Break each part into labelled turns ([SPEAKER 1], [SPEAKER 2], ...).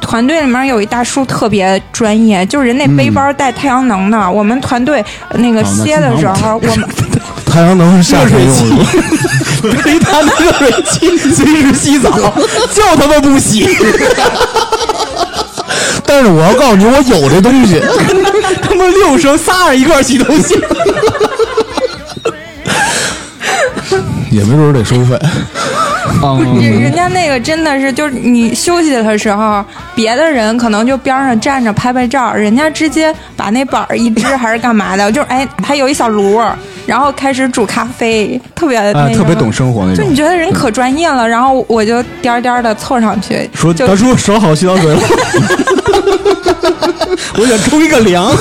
[SPEAKER 1] 团队里面有一大叔特别专业，就是人那背包带太阳能的。我们团队那个
[SPEAKER 2] 嗯哦那
[SPEAKER 1] 歇的时候，我们
[SPEAKER 3] 太阳能是下水用的，
[SPEAKER 2] 没他那热水器随时洗澡，就他妈不洗。
[SPEAKER 3] 但是我要告诉你，我有这东西。
[SPEAKER 2] 他妈六声仨人一块儿洗头洗，
[SPEAKER 3] 也没准儿得收费。
[SPEAKER 2] 嗯
[SPEAKER 1] 人人家那个真的是，就是你休息的时候，别的人可能就边上站着拍拍照，人家直接把那板儿一支还是干嘛的，就是哎，还有一小炉，然后开始煮咖啡，特别那什么
[SPEAKER 2] 啊特别懂生活那
[SPEAKER 1] 就
[SPEAKER 2] 种
[SPEAKER 1] 你。觉得人可专业了，然后我就颠颠的凑上去，
[SPEAKER 2] 说
[SPEAKER 1] 就
[SPEAKER 2] 大叔手好洗澡水了，我想冲一个凉。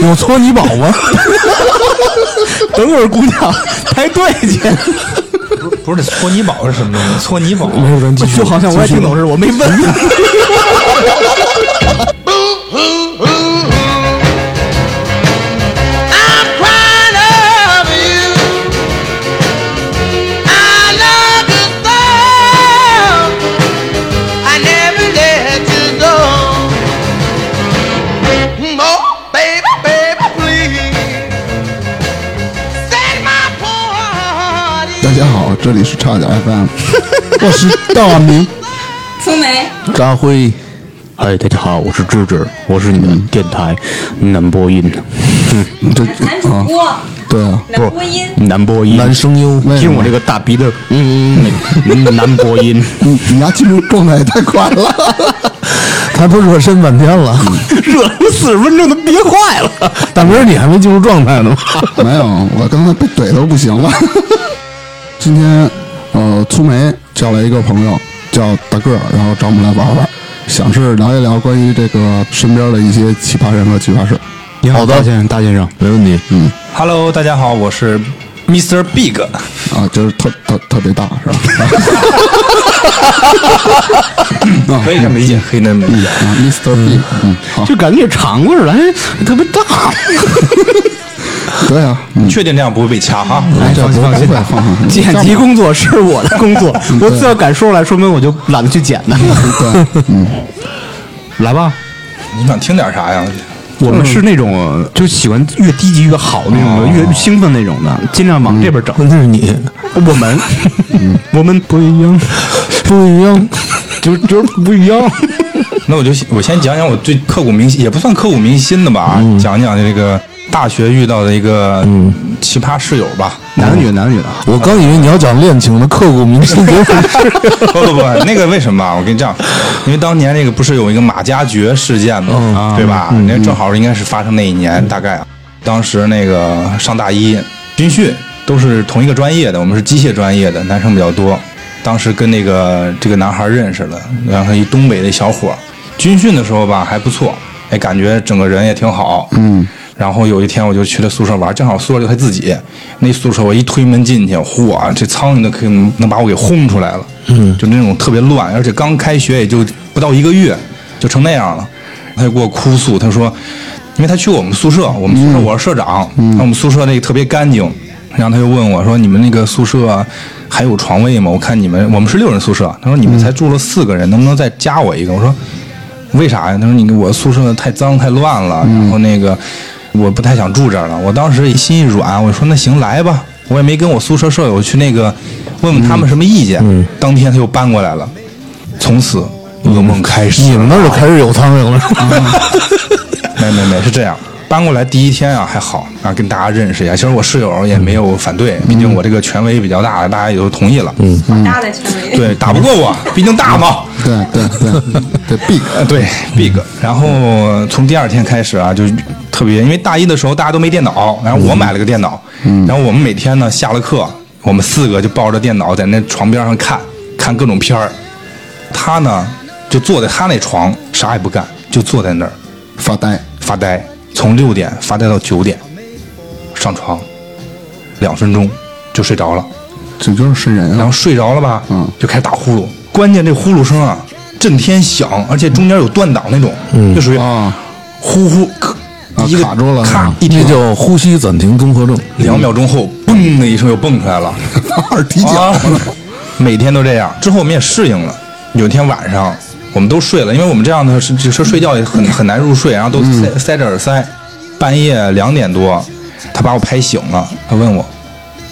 [SPEAKER 3] 有搓泥宝 吗？
[SPEAKER 2] 等会儿姑娘排队去，
[SPEAKER 4] 不是搓泥宝是什么东西？搓泥宝
[SPEAKER 3] 没有，咱继续。
[SPEAKER 2] 就好像我也
[SPEAKER 3] 继续
[SPEAKER 2] 听懂似的，我没问。
[SPEAKER 5] Ooh, ooh, ooh. I'm crying over you. I love you so. I never let you go. Oh, baby, baby, please. Set my poor heart
[SPEAKER 3] 大家好，这里是差点 FM，我是大明
[SPEAKER 1] 粗
[SPEAKER 2] 啊
[SPEAKER 1] 眉。
[SPEAKER 3] 张辉。
[SPEAKER 6] 哎，大家好，我是芝芝，我是你
[SPEAKER 3] 嗯
[SPEAKER 6] 们电台南播音，
[SPEAKER 3] 这
[SPEAKER 1] 男主
[SPEAKER 3] 啊，
[SPEAKER 1] 播，
[SPEAKER 3] 对啊，
[SPEAKER 1] 男播音，
[SPEAKER 6] 南播音，
[SPEAKER 3] 男声优。
[SPEAKER 6] 听我这个大鼻子，嗯嗯，嗯南播音，
[SPEAKER 3] 你你拿进入状态也 太快了，嗯他都热身半天了。
[SPEAKER 2] 热了四十分钟都憋坏了。
[SPEAKER 3] 大明儿，你还没进入状态呢吗？ 没有，我刚才被怼都不行了。 今天，呃，粗梅叫来一个朋友，叫大个儿，然后找我们来玩玩，想是聊一聊关于这个身边的一些奇葩人和奇葩事。
[SPEAKER 6] 你好，大先生，大先生，
[SPEAKER 3] 没问题，嗯，
[SPEAKER 4] ，Hello，大家好，我是 Mr. Big，
[SPEAKER 3] 啊，就是特特特别大，是吧？啊
[SPEAKER 4] 可以这么理解，可以那么理解。
[SPEAKER 3] 啊，Mr. B，嗯，好，
[SPEAKER 6] 就感觉肠子似的，还特别大。
[SPEAKER 3] 对啊，嗯，
[SPEAKER 4] 确定这样不会被掐哈？
[SPEAKER 3] 哎，这不不会，放放，
[SPEAKER 2] 剪辑工作是我的工 作，我只要敢说出来，说明我就懒得去剪了。
[SPEAKER 3] 对，嗯嗯，
[SPEAKER 6] 来吧，
[SPEAKER 4] 你想听点啥呀？
[SPEAKER 6] 我
[SPEAKER 4] 嗯
[SPEAKER 6] 们是那种就喜欢越低级越好那种的，
[SPEAKER 4] 哦
[SPEAKER 6] 越兴奋那种的，尽量
[SPEAKER 4] 嗯
[SPEAKER 6] 往这边整。
[SPEAKER 3] 问题是你
[SPEAKER 6] 我们，我们不一样，
[SPEAKER 3] 不一样，
[SPEAKER 6] 就就是不 一样。
[SPEAKER 4] 那我就我先讲讲我最刻骨铭心，也不算刻骨铭心的吧，
[SPEAKER 6] 嗯
[SPEAKER 4] 讲讲这个大学遇到的一个奇葩室友吧。
[SPEAKER 6] 男的女的，男的女的，
[SPEAKER 3] 我刚以为你要讲恋情呢，刻骨铭心，别
[SPEAKER 4] 不不不，那个为什么啊？我跟你这样，因为当年那个不是有一个马加爵事件吗？对吧？那正好应该是发生那一年，大概啊，当时那个上大一军训都是同一个专业的，我们是机械专业的，男生比较多。当时跟那个这个男孩认识的，然后一东北的小伙儿，军训的时候吧还不错，哎，感觉整个人也挺好，嗯。然后有一天我就去他宿舍玩，正好宿舍就他自己，那宿舍我一推门进去，嚯，这苍蝇都可以能把我给轰出来了，嗯，就那种特别乱，而且刚开学也就不到一个月，就成那样了。他就给我哭诉，他说，因为他去我们宿舍，我们宿舍我是社长，嗯、我们宿舍那个特别干净，然后他就问我说，你们那个宿舍还有床位吗？我看你们我们是六人宿舍，他说你们才住了四个人，能不能再加我一个？我说。为啥呀？他说你我宿舍太脏太乱了，
[SPEAKER 3] 嗯
[SPEAKER 4] 然后那个我不太想住这儿了。我当时心一软，我说那行来吧，我也没跟我宿舍舍友去那个问问他们什么意见。
[SPEAKER 3] 嗯
[SPEAKER 4] 当天他就搬过来了，从此噩梦开始。
[SPEAKER 3] 你们那儿就开始有苍蝇了，是吧？
[SPEAKER 4] 没没没，是这样。搬过来第一天啊还好啊，跟大家认识一下。其实我室友也没有反对，毕竟我这个权威比较大，大家也都同意了。嗯，
[SPEAKER 1] 大的权威。
[SPEAKER 4] 对，打不过我，毕竟大嘛。
[SPEAKER 3] 对对对对，big，
[SPEAKER 4] 呃，对，Big。然后从第二天开始啊，就特别，因为大一的时候大家都没电脑，然后
[SPEAKER 3] 嗯
[SPEAKER 4] 我买了个电脑，然后我们每天呢下了课，我们四个就抱着电脑在那床边上看，看各种片儿。他呢就坐在他那床，啥也不干，就坐在那儿
[SPEAKER 3] 发呆，
[SPEAKER 4] 发呆，从六点发呆到九点，上床两分钟就睡着了。
[SPEAKER 3] 这就是是人
[SPEAKER 4] 然
[SPEAKER 3] 啊
[SPEAKER 4] 后，睡着了吧，
[SPEAKER 3] 嗯
[SPEAKER 4] 就开始打呼噜。关键这呼噜声啊，震天响，而且中间有断档那种，就属于
[SPEAKER 3] 啊
[SPEAKER 4] 呼呼，咔
[SPEAKER 3] 啊
[SPEAKER 4] 一个
[SPEAKER 3] 卡住了是
[SPEAKER 4] 咔
[SPEAKER 3] 吧，
[SPEAKER 4] 一听
[SPEAKER 3] 叫呼吸暂停综合症，
[SPEAKER 4] 两秒钟后，嘣的一声又蹦出来了。
[SPEAKER 3] 二踢脚
[SPEAKER 4] 啊，每天都这样。之后我们也适应了。有一天晚上，我们都睡了，因为我们这样的是就是睡觉也
[SPEAKER 3] 嗯
[SPEAKER 4] 很很难入睡，然后都塞、塞着耳塞，半夜两点多，他把我拍醒了，他问我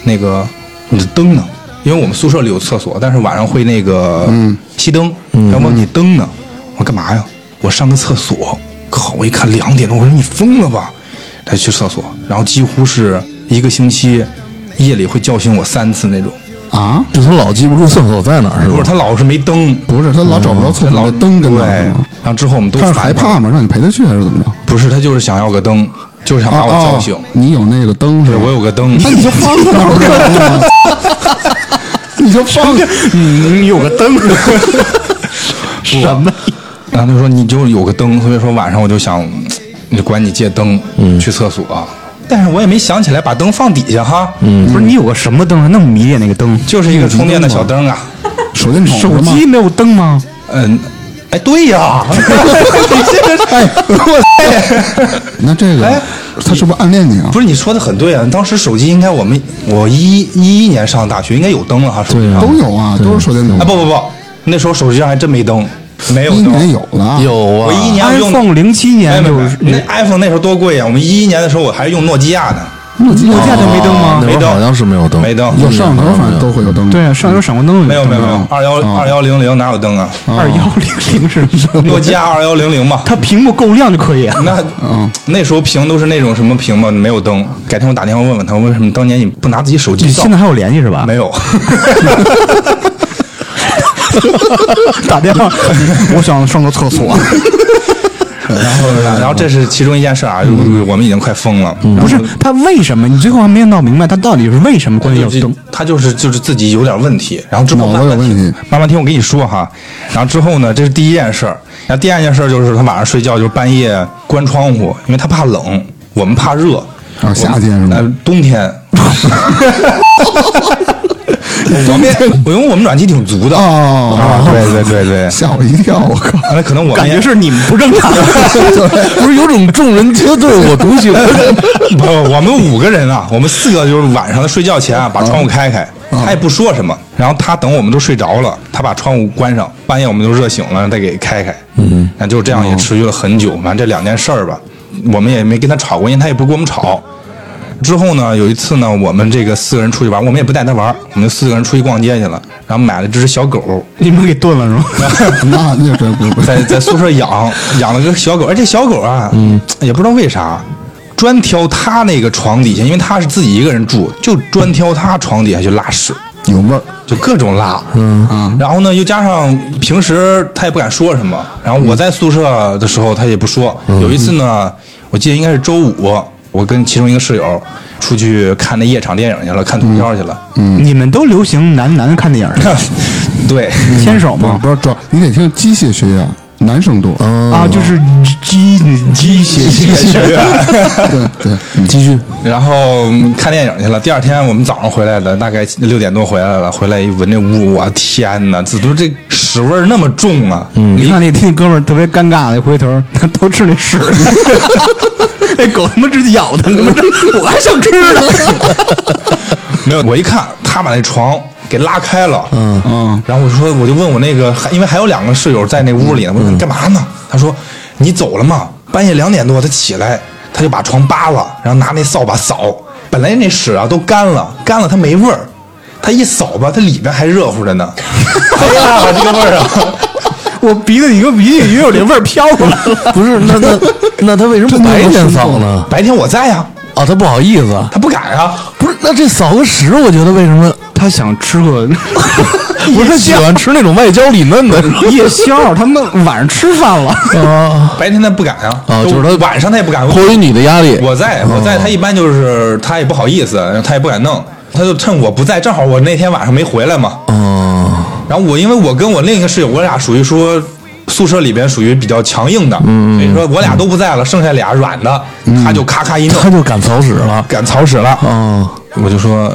[SPEAKER 4] 那个你的灯呢？因为我们宿舍里有厕所，但是晚上会那个
[SPEAKER 3] 嗯
[SPEAKER 4] 熄灯，然后问你灯呢？我说干嘛呀？我上个厕所。靠！我一看两点多，我说你疯了吧？他去厕所，然后几乎是一个星期，夜里会叫醒我三次那种。
[SPEAKER 3] 啊，
[SPEAKER 7] 就他老记不住厕所在哪儿是
[SPEAKER 4] 不是，
[SPEAKER 7] 吧？
[SPEAKER 4] 他老是没灯，
[SPEAKER 3] 不是他老找不着厕
[SPEAKER 4] 他
[SPEAKER 3] 所
[SPEAKER 4] 老
[SPEAKER 3] 的灯跟
[SPEAKER 4] 对。
[SPEAKER 3] 哪儿
[SPEAKER 4] 然
[SPEAKER 3] 呢
[SPEAKER 4] 后之后我们都
[SPEAKER 3] 他是害怕
[SPEAKER 4] 嘛，
[SPEAKER 3] 吗？让你陪他去还是怎么着？
[SPEAKER 4] 不是他就是想要个灯，就是想把我叫醒。
[SPEAKER 3] 哦你有那个灯是
[SPEAKER 4] 对
[SPEAKER 3] 吧？
[SPEAKER 4] 我有个灯，
[SPEAKER 3] 那你就放那儿不就完了吗？你就放那儿
[SPEAKER 6] 你有个灯，什么？
[SPEAKER 4] 然后他说你就有个灯，所以说晚上我就想，你管你借灯，嗯，去厕所。但是我也没想起来把灯放底下哈，嗯，
[SPEAKER 6] 不是你有个什么灯啊？那么迷恋那个灯，
[SPEAKER 4] 就是一个充电的小灯啊，
[SPEAKER 3] 手电筒是
[SPEAKER 6] 手
[SPEAKER 3] 吗？
[SPEAKER 6] 机没有灯啊吗？
[SPEAKER 4] 嗯，哎，对 呀，
[SPEAKER 3] 那这个
[SPEAKER 4] 哎
[SPEAKER 3] 他是不是暗恋你啊？
[SPEAKER 4] 不是你说的很对啊，当时手机应该我们我一一一年上大学应该有灯了哈，手机上
[SPEAKER 3] 都有啊，都是手电筒
[SPEAKER 4] 啊，不不不，那时候手机上还真没灯，没有
[SPEAKER 3] 一年
[SPEAKER 4] 灯，
[SPEAKER 3] 有了，
[SPEAKER 7] 有
[SPEAKER 4] 我
[SPEAKER 7] 啊，
[SPEAKER 4] 一年用
[SPEAKER 6] iPhone 零七
[SPEAKER 4] 没
[SPEAKER 6] 年
[SPEAKER 4] 没
[SPEAKER 6] 就
[SPEAKER 4] 没
[SPEAKER 6] 是，
[SPEAKER 4] 那 iPhone 那时候多贵呀、啊我们一一年的时候我还是用诺基亚的，
[SPEAKER 3] 诺基
[SPEAKER 6] 诺基亚就没灯吗
[SPEAKER 7] 那？会
[SPEAKER 4] 没
[SPEAKER 7] 儿
[SPEAKER 4] 灯
[SPEAKER 7] 好像是没有灯，
[SPEAKER 4] 没灯，
[SPEAKER 3] 有摄像头，反正都会有灯。
[SPEAKER 6] 对，啊，上哦有闪光灯
[SPEAKER 4] 没有没有没有
[SPEAKER 6] 灯，
[SPEAKER 4] 二幺二幺零零哪有灯啊？
[SPEAKER 6] 二幺零零是什
[SPEAKER 4] 诺
[SPEAKER 6] 么？
[SPEAKER 4] 基亚二幺零零嘛，
[SPEAKER 6] 它屏幕够亮就可以啊。
[SPEAKER 4] 那那时候屏都是那种什么屏嘛，没有灯。改天我打电话问问他，为什么当年你不拿自己手
[SPEAKER 6] 你
[SPEAKER 4] 机照
[SPEAKER 6] 现？在还有联系是吧？
[SPEAKER 4] 没 有，
[SPEAKER 6] 打电话，我想上个厕所。
[SPEAKER 4] 然后然后这是其中一件事啊，
[SPEAKER 6] 嗯
[SPEAKER 4] 我们已经快疯了。
[SPEAKER 6] 不是他为什么？你最后还没有闹明白他到底是为什么关于要
[SPEAKER 4] 就
[SPEAKER 6] 灯
[SPEAKER 4] 是。他就是就是自己有点问题，然后之后
[SPEAKER 3] 嗯脑子
[SPEAKER 4] 慢慢
[SPEAKER 3] 有问
[SPEAKER 4] 听
[SPEAKER 3] 题，
[SPEAKER 4] 慢慢听我跟你说哈。然后之后呢，这是第一件事儿。然后第二件事儿就是他晚上睡觉就是半夜关窗户，因为他怕冷，我们怕热。
[SPEAKER 3] 啊，夏天是吗？
[SPEAKER 4] 呃，冬 天。我们我因为我们暖气挺足的
[SPEAKER 3] 哦
[SPEAKER 4] 啊，对对对 对，
[SPEAKER 3] 吓我一跳，我靠！
[SPEAKER 4] 啊那可能我们
[SPEAKER 6] 感
[SPEAKER 4] 也
[SPEAKER 6] 觉是你们不正常，
[SPEAKER 7] 不是有种众人皆醉我独醒的感觉。
[SPEAKER 4] 不，我们五个人啊，我们四个就是晚上睡觉前啊，把窗户开开，他也不说什么，然后他等我们都睡着了，他把窗户关上，半夜我们就热醒了，再给开开，嗯，那就这样也持续了很久，反正这两件事儿吧，我们也没跟他吵过，因为他也不跟我们吵。之后呢，有一次呢，我们这个四个人出去玩，我们也不带他玩，我们就四个人出去逛街去了，然后买了只小狗，
[SPEAKER 6] 你们给炖了是吧？
[SPEAKER 3] 那那真不不，
[SPEAKER 4] 在在宿舍养养了个小狗，而这小狗啊，嗯，也不知道为啥，专挑它那个床底下，因为它是自己一个人住，就专挑它床底下去拉屎，
[SPEAKER 3] 有味儿。
[SPEAKER 4] 就各种拉，嗯
[SPEAKER 3] 啊
[SPEAKER 4] 然后呢，又加上平时它也不敢说什么，然后我在宿舍的时候它也不说。有一次呢，我记得应该是周五，我跟其中一个室友出去看那夜场电影去了，看通宵去了，
[SPEAKER 6] 你们都流行男男看电影是吧，
[SPEAKER 4] 对。
[SPEAKER 6] 牵手
[SPEAKER 3] 不
[SPEAKER 6] 吗？
[SPEAKER 3] 不是主要，你得听机械学院，男生多。
[SPEAKER 6] 啊，就是机机械机械
[SPEAKER 3] 对对，嗯
[SPEAKER 7] 继续，
[SPEAKER 4] 然后嗯看电影去了。第二天我们早上回来的，大概六点多回来了。回来一闻这屋，我天哪，怎么这屎味儿那么重啊？
[SPEAKER 6] 你看那那哥们儿特别尴尬的回头，他偷吃那屎， 那狗他妈直咬他，他妈这我还想吃呢。
[SPEAKER 4] 没有，我一看他把那床给拉开了，嗯嗯，然后我说我就问我那个，还因为还有两个室友在那屋里呢，我说你干嘛呢？他说你走了嘛，半夜两点多他起来，他就把床扒了，然后拿那扫把扫，本来那屎啊都干了，干了它没味儿，他一扫吧，它里边还热乎着呢， 哎呀，这个味儿啊！
[SPEAKER 6] 我鼻子里跟鼻涕也有这味儿飘出来了。
[SPEAKER 7] 不是那那那他为什么白天扫呢？
[SPEAKER 4] 白天我在呀、
[SPEAKER 7] 啊，他不好意思，
[SPEAKER 4] 他不敢啊，
[SPEAKER 7] 不是那这扫个屎，我觉得为什 么？
[SPEAKER 6] 他想吃个
[SPEAKER 7] 不是喜欢吃那种外焦里嫩 的
[SPEAKER 6] 夜宵，他们晚上吃饭了。
[SPEAKER 7] 啊？
[SPEAKER 4] 白天他不敢啊，
[SPEAKER 7] 啊就是他嗯
[SPEAKER 4] 晚上他也不敢。
[SPEAKER 7] 迫于你的压力，
[SPEAKER 4] 我在我在，他一般就是他也不好意思，他也不敢弄，他就趁我不在，正好我那天晚上没回来嘛。
[SPEAKER 7] 嗯
[SPEAKER 4] 然后我因为我跟我另一个室友，我俩属于说宿舍里边属于比较强硬的，
[SPEAKER 7] 嗯
[SPEAKER 4] 所以说我俩都不在了，剩下俩软的，他就咔咔一弄
[SPEAKER 7] 他，就敢扫屎了。
[SPEAKER 4] 敢草屎了。
[SPEAKER 7] 嗯，
[SPEAKER 4] 我就说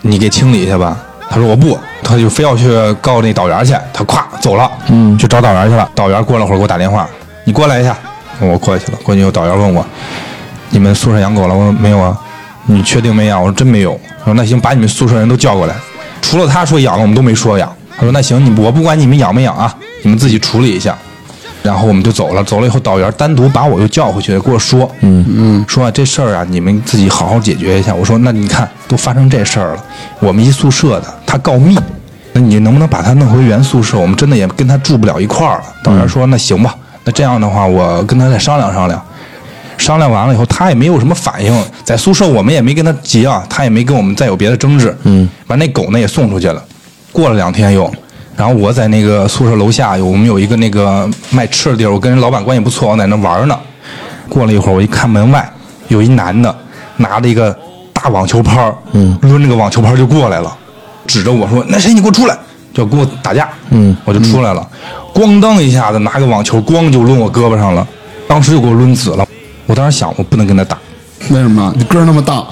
[SPEAKER 4] 你给清理一下吧。他说我不，他就非要去告那导员去。他咵走了，嗯，去找导员去了。导员过了会儿给我打电话，你过来一下。我过去了，过去以后导员问我，你们宿舍养狗了？我说没有啊。你确定没养？我说真没有。我说那行，把你们宿舍人都叫过来。除了他说养了，我们都没说养。他说那行，你我不管你们养没养啊，你们自己处理一下。然后我们就走了，走了以后，导员单独把我又叫回去，给我说，嗯嗯，说、啊、这事儿啊，你们自己好好解决一下。我说，那你看都发生这事儿了，我们一宿舍的，他告密，那你能不能把他弄回原宿舍？我们真的也跟他住不了一块儿了。导员说，那行吧，那这样的话，我跟他再商量商量。商量完了以后，他也没有什么反应，在宿舍我们也没跟他急啊，他也没跟我们再有别的争执。嗯，把那狗呢也送出去了。过了两天又，然后我在那个宿舍楼下有我们有一个那个卖吃的地儿，我跟人老板关系不错，我在那玩呢。过了一会儿，我一看门外有一男的拿着一个大网球拍，嗯，抡着个网球拍就过来了，指着我说：“那谁，你给我出来！”就跟我打架，嗯，我就出来了，咣当一下子拿个网球咣就抡我胳膊上了，当时就给我抡紫了。我当时想，我不能跟他打，
[SPEAKER 3] 为什么？你个儿那么大，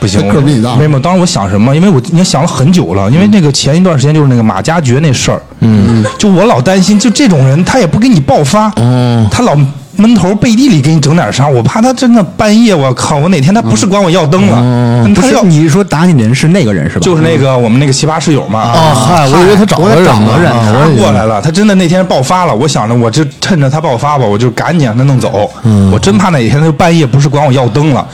[SPEAKER 4] 不行，
[SPEAKER 3] 他个儿比你大
[SPEAKER 4] 没有，没有当时我想什么？因为我已经想了很久了，因为那个前一段时间就是那个马加爵那事儿，嗯，就我老担心，就这种人他也不给你爆发，哦，他老闷头背地里给你整点啥，我怕他真的半夜，我靠，我哪天他不是管我要灯了，
[SPEAKER 6] 哦不
[SPEAKER 4] 他
[SPEAKER 6] 是
[SPEAKER 4] 要
[SPEAKER 6] 你说打你的人是那个人是吧？啊
[SPEAKER 4] 就是那个我们那个奇葩室友嘛，
[SPEAKER 7] 哦，嗨，我以为他找了人呢，
[SPEAKER 6] 我也找
[SPEAKER 7] 啊
[SPEAKER 4] 他
[SPEAKER 7] 我以为
[SPEAKER 4] 过来了，他真的那天爆发了。我想着，我就趁着他爆发吧，我就赶紧让他弄走。我真怕哪天他就半夜不是管我要灯了，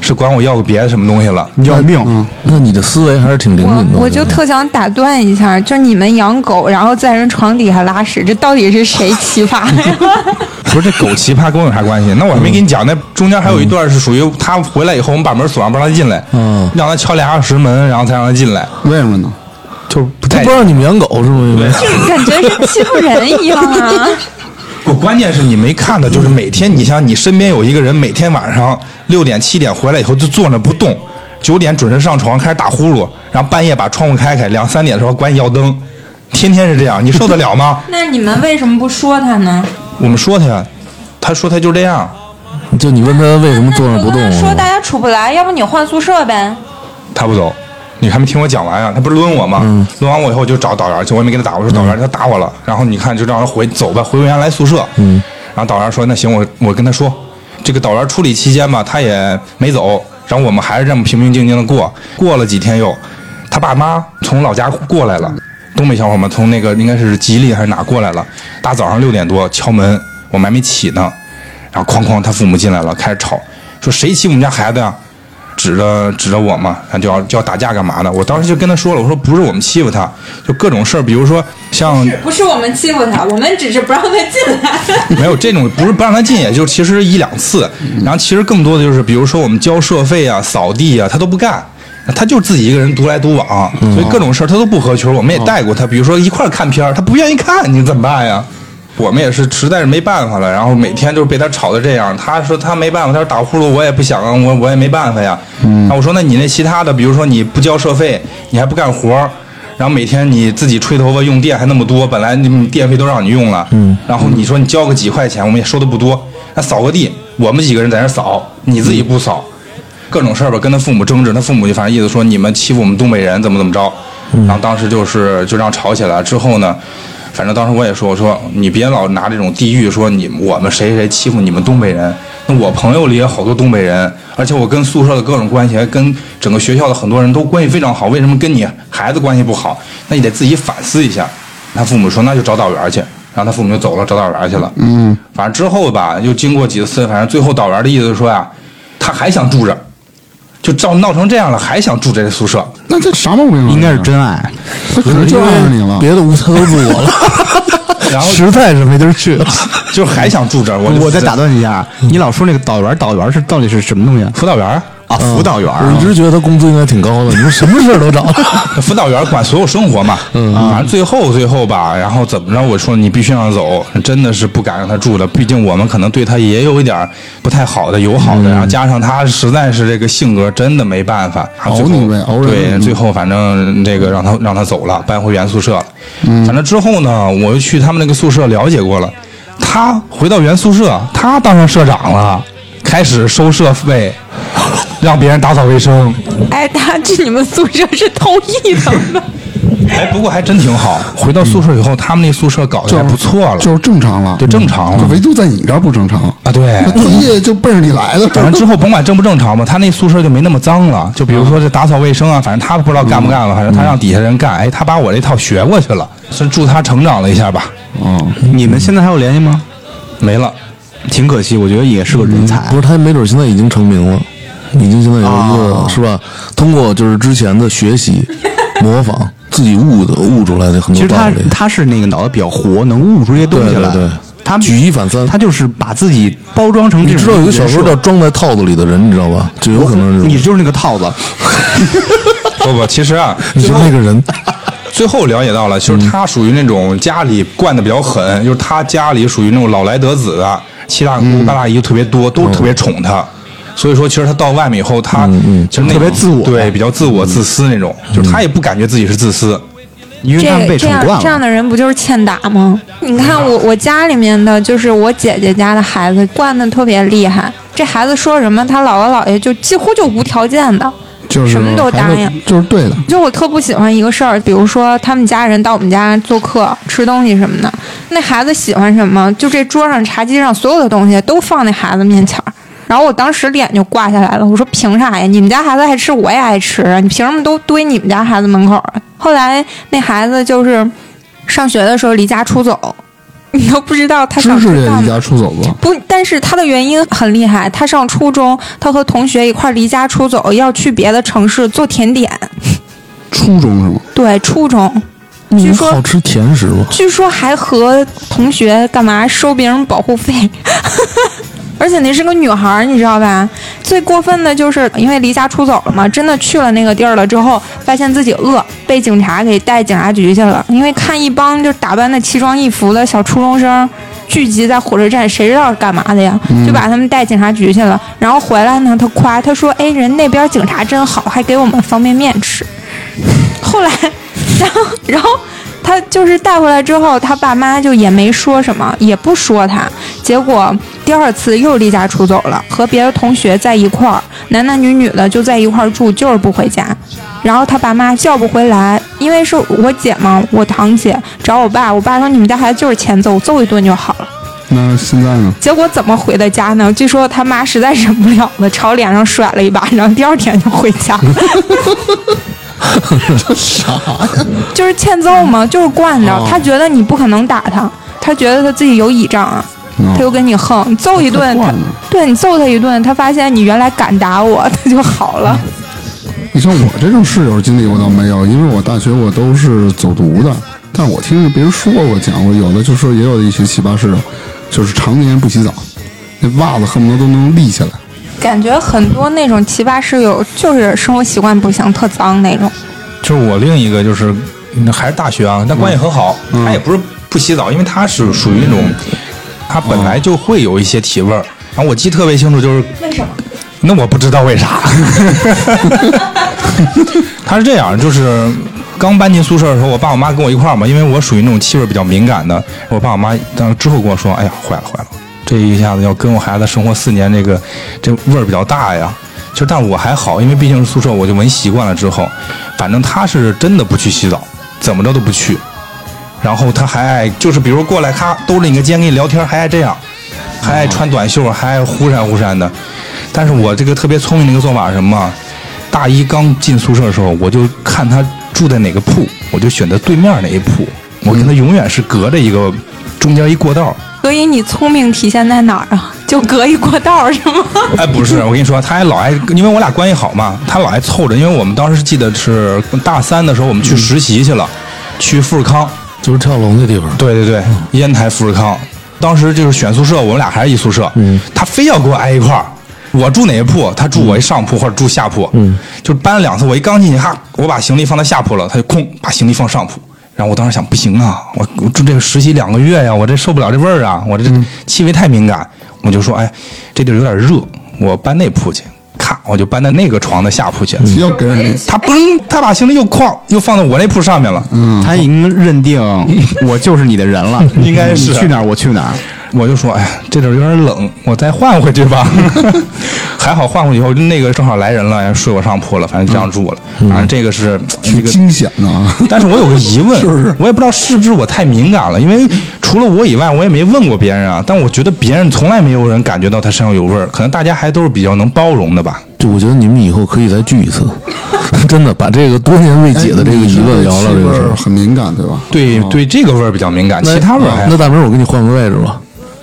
[SPEAKER 4] 是管我要个别的什么东西了。
[SPEAKER 6] 要命，
[SPEAKER 7] 那你的思维还是挺灵敏的。
[SPEAKER 1] 我我就特想打断一下，就是你们养狗，然后在人床底下拉屎，这到底是谁啊奇葩呀？
[SPEAKER 4] 不是这狗奇葩跟我有啥关系？那我还没跟你讲，那中间还有一段是属于他回来以后，我们把门锁上，不让他进来，让他敲俩小时门，然后才让他进来，
[SPEAKER 3] 为什么呢？
[SPEAKER 4] 就是不太
[SPEAKER 7] 不让你们养狗是吗？因为
[SPEAKER 1] 感觉是欺负人一样啊！
[SPEAKER 4] 不，关键是你没看到，就是每天你像你身边有一个人，每天晚上六点七点回来以后就坐那不动，九点准时上床开始打呼噜，然后半夜把窗户开开，两三点的时候管你要灯，天天是这样，你受得了吗？
[SPEAKER 1] 那你们为什么不说他呢？
[SPEAKER 4] 我们说他呀，他说他就这样，
[SPEAKER 7] 就你问他为什么坐那不动
[SPEAKER 1] 那，就跟他说大
[SPEAKER 7] 啊
[SPEAKER 1] 家处不来，要不你换宿舍呗。
[SPEAKER 4] 他不走。你还没听我讲完啊？他不是抡我吗？抡完我以后就找导员去，我也没跟他打，我说导员他打我了，然后你看就让他回走吧，回原来宿舍。嗯，然后导员说那行，我我跟他说，这个导员处理期间吧，他也没走，然后我们还是这么平平静静的过。过了几天又，他爸妈从老家过来了，东北小伙嘛，从那个应该是吉林还是哪过来了，大早上六点多敲门，我们还没起呢，然后哐哐他父母进来了，开始吵，说谁欺负我们家孩子呀、指着指着我嘛，然后就要就要打架干嘛的？我当时就跟他说了，我说不是我们欺负他，就各种事儿，比如说像
[SPEAKER 1] 不是我们欺负他，我们只是不让他进来。
[SPEAKER 4] 没有这种不是不让他进，也就其实一两次。然后其实更多的就是，比如说我们交社费啊、扫地啊，他都不干，他就自己一个人独来独往，所以各种事儿他都不合群。我们也带过他，比如说一块儿看片儿，他不愿意看，你怎么办呀？我们也是实在是没办法了，然后每天就是被他吵得这样。他说他没办法，他说打呼噜我也不想啊，我我也没办法呀。那我说那你那其他的，比如说你不交社费，你还不干活儿，然后每天你自己吹头发用电还那么多，本来你电费都让你用了，嗯，然后你说你交个几块钱，我们也收的不多，那扫个地，我们几个人在那扫，你自己不扫，各种事儿吧，跟他父母争执，他父母就反正意思说你们欺负我们东北人，怎么怎么着，然后当时就是就这样吵起来了之后呢。反正当时我也说，我说你别老拿这种地域说你我们谁谁欺负你们东北人，那我朋友里也好多东北人，而且我跟宿舍的各种关系，还跟整个学校的很多人都关系非常好，为什么跟你孩子关系不好？那你得自己反思一下。他父母说那就找导员去，然后他父母就走了，找导员去了。嗯，反正之后吧，又经过几次，反正最后导员的意思是说呀、啊他还想住这儿，就照闹成这样了，还想住这宿舍。
[SPEAKER 3] 那这啥毛病啊？
[SPEAKER 6] 应该是真爱。
[SPEAKER 3] 他可能就爱上你了。
[SPEAKER 7] 别的无他都不我了，
[SPEAKER 4] 然后
[SPEAKER 7] 实在是没地儿去了。
[SPEAKER 4] 就还想住这儿，嗯我就
[SPEAKER 6] 我再打断一下，你老说那个导员，导员是到底是什么东西啊
[SPEAKER 4] 辅导员儿。
[SPEAKER 6] 啊？辅导员啊，
[SPEAKER 7] 我一直觉得他工资应该挺高的，你说什么事儿都找他。
[SPEAKER 4] 辅导员管所有生活嘛，
[SPEAKER 3] 嗯
[SPEAKER 4] 啊反正最后最后吧，然后怎么着？我说你必须让他走，真的是不敢让他住了。毕竟我们可能对他也有一点儿不太好的、友好的，
[SPEAKER 3] 嗯
[SPEAKER 4] 然后加上他实在是这个性格，真的没办法。然后最后
[SPEAKER 3] 熬你呗熬人
[SPEAKER 4] 对，
[SPEAKER 3] 嗯
[SPEAKER 4] 最后反正这个让他让他走了，搬回原宿舍了。
[SPEAKER 3] 嗯
[SPEAKER 4] 反正之后呢，我又去他们那个宿舍了解过了，他回到原宿舍，他当上社长了，开始收社费，让别人打扫卫生。
[SPEAKER 1] 哎，他这你们宿舍是同意的吗？
[SPEAKER 4] 哎，不过还真挺好。回到宿舍以后，他们那宿舍搞得还不错了，
[SPEAKER 3] 嗯就是正常了，
[SPEAKER 4] 对正常了
[SPEAKER 3] 就唯独在你这儿不正常。
[SPEAKER 4] 啊，对
[SPEAKER 3] 那。作业就奔着你来的，
[SPEAKER 4] 反正之后甭管正不正常吧，他那宿舍就没那么脏了。就比如说这打扫卫生啊，反正他不知道干不
[SPEAKER 3] 嗯
[SPEAKER 4] 干了，反正他让底下人干。哎，他把我这套学过去了，是助他成长了一下吧。
[SPEAKER 6] 你们现在还有联系吗？
[SPEAKER 4] 没了，
[SPEAKER 6] 挺可惜，我觉得也是个人才
[SPEAKER 7] 不。是他没准现在已经成名了，已经现在有一个、是吧？通过就是之前的 学习模仿，自己悟的悟出来的很
[SPEAKER 6] 其
[SPEAKER 7] 多
[SPEAKER 6] 实
[SPEAKER 7] 道
[SPEAKER 6] 他
[SPEAKER 7] 理。
[SPEAKER 6] 他是那个脑子比较活，能悟出这些东西来。
[SPEAKER 7] 对对对
[SPEAKER 6] 他
[SPEAKER 7] 举一反三
[SPEAKER 6] 他就是把自己包装成这
[SPEAKER 7] 你
[SPEAKER 6] 种
[SPEAKER 7] 知道有一个小
[SPEAKER 6] 人
[SPEAKER 7] 说
[SPEAKER 6] 设
[SPEAKER 7] 叫《装在套子里的人》，你知道吧？就有可能是
[SPEAKER 6] 你就是那个套子，
[SPEAKER 4] 不不，其实 啊，
[SPEAKER 7] 你就是那个人，
[SPEAKER 4] 最后了解到了，就是
[SPEAKER 6] 嗯
[SPEAKER 4] 他属于那种家里惯的比较狠，就是他家里属于那种老来得子的，七大
[SPEAKER 6] 嗯
[SPEAKER 4] 姑八大姨特别多，都特别宠他。所以说，其实他到外面以后，他就是那种
[SPEAKER 6] 嗯特别自我嗯
[SPEAKER 4] 对，比较自我、自私那种，就是他也不感觉自己是自私。
[SPEAKER 6] 因为
[SPEAKER 1] 这
[SPEAKER 6] 他们被
[SPEAKER 1] 这
[SPEAKER 6] 宠
[SPEAKER 1] 样
[SPEAKER 6] 惯
[SPEAKER 1] 这样
[SPEAKER 6] 了。
[SPEAKER 1] 的人不就是欠打吗？你看我我家里面的就是我姐姐家的孩子惯的特别厉害，这孩子说什么他姥姥姥爷就几乎就无条件的，
[SPEAKER 3] 就是
[SPEAKER 1] 什么都答应
[SPEAKER 3] 还是就是对的。
[SPEAKER 1] 就我特不喜欢一个事儿，比如说他们家人到我们家做客、吃东西什么的，那孩子喜欢什么，就这桌上、茶几上所有的东西都放那孩子面前儿。然后我当时脸就挂下来了，我说凭啥呀？你们家孩子爱吃，我也爱吃啊，你凭什么都堆你们家孩子门口啊？后来那孩子就是上学的时候离家出走，你都不知道他想
[SPEAKER 3] 知
[SPEAKER 1] 去
[SPEAKER 3] 识也
[SPEAKER 1] 干嘛
[SPEAKER 3] 离家出走过，
[SPEAKER 1] 不， 但是他的原因很厉害。他上初中，他和同学一块儿离家出走，要去别的城市做甜点。
[SPEAKER 3] 初中是吗？
[SPEAKER 1] 对，初中，据
[SPEAKER 7] 好
[SPEAKER 1] 说
[SPEAKER 7] 吃甜食吗？
[SPEAKER 1] 据说还和同学干嘛收别人保护费， 而且那是个女孩儿，你知道吧？最过分的就是因为离家出走了嘛，真的去了那个地儿了之后，发现自己饿，被警察给带警察局去了。因为看一帮就打扮的奇装异服的小初中生。聚集在火车站，谁知道是干嘛的呀？就把他们带警察局去了。然后回来呢，他夸他说：“哎，人那边警察真好，还给我们方便面吃。”后来， 然后然后他就是带回来之后，他爸妈就也没说什么，也不说他。结果第二次又离家出走了，和别的同学在一块儿，男男女女的就在一块儿住，就是不回家。然后他爸妈叫不回来，因为是我姐嘛，我堂姐找我爸，我爸说你们家孩子就是欠揍，揍一顿就好了。
[SPEAKER 3] 那现在呢？
[SPEAKER 1] 结果怎么回的家呢？据说他妈实在忍不了了，朝脸上甩了一巴，然后第二天就回家。这啥呀？就是欠揍嘛，就是惯着。他觉得你不可能打他，他觉得他自己有倚仗啊，
[SPEAKER 3] 嗯
[SPEAKER 1] 他就跟你横，揍一顿，他
[SPEAKER 3] 他惯着
[SPEAKER 1] 对你揍他一顿，他发现你原来敢打我， 他就好了。
[SPEAKER 3] 你像我这种室友经历我倒没有，因为我大学我都是走读的，但我听着别人说过讲过，有的就说也有一些奇葩室友，就是常年不洗澡，那袜子恨不得都能立起来。
[SPEAKER 1] 感觉很多那种奇葩室友就是生活习惯不行，特脏那种。
[SPEAKER 4] 就是我另一个就是嗯还是大学啊，但关系很好，
[SPEAKER 6] 嗯
[SPEAKER 4] 他也不是不洗澡，因为他是属于那种他本来就会有一些体味儿。然后我记得特别清楚，就是为什么？那我不知道为啥。他是这样，就是刚搬进宿舍的时候，我爸我妈跟我一块儿嘛，因为我属于那种气味比较敏感的。我爸我妈当时之后跟我说：“哎呀，坏了坏了，这一下子要跟我孩子生活四年，这个这味儿比较大呀。”其实，但我还好，因为毕竟是宿舍，我就闻习惯了。之后，反正他是真的不去洗澡，怎么着都不去。然后他还爱，就是比如过来，咔兜着你个肩跟你聊天，还爱这样，还爱穿短袖，还爱忽闪忽闪的。但是我这个特别聪明的一个做法是什么啊？大一刚进宿舍的时候，我就看他住在哪个铺，我就选择对面哪一铺。我跟他永远是隔着一个中间一过道。
[SPEAKER 1] 所以你聪明体现在哪儿啊？就隔一过道儿是吗？
[SPEAKER 4] 哎，不是，我跟你说，他还老爱，因为我俩关系好嘛，他老爱凑着。因为我们当时记得是大三的时候，我们去实习去了，去富士康。
[SPEAKER 7] 就是跳楼那地方。
[SPEAKER 4] 对对对，烟台富士康。当时就是选宿舍，我们俩还是一宿舍。他非要跟我挨一块儿。我住哪一铺，他住我一上铺或者住下铺。就是搬了两次，我一刚进去，哈，我把行李放到下铺了，他就空把行李放上铺。然后我当时想，不行啊，我我住这个实习两个月呀、我这受不了这味儿啊，我这气味太敏感。我就说，哎，这地儿有点热，我搬那铺去。咔，我就搬到那个床的下铺去。
[SPEAKER 3] 要给人
[SPEAKER 4] 他嘣，他把行李又哐又放到我那铺上面了。
[SPEAKER 6] 嗯他已经认定我就是你的人了，
[SPEAKER 4] 应该是
[SPEAKER 6] 你去哪儿我去哪儿。
[SPEAKER 4] 我就说，哎呀，这阵儿有点冷，我再换回去 吧。还好换回去以后，那个正好来人了，哎睡我上铺了，反正这样住了。
[SPEAKER 7] 嗯
[SPEAKER 4] 反正这个是这
[SPEAKER 3] 挺
[SPEAKER 4] 个。
[SPEAKER 3] 惊险的啊！
[SPEAKER 4] 但是我有个疑 问，我也不知道是不是我太敏感了，因为除了我以外，我也没问过别人啊。但我觉得别人从来没有人感觉到他身上有味儿，可能大家还都是比较能包容的吧。
[SPEAKER 7] 就我觉得你们以后可以再聚一次， 真的把这个多年未解的这个疑问聊
[SPEAKER 3] 哎
[SPEAKER 7] 聊这个事哎儿。
[SPEAKER 3] 很敏感对吧？
[SPEAKER 4] 对对，这个味儿比较敏感，其他味儿还
[SPEAKER 7] 哦那大明，我给你换个位置吧。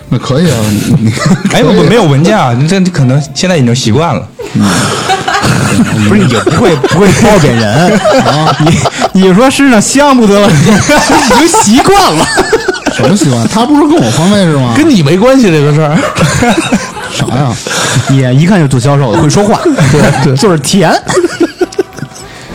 [SPEAKER 3] 那可以啊，你你
[SPEAKER 4] 哎，我没有文件啊，这这可能现在已经习惯了。
[SPEAKER 6] 不是也不会不会包给 人啊？你你说身上香不得了，已经习惯了。
[SPEAKER 3] 什么习惯？他不是跟我换位置吗？
[SPEAKER 7] 跟你没关系这个事儿，
[SPEAKER 3] 啥呀？
[SPEAKER 6] 你一看就做销售的，会说话，对对，就是甜。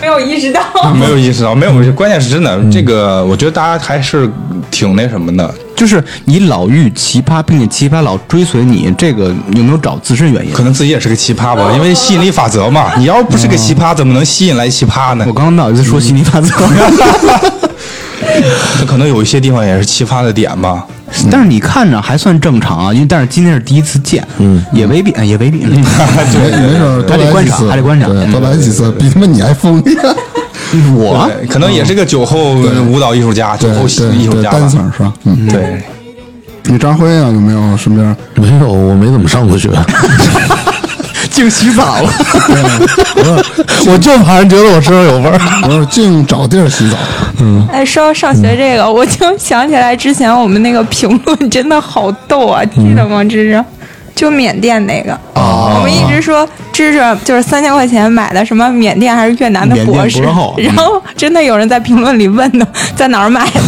[SPEAKER 1] 没有意识到。
[SPEAKER 4] 没有意识
[SPEAKER 3] 嗯
[SPEAKER 4] 到，没有，关键是真的，这个我觉得大家还是挺那什么的，
[SPEAKER 6] 就是你老遇奇葩，并且奇葩老追随你，这个有没有找自身原因
[SPEAKER 4] 可？能自己也是个奇葩吧，
[SPEAKER 3] 嗯
[SPEAKER 4] 因为吸引力法则嘛，你要不是个奇葩，怎么能吸引来奇葩呢
[SPEAKER 6] 我？刚刚不好意思说心理法则，
[SPEAKER 4] 这可能有一些地方也是奇葩的点吧。
[SPEAKER 6] 但是你看着还算正常啊，因为但是今天是第一次见，嗯，也未必，哎也未必。
[SPEAKER 3] 没没事儿，多
[SPEAKER 6] 还得
[SPEAKER 3] 来
[SPEAKER 6] 观
[SPEAKER 3] 几
[SPEAKER 6] 察
[SPEAKER 3] 次，
[SPEAKER 6] 还得观察
[SPEAKER 3] 对，多来几次，比他妈你还疯。
[SPEAKER 6] 我
[SPEAKER 4] 对，哎可能也是个酒后舞蹈艺术家，酒
[SPEAKER 3] 对
[SPEAKER 4] 后
[SPEAKER 3] 对
[SPEAKER 4] 艺术
[SPEAKER 3] 对，
[SPEAKER 4] 家吧
[SPEAKER 3] 单。层是吧？嗯，
[SPEAKER 4] 对，
[SPEAKER 3] 你张辉啊，有没有 身边？
[SPEAKER 7] 没有，我没怎么上过学，
[SPEAKER 6] 净洗 澡了，
[SPEAKER 7] 我就怕人觉得我身上有 味儿。
[SPEAKER 3] 我说净找地儿洗澡，
[SPEAKER 1] 哎，说到上学这个，我就想起来之前我们那个评论真的好逗啊，记
[SPEAKER 6] 嗯
[SPEAKER 1] 得吗？芝芝，就缅甸那个，
[SPEAKER 6] 哦
[SPEAKER 1] 我们一直说芝芝就是三千块钱买的什么缅甸还是越南的
[SPEAKER 6] 缅甸
[SPEAKER 1] 果实
[SPEAKER 6] 博后，嗯
[SPEAKER 1] 然后真的有人在评论里问呢，在哪儿买的？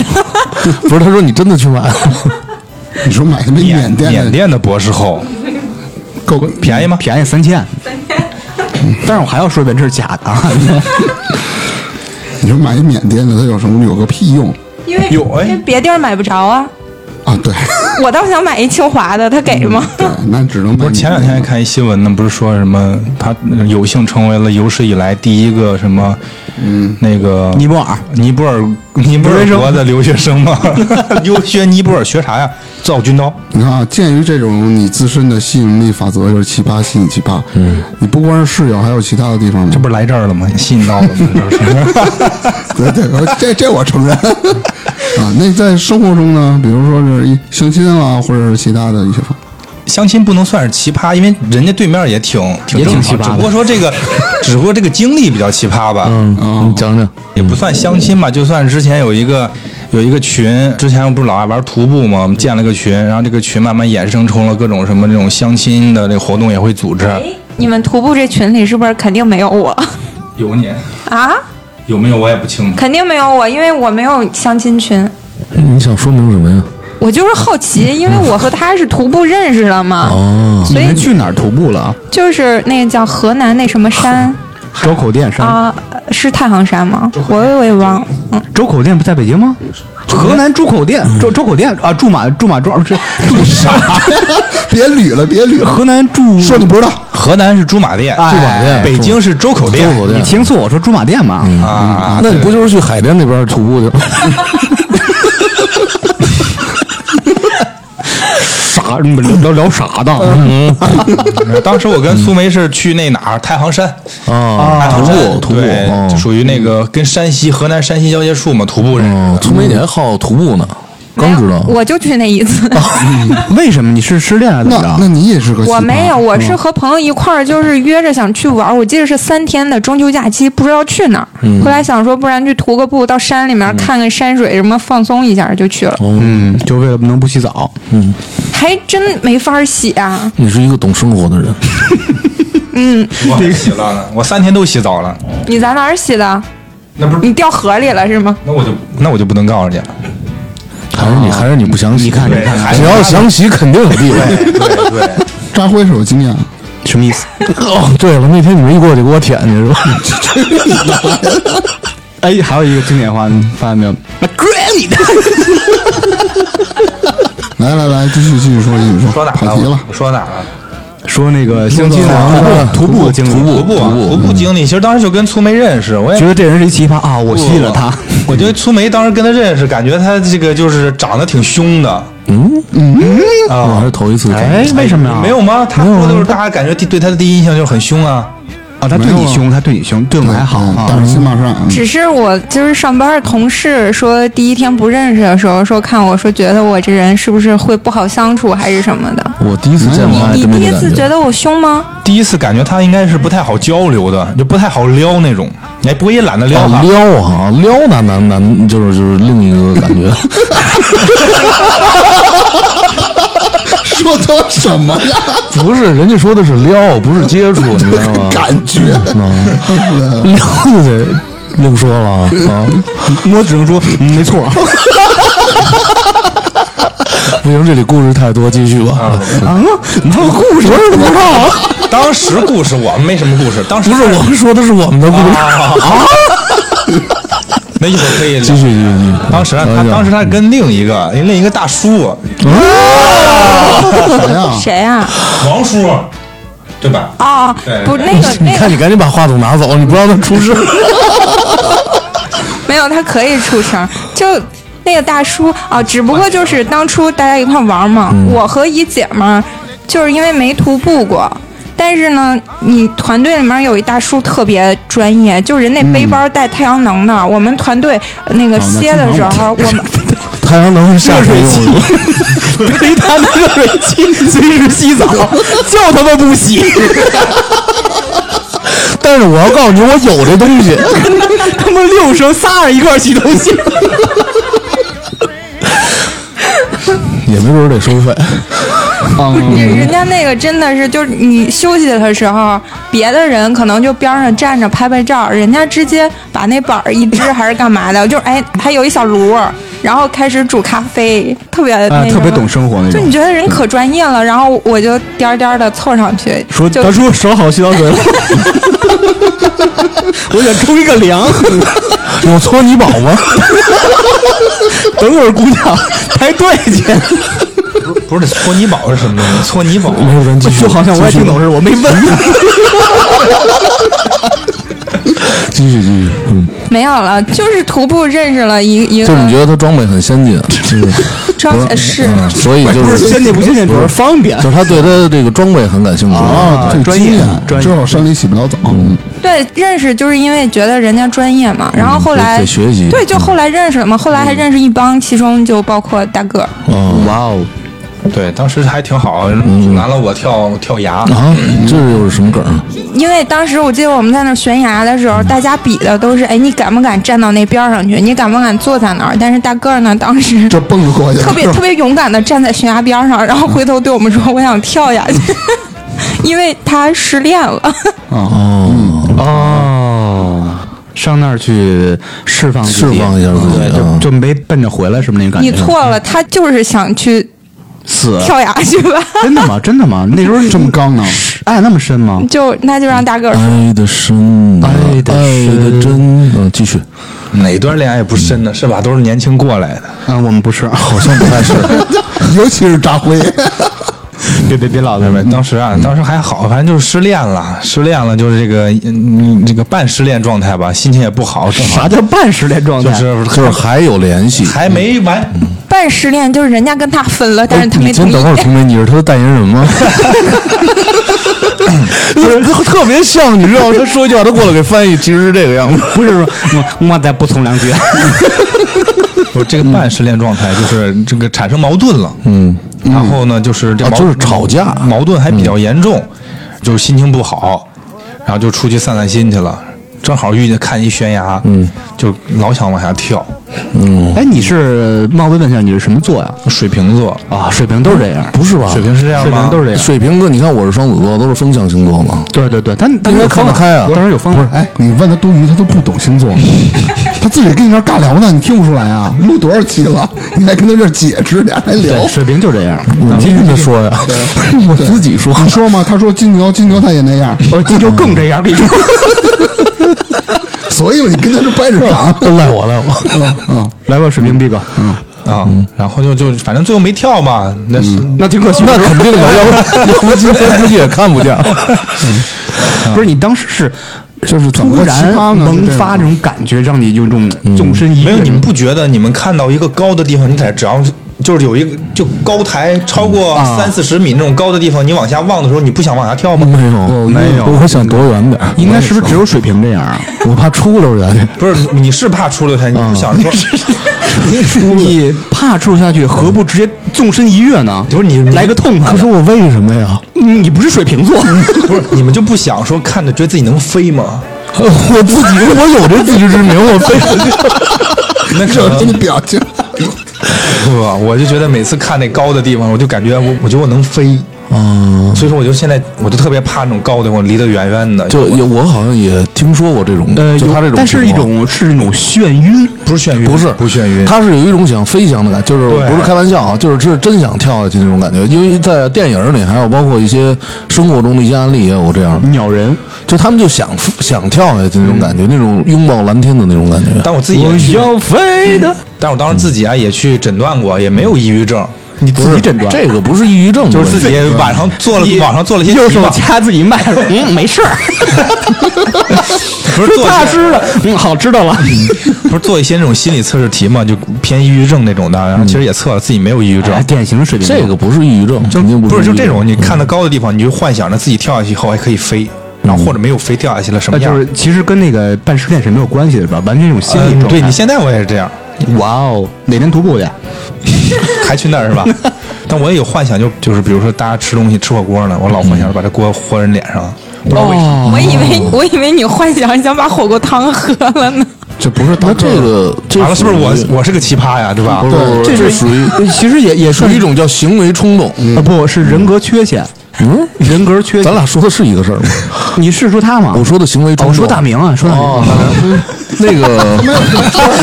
[SPEAKER 7] 不是，他说你真的去买了吗？
[SPEAKER 3] 你说买他妈缅
[SPEAKER 4] 缅
[SPEAKER 3] 甸
[SPEAKER 4] 缅
[SPEAKER 3] 的
[SPEAKER 4] 甸的博士后
[SPEAKER 3] 够嗯
[SPEAKER 4] 便宜吗？
[SPEAKER 6] 哎便宜三千。但是我还要说一遍，这是假的啊！
[SPEAKER 3] 你说买一缅甸的，它有什么有个屁用
[SPEAKER 1] 因为
[SPEAKER 4] 有哎
[SPEAKER 1] 因为别地儿买不着啊。
[SPEAKER 3] 啊？对，
[SPEAKER 1] 我倒想买一清华的，他给吗？
[SPEAKER 6] 嗯
[SPEAKER 3] 对，那只能
[SPEAKER 4] 不
[SPEAKER 3] 买
[SPEAKER 4] 是前两天还看一新闻呢，不是说什么他有幸成为了有史以来第一个什么，嗯，那个
[SPEAKER 6] 尼泊尔
[SPEAKER 4] 尼泊尔尼泊尔国的留学生吗？ 留学尼泊尔学啥呀？造军刀。
[SPEAKER 3] 你看啊，鉴于这种你自身的吸引力法则，就是奇葩吸引奇葩。嗯，你不光是室友，还有其他的地方
[SPEAKER 4] 这
[SPEAKER 3] 吗？
[SPEAKER 4] 不是来这儿了吗？吸引到 了吗？这是
[SPEAKER 3] 对对，我这这我承认 啊。那在生活中呢，比如说是一相亲啊，或者是其他的一些方
[SPEAKER 4] 相亲不能算是奇葩，因为人家对面也挺挺
[SPEAKER 6] 也挺
[SPEAKER 4] 正
[SPEAKER 6] 奇
[SPEAKER 4] 常
[SPEAKER 6] 葩的
[SPEAKER 4] 只不过说这 个，只不过这个经历比较奇葩吧。嗯，
[SPEAKER 6] 哦
[SPEAKER 7] 嗯，你讲讲。
[SPEAKER 4] 也不算相亲吧，就算之前有一个有一个群，之前不是老爱玩徒步嘛，我们建了个群，然后这个群慢慢衍生成了各种什么这种相亲的这个活动也会组织。
[SPEAKER 1] 你们徒步这群里是不是肯定没有我
[SPEAKER 4] 有你
[SPEAKER 1] 啊？
[SPEAKER 4] 有没有我也不清楚。
[SPEAKER 1] 肯定没有我，因为我没有相亲群。
[SPEAKER 7] 你想说明什么呀？
[SPEAKER 1] 我就是好奇，因为我和他是徒步认识的嘛，
[SPEAKER 7] 哦，
[SPEAKER 1] 所
[SPEAKER 6] 你
[SPEAKER 1] 以
[SPEAKER 6] 们去哪儿徒步了啊？
[SPEAKER 1] 就是那个叫河南那什么山
[SPEAKER 6] 周口店山，
[SPEAKER 1] 啊、是太行山吗？我我也忘了。嗯，
[SPEAKER 6] 周口店不在北京吗？河南周口店，周周口店啊，驻马驻马庄是 驻啥？
[SPEAKER 3] 面。别捋了，别捋了，
[SPEAKER 6] 河南驻
[SPEAKER 3] 说你不知道，
[SPEAKER 4] 河南是驻马店，
[SPEAKER 6] 哎驻马
[SPEAKER 7] 店
[SPEAKER 4] 北京是周口店，
[SPEAKER 7] 周口
[SPEAKER 6] 哎你
[SPEAKER 7] 店
[SPEAKER 6] 听错，我说驻马店嘛。
[SPEAKER 7] 嗯
[SPEAKER 6] 嗯
[SPEAKER 4] 啊，
[SPEAKER 7] 那你不就是去海淀那边徒步 去？
[SPEAKER 6] 啥？你们聊聊啥呢？
[SPEAKER 4] 当时我跟苏梅是去那哪儿太行山，
[SPEAKER 7] 啊，徒步徒步
[SPEAKER 4] 对，
[SPEAKER 7] 哦
[SPEAKER 4] 就属于那个跟山西河南山西交界处嘛，徒步认识
[SPEAKER 7] 哦，
[SPEAKER 4] 的。
[SPEAKER 7] 春梅你还好徒步呢，
[SPEAKER 1] 没
[SPEAKER 7] 刚
[SPEAKER 1] 有
[SPEAKER 7] 知道。
[SPEAKER 1] 我就去那一 次，
[SPEAKER 7] 嗯
[SPEAKER 6] 为什么你是失恋了？怎么
[SPEAKER 3] 那
[SPEAKER 6] 着
[SPEAKER 3] 那？你也是个奇葩
[SPEAKER 1] 我没有，我是和朋友一块儿，就是约着想去玩儿。我记得是三天的中秋假期，不知道去哪儿。后来想说，不然去徒个步，到山里面看看山水，什么放松一下就去了，
[SPEAKER 6] 嗯，就为了能不洗澡。
[SPEAKER 1] 还真没法儿洗啊。
[SPEAKER 7] 你是一个懂生活的人，
[SPEAKER 4] 我洗了，我三天都洗澡了，
[SPEAKER 1] 你在哪儿洗的？
[SPEAKER 4] 那不是
[SPEAKER 1] 你掉河里了是吗？
[SPEAKER 4] 那我就那我就不能告诉你了。
[SPEAKER 7] 还
[SPEAKER 6] 哦
[SPEAKER 7] 是你还是你不想洗？你看
[SPEAKER 4] 你看
[SPEAKER 7] 只要想洗，肯定有地位。
[SPEAKER 4] 对对。
[SPEAKER 3] 扎辉是有经验，
[SPEAKER 6] 什么意思？
[SPEAKER 7] 哦，对了，那天你们一过去给我舔去是吧？
[SPEAKER 6] 哎，还有一个经典话，你发现没有？
[SPEAKER 3] 来来来，继续继续说，继续说，
[SPEAKER 4] 说哪啊儿
[SPEAKER 3] 跑题了
[SPEAKER 4] 了？。我说哪儿了？
[SPEAKER 6] 说那个相亲
[SPEAKER 7] 啊
[SPEAKER 6] 啊，徒步的经历，
[SPEAKER 7] 徒
[SPEAKER 4] 徒步啊，徒步经历，其实当时就跟粗梅认识，我也
[SPEAKER 6] 觉得这人是一奇葩啊，我
[SPEAKER 4] 不
[SPEAKER 6] 吸引了他。
[SPEAKER 4] 我觉得粗梅当时跟他认识，感觉他这个就是长得挺凶的，
[SPEAKER 7] 嗯嗯，我还是头一次感
[SPEAKER 6] 哎
[SPEAKER 7] 觉，，
[SPEAKER 6] 为什么呀？
[SPEAKER 4] 没有吗？他说的是大家感觉第对他的第一印象就是很凶啊。
[SPEAKER 6] 啊，他对你凶，他对你凶，对我们还好
[SPEAKER 3] 嗯
[SPEAKER 6] 啊。
[SPEAKER 3] 但是新马上，
[SPEAKER 1] 只是我就是上班的同事说，第一天不认识的时候，说看我说觉得我这人是不是会不好相处还是什么的。
[SPEAKER 7] 我第一次见过他还
[SPEAKER 1] 你
[SPEAKER 7] 真没
[SPEAKER 1] 第
[SPEAKER 7] 啊这
[SPEAKER 1] 一
[SPEAKER 7] 感
[SPEAKER 1] 次觉得我凶吗？
[SPEAKER 4] 第一次感觉他应该是不太好交流的，就不太好撩那种。哎，不过也懒得撩
[SPEAKER 7] 啊
[SPEAKER 4] 他，
[SPEAKER 7] 撩啊，撩那那那就是就是另一个感觉，
[SPEAKER 3] 说他什么呀？
[SPEAKER 7] 不是人家说的是撩，不是接触，你知道吗？嗯
[SPEAKER 3] 感觉
[SPEAKER 7] 撩就得另说了 啊，
[SPEAKER 6] 我只能说嗯没错。
[SPEAKER 7] 不行，这里故事太多，继续吧。
[SPEAKER 6] 啊，哪有故事？不知道。
[SPEAKER 4] 当时故事我们没什么故事，当时啊
[SPEAKER 7] 不是，我们说的是我们啊的故事。
[SPEAKER 4] 那一会儿可以
[SPEAKER 7] 继续，继续，嗯继续。
[SPEAKER 4] 当时他当时他跟另一个另一个大叔
[SPEAKER 7] 啊
[SPEAKER 3] 谁呀？
[SPEAKER 1] 谁呀、
[SPEAKER 4] 王叔，对吧？
[SPEAKER 1] 啊？哦
[SPEAKER 4] 对，
[SPEAKER 1] 不，那个
[SPEAKER 7] 你
[SPEAKER 1] 那
[SPEAKER 7] 看，
[SPEAKER 1] 个
[SPEAKER 7] 你赶紧把话筒拿走，你不让他出事。
[SPEAKER 1] 没有，他可以出声，就。那个大叔啊，只不过就是当初大家一块玩嘛，我和姨姐嘛，就是因为没徒步过，但是呢，你团队里面有一大叔特别专业，就人那背包带太阳能的，我们团队嗯呃哦那个歇的时候，我们
[SPEAKER 7] 太阳能是下水用 的，
[SPEAKER 6] 背他的热水器随时洗 澡，就他妈不 洗。
[SPEAKER 7] 但是我要告诉你，我有这东西。
[SPEAKER 6] 他妈六声仨人一块儿洗东西，
[SPEAKER 7] 也没准儿得收费。
[SPEAKER 6] 嗯
[SPEAKER 1] 人人家那个真的是，就是你休息的时候，别的人可能就边上站着拍拍照，人家直接把那板儿一支还是干嘛的，就是哎，还有一小炉，然后开始煮咖啡，特别那、
[SPEAKER 6] 啊，特别懂。生活那
[SPEAKER 1] 就你
[SPEAKER 6] 种。
[SPEAKER 1] 觉得人可专业了，然后我就颠颠的凑上去，
[SPEAKER 6] 说
[SPEAKER 1] 就
[SPEAKER 6] 大叔手好洗澡水了， 我想冲一个凉。
[SPEAKER 7] 有搓泥宝吗？
[SPEAKER 6] 等会儿姑娘排队 去，
[SPEAKER 4] 不是搓泥宝是什么东西？搓泥宝
[SPEAKER 7] 没有人继续，
[SPEAKER 6] 就好像我也听懂似的，我没 问。
[SPEAKER 7] 继续，继续。嗯，
[SPEAKER 1] 没有了，就是徒步认识了一一
[SPEAKER 7] 就是你觉
[SPEAKER 1] 个
[SPEAKER 7] 得它装备很先 进，啊就是
[SPEAKER 1] 装呃是。
[SPEAKER 7] 嗯，所以就
[SPEAKER 6] 不是
[SPEAKER 7] 是
[SPEAKER 6] 先进不先进，主要是方便
[SPEAKER 7] 就。是他哦对他的这个装备很感兴趣。
[SPEAKER 3] 啊，这
[SPEAKER 6] 专
[SPEAKER 3] 经
[SPEAKER 6] 业
[SPEAKER 3] 验
[SPEAKER 6] 专
[SPEAKER 3] 知
[SPEAKER 6] 业
[SPEAKER 3] 道山里洗不了澡，
[SPEAKER 1] 对，认识就是因为觉得人家专业嘛，然后后来、
[SPEAKER 6] 嗯
[SPEAKER 7] 得得学习
[SPEAKER 1] 对，就后来认识了嘛，后来还认识一帮，其中就包括大个儿。
[SPEAKER 7] 嗯，哇哦
[SPEAKER 4] 对，当时还挺好，
[SPEAKER 7] 嗯
[SPEAKER 4] 阻拦了我跳跳崖。
[SPEAKER 7] 啊，这又是什么梗儿？啊
[SPEAKER 1] 因为当时我记得我们在那儿悬崖的时候，大家比的都是，哎，你敢不敢站到那边儿上去？你敢不敢坐在那儿？但是大个儿呢，当时
[SPEAKER 3] 这蹦着过去了，
[SPEAKER 1] 特别特别勇敢的站在悬崖边儿上，然后回头对我们说：“我想跳下去。”因为他失恋了，
[SPEAKER 7] 嗯
[SPEAKER 6] 哦，上那儿去释放自己
[SPEAKER 7] 释放一下自己
[SPEAKER 6] 对
[SPEAKER 7] 嗯
[SPEAKER 6] 就就没奔着回来什么那种感觉。
[SPEAKER 1] 你错了，他就是想去
[SPEAKER 6] 死，
[SPEAKER 1] 跳崖去吧，
[SPEAKER 6] 真的吗？真的吗？那时候
[SPEAKER 3] 这么刚呢？
[SPEAKER 6] 爱哎那么深吗？
[SPEAKER 1] 就那就让大个儿说。
[SPEAKER 7] 爱的深啊，
[SPEAKER 6] 爱的深
[SPEAKER 7] 爱的真。嗯，继续，
[SPEAKER 4] 哪段恋爱不深呢？是吧？都是年轻过来的。
[SPEAKER 6] 嗯，我们不是，好像
[SPEAKER 7] 不太嗯啊是。
[SPEAKER 3] 尤其是扎辉，
[SPEAKER 6] 别别别
[SPEAKER 7] 嗯
[SPEAKER 6] 老
[SPEAKER 4] 对当时啊，当时还好，反正就是失恋了，失恋了就是这个嗯这个半失恋状态吧，心情也不好，正好
[SPEAKER 6] 啥叫半失恋状态？
[SPEAKER 4] 就是
[SPEAKER 7] 就是还有联系。
[SPEAKER 4] 还没
[SPEAKER 7] 嗯
[SPEAKER 4] 完。
[SPEAKER 1] 半失恋就是人家跟他分了，但是他
[SPEAKER 7] 哎你
[SPEAKER 1] 没同
[SPEAKER 7] 先
[SPEAKER 1] 意哎
[SPEAKER 7] 等。会儿，同梅，你是他的代言人 吗？他特别像，你知道吗？他说一句话，他过来给翻译，其实是这个样子。
[SPEAKER 6] 不是说我我再补充两句，
[SPEAKER 4] 不是这
[SPEAKER 7] 嗯
[SPEAKER 4] 个半失恋状态，就是这个产生矛盾了。嗯，然后呢，就是这
[SPEAKER 7] 啊
[SPEAKER 4] 矛
[SPEAKER 7] 就是吵架
[SPEAKER 4] 矛盾还比较严重，就是心情不好，
[SPEAKER 7] 嗯
[SPEAKER 4] 然后就出去散散心去了。正好遇见看一悬崖，嗯，就老想往下跳。
[SPEAKER 6] 哎，你是冒昧问一下，你是什么座呀？
[SPEAKER 4] 水瓶座，
[SPEAKER 6] 啊，水瓶都是这样，
[SPEAKER 7] 不是吧？
[SPEAKER 4] 水瓶是这样
[SPEAKER 6] 水
[SPEAKER 4] 吗？
[SPEAKER 6] 瓶都是这样。
[SPEAKER 7] 水瓶座，你看我是双子座，都是风象星座嘛。
[SPEAKER 6] 对对对，他他
[SPEAKER 7] 应该看得开啊
[SPEAKER 6] 当然有方法。
[SPEAKER 3] 哎，你问他多余，他都不懂星座，他自己跟你这儿尬聊呢，你听不出来啊？录多少期了？你还跟他这儿解释，俩还聊
[SPEAKER 6] 对，。水瓶就这样。
[SPEAKER 7] 你听他说呀，我自己 说。
[SPEAKER 3] 你说嘛？他说金牛，金牛他也那样，
[SPEAKER 6] 我哦这就更这样，跟你说，
[SPEAKER 3] 所以你跟他这掰着
[SPEAKER 6] 啊
[SPEAKER 3] 长。
[SPEAKER 7] 都 赖我，赖嗯我。
[SPEAKER 6] 嗯来吧，水瓶 B 哥，
[SPEAKER 4] 啊，
[SPEAKER 7] 嗯
[SPEAKER 4] 然后就就反正最后没跳嘛，那是
[SPEAKER 6] 那挺可惜。
[SPEAKER 7] 那肯定的，要 不要不今天自己也看不见。
[SPEAKER 6] 嗯
[SPEAKER 7] 嗯
[SPEAKER 6] 不是你当时是
[SPEAKER 3] 就是怎么
[SPEAKER 6] 突
[SPEAKER 3] 个
[SPEAKER 6] 然
[SPEAKER 3] 奇葩呢
[SPEAKER 6] 萌
[SPEAKER 3] 这个
[SPEAKER 7] 嗯
[SPEAKER 6] 发这种感觉，让你有一种纵身一
[SPEAKER 4] 没有，
[SPEAKER 6] 跃。
[SPEAKER 4] 你们不觉得你们看到一个高的地方，你在只要就是有一个就高台超过
[SPEAKER 7] 啊
[SPEAKER 4] 三四十米那种高的地方，你往下望的时候，你不想往下跳吗？
[SPEAKER 7] 没有，
[SPEAKER 4] 没有
[SPEAKER 7] 我想躲远点儿，
[SPEAKER 6] 应该是不是只有水平这样啊？
[SPEAKER 7] 我怕出溜下去。
[SPEAKER 4] 不是，你是怕出溜下，你不想
[SPEAKER 7] 啊
[SPEAKER 4] 说，
[SPEAKER 6] 你怕出下去，何不直接纵身一跃呢？
[SPEAKER 4] 不是你
[SPEAKER 6] 来个痛快
[SPEAKER 7] 可
[SPEAKER 6] 的
[SPEAKER 7] 是。我为什么呀？
[SPEAKER 6] 嗯你不是水瓶座，
[SPEAKER 4] 不是你们就不想说看着觉得自己能飞吗？
[SPEAKER 7] 我自己，我有这自知之明，我非
[SPEAKER 4] 那可
[SPEAKER 3] 这
[SPEAKER 4] 能
[SPEAKER 3] 你表情，
[SPEAKER 4] 不， 我就觉得每次看那高的地方，我就感觉我我觉得我能飞，
[SPEAKER 7] 嗯，
[SPEAKER 4] 所以说我就现在我就特别怕那种高的，我离得远远的。
[SPEAKER 7] 就有我好像也听说过这种，
[SPEAKER 4] 呃
[SPEAKER 7] 就他这种情况，
[SPEAKER 6] 但是一种是一种眩晕，
[SPEAKER 4] 不是眩晕，
[SPEAKER 7] 不是
[SPEAKER 4] 不眩晕，
[SPEAKER 7] 他是有一种想飞翔的感觉，就是
[SPEAKER 4] 对
[SPEAKER 7] 不是开玩笑啊，就是是真想跳下去那种感觉。因为在电影里，还有包括一些生活中的一些案例也有这样的，
[SPEAKER 4] 嗯
[SPEAKER 6] 鸟人。
[SPEAKER 7] 就他们就想想跳下去那种感觉，那种拥抱蓝天的那种感觉。
[SPEAKER 4] 但我自己也
[SPEAKER 6] 我
[SPEAKER 4] 去，
[SPEAKER 6] 要飞的，
[SPEAKER 4] 但我当时自己啊也去诊断过，也没有抑郁症，
[SPEAKER 6] 你自己诊断，
[SPEAKER 7] 这个不是抑郁症的
[SPEAKER 4] 就
[SPEAKER 7] 问
[SPEAKER 4] 是
[SPEAKER 7] 题，
[SPEAKER 4] 自己晚上做了网上做了一些
[SPEAKER 6] 右
[SPEAKER 4] 题
[SPEAKER 6] 手
[SPEAKER 4] 嘛，
[SPEAKER 6] 掐自己脉，嗯，没事儿，
[SPEAKER 4] 不是做
[SPEAKER 6] 大
[SPEAKER 4] 一
[SPEAKER 6] 师
[SPEAKER 4] 些
[SPEAKER 6] 了，嗯，好，知道了。
[SPEAKER 4] 不是做一些那种心理测试题嘛，就偏抑郁症那种的，然后其实也测了自己没有抑郁症
[SPEAKER 6] 哎，典型水瓶座，
[SPEAKER 7] 这个不是抑郁症，
[SPEAKER 4] 就
[SPEAKER 7] 肯定
[SPEAKER 4] 不
[SPEAKER 7] 是
[SPEAKER 4] 是
[SPEAKER 7] 抑
[SPEAKER 4] 就
[SPEAKER 7] 郁症
[SPEAKER 4] 这种，你看到高的地方，你就幻想着自己跳下去以后还可以飞，然后或者没有飞掉下去了什么
[SPEAKER 6] 呃，
[SPEAKER 4] 样
[SPEAKER 6] 就？是其实跟那个办失恋是没有关系的，是吧？完全一种心理
[SPEAKER 4] 嗯
[SPEAKER 6] 状态。
[SPEAKER 4] 对你现在我也是这样，
[SPEAKER 6] 哇哦，哪天徒步去？
[SPEAKER 4] 还去那儿是吧？但我也有幻想，就就是比如说大家吃东西吃火锅呢，我老幻想把这锅泼人脸上，不知道为什么。
[SPEAKER 1] 我以为我以为你幻想想把火锅汤喝了呢。
[SPEAKER 3] 这不是大
[SPEAKER 7] 那
[SPEAKER 3] 个
[SPEAKER 7] 这
[SPEAKER 3] 儿
[SPEAKER 7] 个这
[SPEAKER 4] 完了，是不是我
[SPEAKER 7] 属于
[SPEAKER 4] 我是个奇葩呀，对吧
[SPEAKER 7] 不？是不是，这属于
[SPEAKER 6] 其实也也
[SPEAKER 7] 属
[SPEAKER 6] 算
[SPEAKER 7] 于
[SPEAKER 6] 是
[SPEAKER 7] 一种叫行为冲动。
[SPEAKER 6] 啊，不是人格缺陷，
[SPEAKER 7] 嗯，
[SPEAKER 6] 人格缺陷。
[SPEAKER 7] 咱俩说的是一个事儿吗？
[SPEAKER 6] 你是说他吗？
[SPEAKER 7] 我说的行为
[SPEAKER 6] 哦
[SPEAKER 7] 冲
[SPEAKER 6] 我
[SPEAKER 7] 动，
[SPEAKER 6] 说大明啊，说大
[SPEAKER 7] 哦
[SPEAKER 6] 明，，
[SPEAKER 7] 那个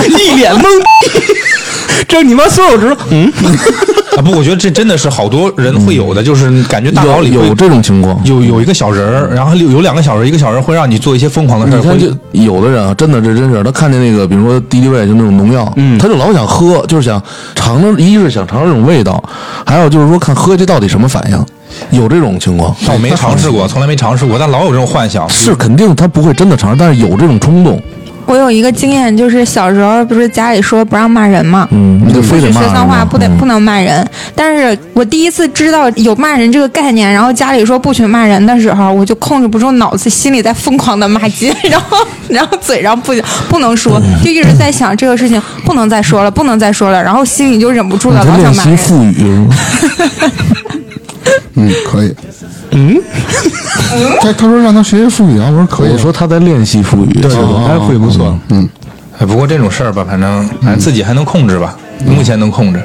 [SPEAKER 6] 一脸懵逼， 这你妈所有知道，嗯，
[SPEAKER 4] 啊不，我觉得这真的是好多人会有的，就是感觉大脑
[SPEAKER 7] 有
[SPEAKER 4] 里会
[SPEAKER 7] 有这种情况，
[SPEAKER 4] 有有一个小人儿，然后有有两个小人儿，一个小人儿会嗯让你做一些疯狂的事
[SPEAKER 7] 你
[SPEAKER 4] 儿，
[SPEAKER 7] 看这
[SPEAKER 4] 会
[SPEAKER 7] 有的人啊，真的这真是他看见那个，比如说敌敌畏就那种农药，他就老想喝，就是想尝尝，一是想尝尝这种味道，还有就是说看喝这到底什么反应，有这种情况。
[SPEAKER 4] 但我没尝试过，从来没尝试过，但老有这种幻想。
[SPEAKER 7] 是肯定他不会真的尝，但是有这种冲动，
[SPEAKER 1] 我有一个经验，就是小时候不是家里说不让骂人嘛，
[SPEAKER 7] 嗯，你就非
[SPEAKER 1] 不
[SPEAKER 7] 得
[SPEAKER 1] 是
[SPEAKER 7] 骂
[SPEAKER 1] 学
[SPEAKER 7] 人
[SPEAKER 1] 脏话，
[SPEAKER 7] 嘛嗯
[SPEAKER 1] 不得不能骂人。但是我第一次知道有骂人这个概念，然后家里说不许骂人的时候，我就控制不住脑子，心里在疯狂的骂 街，然后然后嘴上不不
[SPEAKER 7] 嗯
[SPEAKER 1] 能说，就一直在想这个事情不能再说了，不能再说了，然后心里就忍不住的
[SPEAKER 7] 你在
[SPEAKER 1] 老
[SPEAKER 7] 练
[SPEAKER 1] 想骂
[SPEAKER 7] 习
[SPEAKER 1] 人。
[SPEAKER 7] 腹语是吗？
[SPEAKER 3] 嗯，可以。嗯，他他说让他学习术语啊，我说可以。
[SPEAKER 7] 我说他在练习腹语，对啊
[SPEAKER 6] 哎，会不错，
[SPEAKER 7] 嗯
[SPEAKER 4] 哎，不过这种事儿吧，反正反正自己还能控制吧，目前能控制。